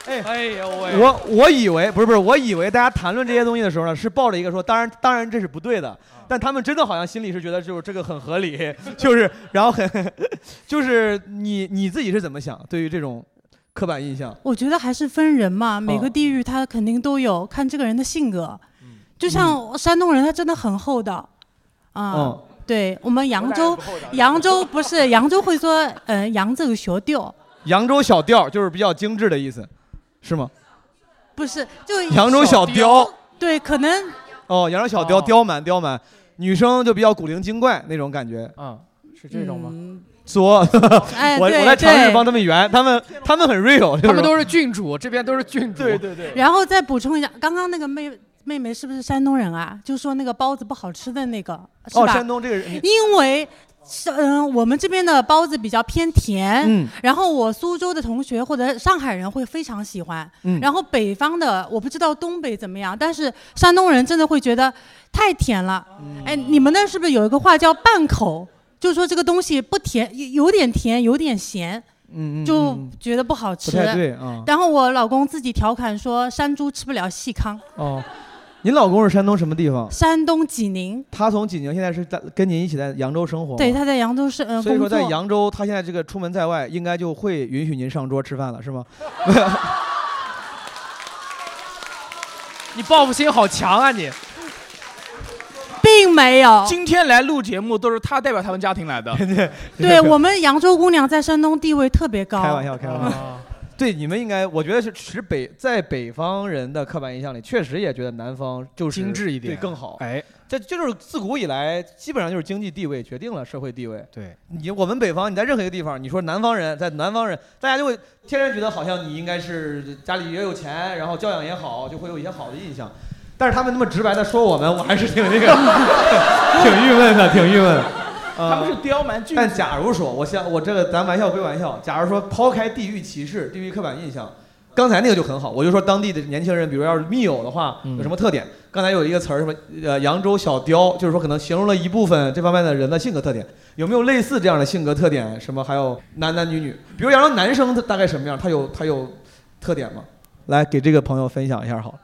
哎哎呦喂！我我以为不是不是，我以为大家谈论这些东西的时候呢，是抱着一个说，当然当然这是不对的，但他们真的好像心里是觉得就是这个很合理， 就是然后 很，就是你你自己是怎么想对于这种刻板印象？我觉得还是分人嘛，每嗯个地域他肯定都有，看这个人的性格。就像山东人，他真的很厚道，啊、嗯对我们扬州，扬州不是扬州会说，嗯，扬州小调，扬州小调就是比较精致的意思，是吗？不是就扬州小雕，对，可能哦，扬州小雕刁蛮刁蛮，女生就比较古灵精怪那种感觉。嗯，是这种吗？作，嗯 哎我对我在尝试对帮他们圆，他们他们很 real，就是他们都是郡主，这边都是郡主。对对对然后再补充一下，刚刚那个妹妹妹是不是山东人啊？就说那个包子不好吃的那个，是吧？哦，山东这个人因为是嗯、我们这边的包子比较偏甜，嗯然后我苏州的同学或者上海人会非常喜欢，嗯然后北方的我不知道东北怎么样，但是山东人真的会觉得太甜了，嗯哎，你们那是不是有一个话叫半口？就说这个东西不甜，有有点甜，有点咸，嗯嗯就嗯觉得不好吃。不太对啊然后我老公自己调侃说：“山猪吃不了细糠。哦，您老公是山东什么地方”？山东济宁，他从济宁现在是在跟您一起在扬州生活吗，对，他在扬州是嗯、呃、所以说工在作。扬州，他现在这个出门在外，应该就会允许您上桌吃饭了，是吗？ 你报复心好强啊你！并没有。今天来录节目都是他代表他们家庭来的。对， 对我们扬州姑娘在山东地位特别高。开玩笑，开玩笑。对，你们应该，我觉得是，其实北在北方人的刻板印象里，确实也觉得南方就是精致一点对更好。哎，这这就是自古以来，基本上就是经济地位决定了社会地位。对，你我们北方，你在任何一个地方，你说南方人，在南方人，大家就会天然觉得好像你应该是家里也有钱，然后教养也好，就会有一些好的印象。但是他们那么直白的说我们，我还是 挺那个， 挺郁闷的，挺郁闷的。呃他们是刁蛮郡主但假如说，我像我这个咱玩笑归玩笑，假如说抛开地域歧视、地域刻板印象，刚才那个就很好，我就说当地的年轻人，比如要是密友的话，嗯有什么特点？刚才有一个词儿什么呃扬州小雕，就是说可能形容了一部分这方面的人的性格特点。有没有类似这样的性格特点？什么还有男男女女，比如扬州男生他大概什么样？他有他有特点吗？来给这个朋友分享一下好了。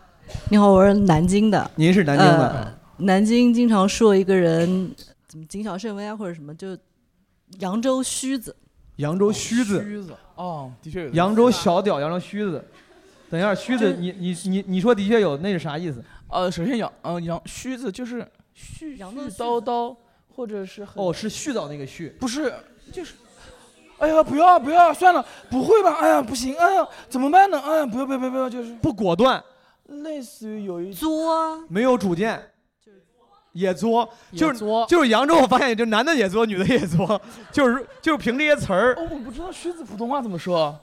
你好，我是南京的。您是南京的呃南京经常说一个人怎么谨小慎微啊，或者什么，就扬州须子。扬州须子，须子哦，的确有。扬州小屌，扬州须子。等一下，须子，你你你你说的确有，那是啥意思？呃，首先扬呃扬须子就是絮絮叨叨，或者是很哦，是絮叨那个絮，不是就是。哎呀，不要不要，算了，不会吧？哎呀，不行，哎呀，怎么办呢？哎呀，不要不要不要不要，就是不果断，类似于有一作，没有主见，也作，就是作就是扬州，我发现就男的也作，女的也作， 就是就是凭这些词儿。哦，我不知道须子普通话怎么说。嗯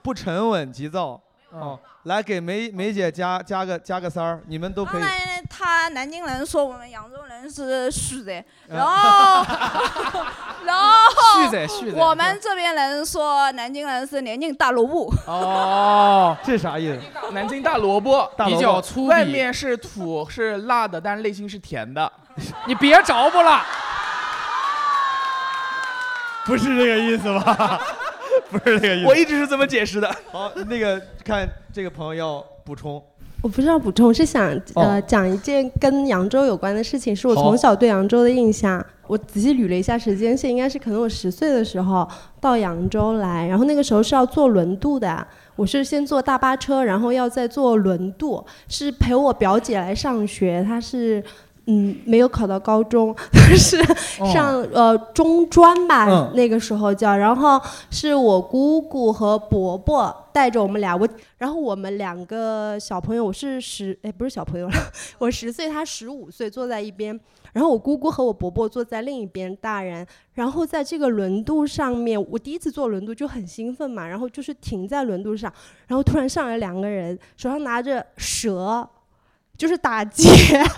不沉稳急躁。哦，来给梅梅姐加加个加个三儿，你们都可以。哎他南京人说我们扬州人是虚的，然后，然后嗯虚的虚的我们这边人说南京人是南京大萝卜。哦，这啥意思？南京大萝卜，大萝卜比较粗鄙外面是土是辣的，但是内心是甜的。你别着不了，不是这个意思吧？ 不是这个意我一直是这么解释的。好，那个看这个朋友要补充，我不是要补充，是想呃、哦讲一件跟扬州有关的事情，是我好从小对扬州的印象。我仔细捋了一下时间线，应该是可能我十岁的时候到扬州来，然后那个时候是要坐轮渡的，我是先坐大巴车，然后要再坐轮渡，是陪我表姐来上学，她是。嗯，没有考到高中， 是上、呃中专吧，嗯那个时候叫，然后是我姑姑和伯伯带着我们俩，我然后我们两个小朋友，我是十哎不是小朋友了， 我十岁，他十五岁，坐在一边，然后我姑姑和我伯伯坐在另一边，大人，然后在这个轮渡上面，我第一次坐轮渡就很兴奋嘛，然后就是停在轮渡上，然后突然上来两个人，手上拿着蛇，就是打劫。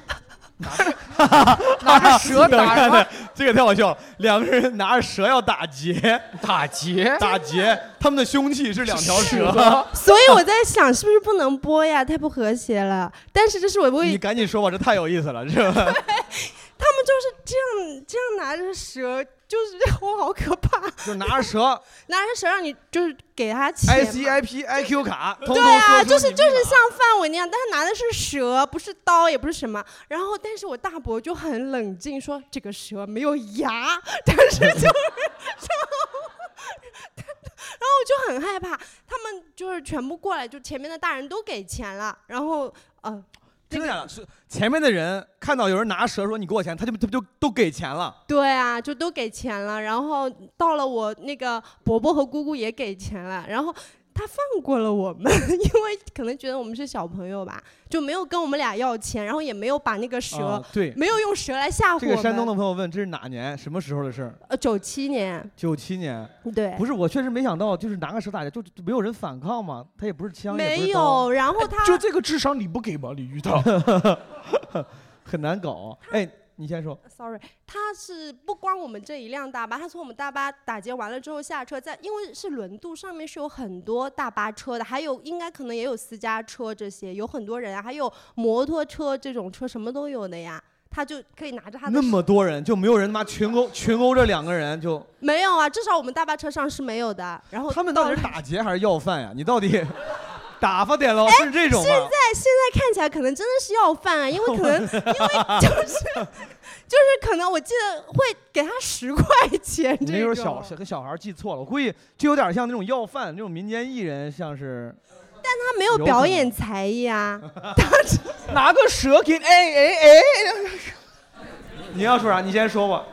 拿着蛇打看看什么 这个太好笑了。两个人拿着蛇要打劫，打劫，打劫，他们的凶器是两条蛇。 所以我在想，是不是不能播呀？太不和谐了。但是这是我为你赶紧说吧，这太有意思了，这他们就是这样这样拿着蛇，就是 让我好可怕。就拿着蛇 拿着蛇让你就是给他钱嘛。 I C I P I Q 卡，通对通啊，说出就你是就是像范伟那样，但是拿的是蛇，不是刀，也不是什么。然后，但是我大伯就很冷静说，这个蛇没有牙， 但是就是然后我就很害怕，他们就是全部过来，就前面的大人都给钱了，然后呃，真的假的？是 前面的人看到有人拿蛇说你给我钱，他就他就都给钱了。对啊，就都给钱了，然后到了我那个伯伯和姑姑也给钱了，然后他放过了我们， 因为可能觉得我们是小朋友吧，就没有跟我们俩要钱，然后也没有把那个蛇，啊对没有用蛇来吓唬我这们。个山东的朋友问这是哪年什么时候的事儿？呃九七年，九七年。对，不是，我确实没想到，就是拿个蛇打劫，就就没有人反抗嘛。他也不是枪，也不没是刀哎有，然后他就这个智商你不给吗？李玉涛， 很难搞。哎，你先说。 sorry，他是不光我们这一辆大巴，他从我们大巴打劫完了之后下车，在因为是轮渡上面是有很多大巴车的，还有应该可能也有私家车这些，有很多人啊，还有摩托车这种车，什么都有的呀。他就可以拿着他的那么多人就没有人他妈群殴群殴这两个人就没有啊，至少我们大巴车上是没有的。然后他们到底是打劫还是要饭呀？你到底 打发点喽？哎是这种现吗在？现在看起来可能真的是要饭啊，因为 可能就是就是可能我记得会给他十块钱你那这时候种。啊小小跟小孩记错了，我估计就有点像那种要饭那种民间艺人，像是但他没有有表可能演才艺啊。拿个蛇给你，哎哎哎，你要说啥？你先说吧。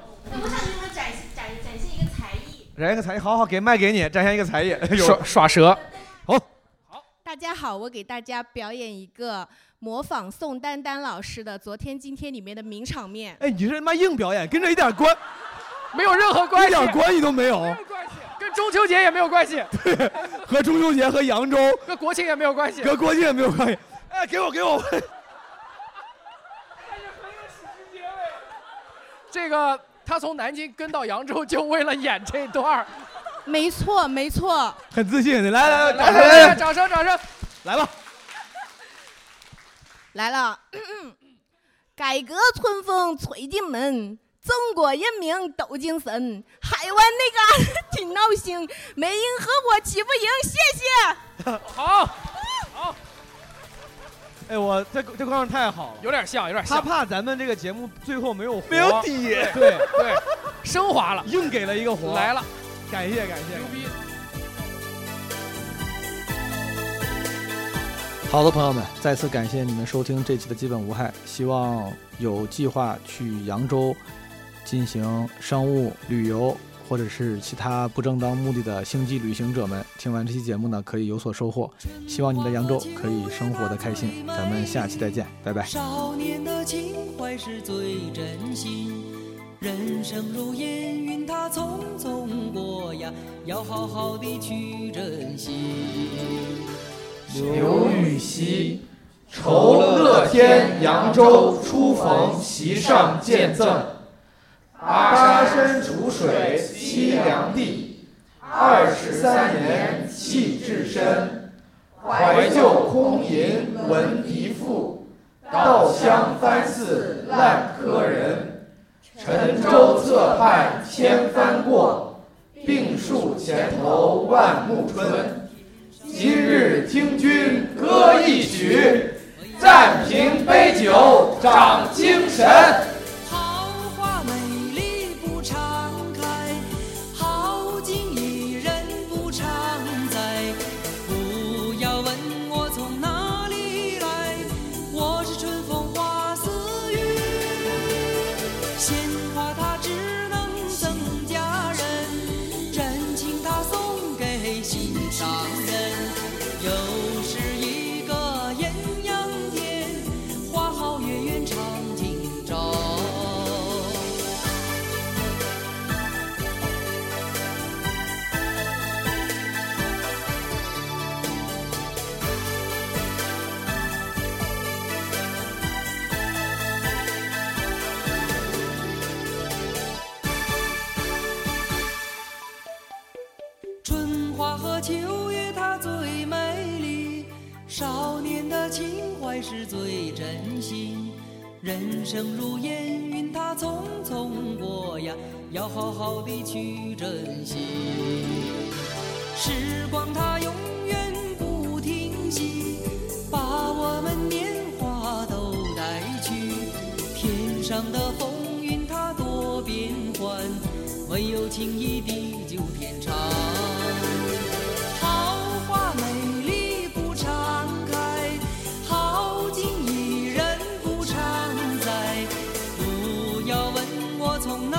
我想给你们展展展现一个才艺。展现一个才艺，好好给麦给你，展现一个才艺。哎耍耍蛇，大家好，我给大家表演一个模仿宋丹丹老师的《昨天今天》里面的名场面。哎，你这他妈硬表演，跟这一点关，没有任何关系一点关系都没有，跟中秋节也没有关系，和中秋节和扬州跟国庆也没有关系，和国庆也没有关系。哎，给我给我， 这个他从南京跟到扬州就为了演这段儿 没错，没错。很自信的，来来来，掌声来来来掌声，掌声。来吧，来了。 改革春风吹进门，中国人民抖精神。海湾那嘎、达 挺闹心，没人和我起不赢，谢谢。 好，哎，我这这姑娘太好了，有点像，有点他像，怕咱们这个节目最后没有活没有底对对对，升华了，硬给了一个活来了，感谢感谢，牛逼！好的，朋友们，再次感谢你们收听这期的《基本无害》，希望有计划去扬州进行商务旅游或者是其他不正当目的的星际旅行者们，听完这期节目呢，可以有所收获。希望你们的扬州可以生活的开心，咱们下期再见，拜拜。少年的情怀是最真心，人生如烟云，它匆匆过呀，要好好的去珍惜。刘禹锡，酬乐天扬州初逢席上见赠，阿沙身楚水西凉地，二十三年气至深。怀旧空吟闻一赋，稻香翻似烂柯人。沉舟侧畔千帆过，病树前头万木春。今日听君歌一曲，暂凭杯酒长精神。桃花美丽不常开，好景伊人不常在。不要问我从哪里来，我是春风化丝雨。鲜花它只能赠佳人，真情它送给心上人。又是一个艳阳天，花好月圆唱今朝。春花和秋月它最美丽，少年的情怀是最真心。人生如烟云，它匆匆过呀，要好好的去珍惜。时光它永远不停息，把我们年华都带去。天上的风云它多变幻，唯有情谊地久天长。桃花美丽不常开，好景伊人不常在。不要问我从哪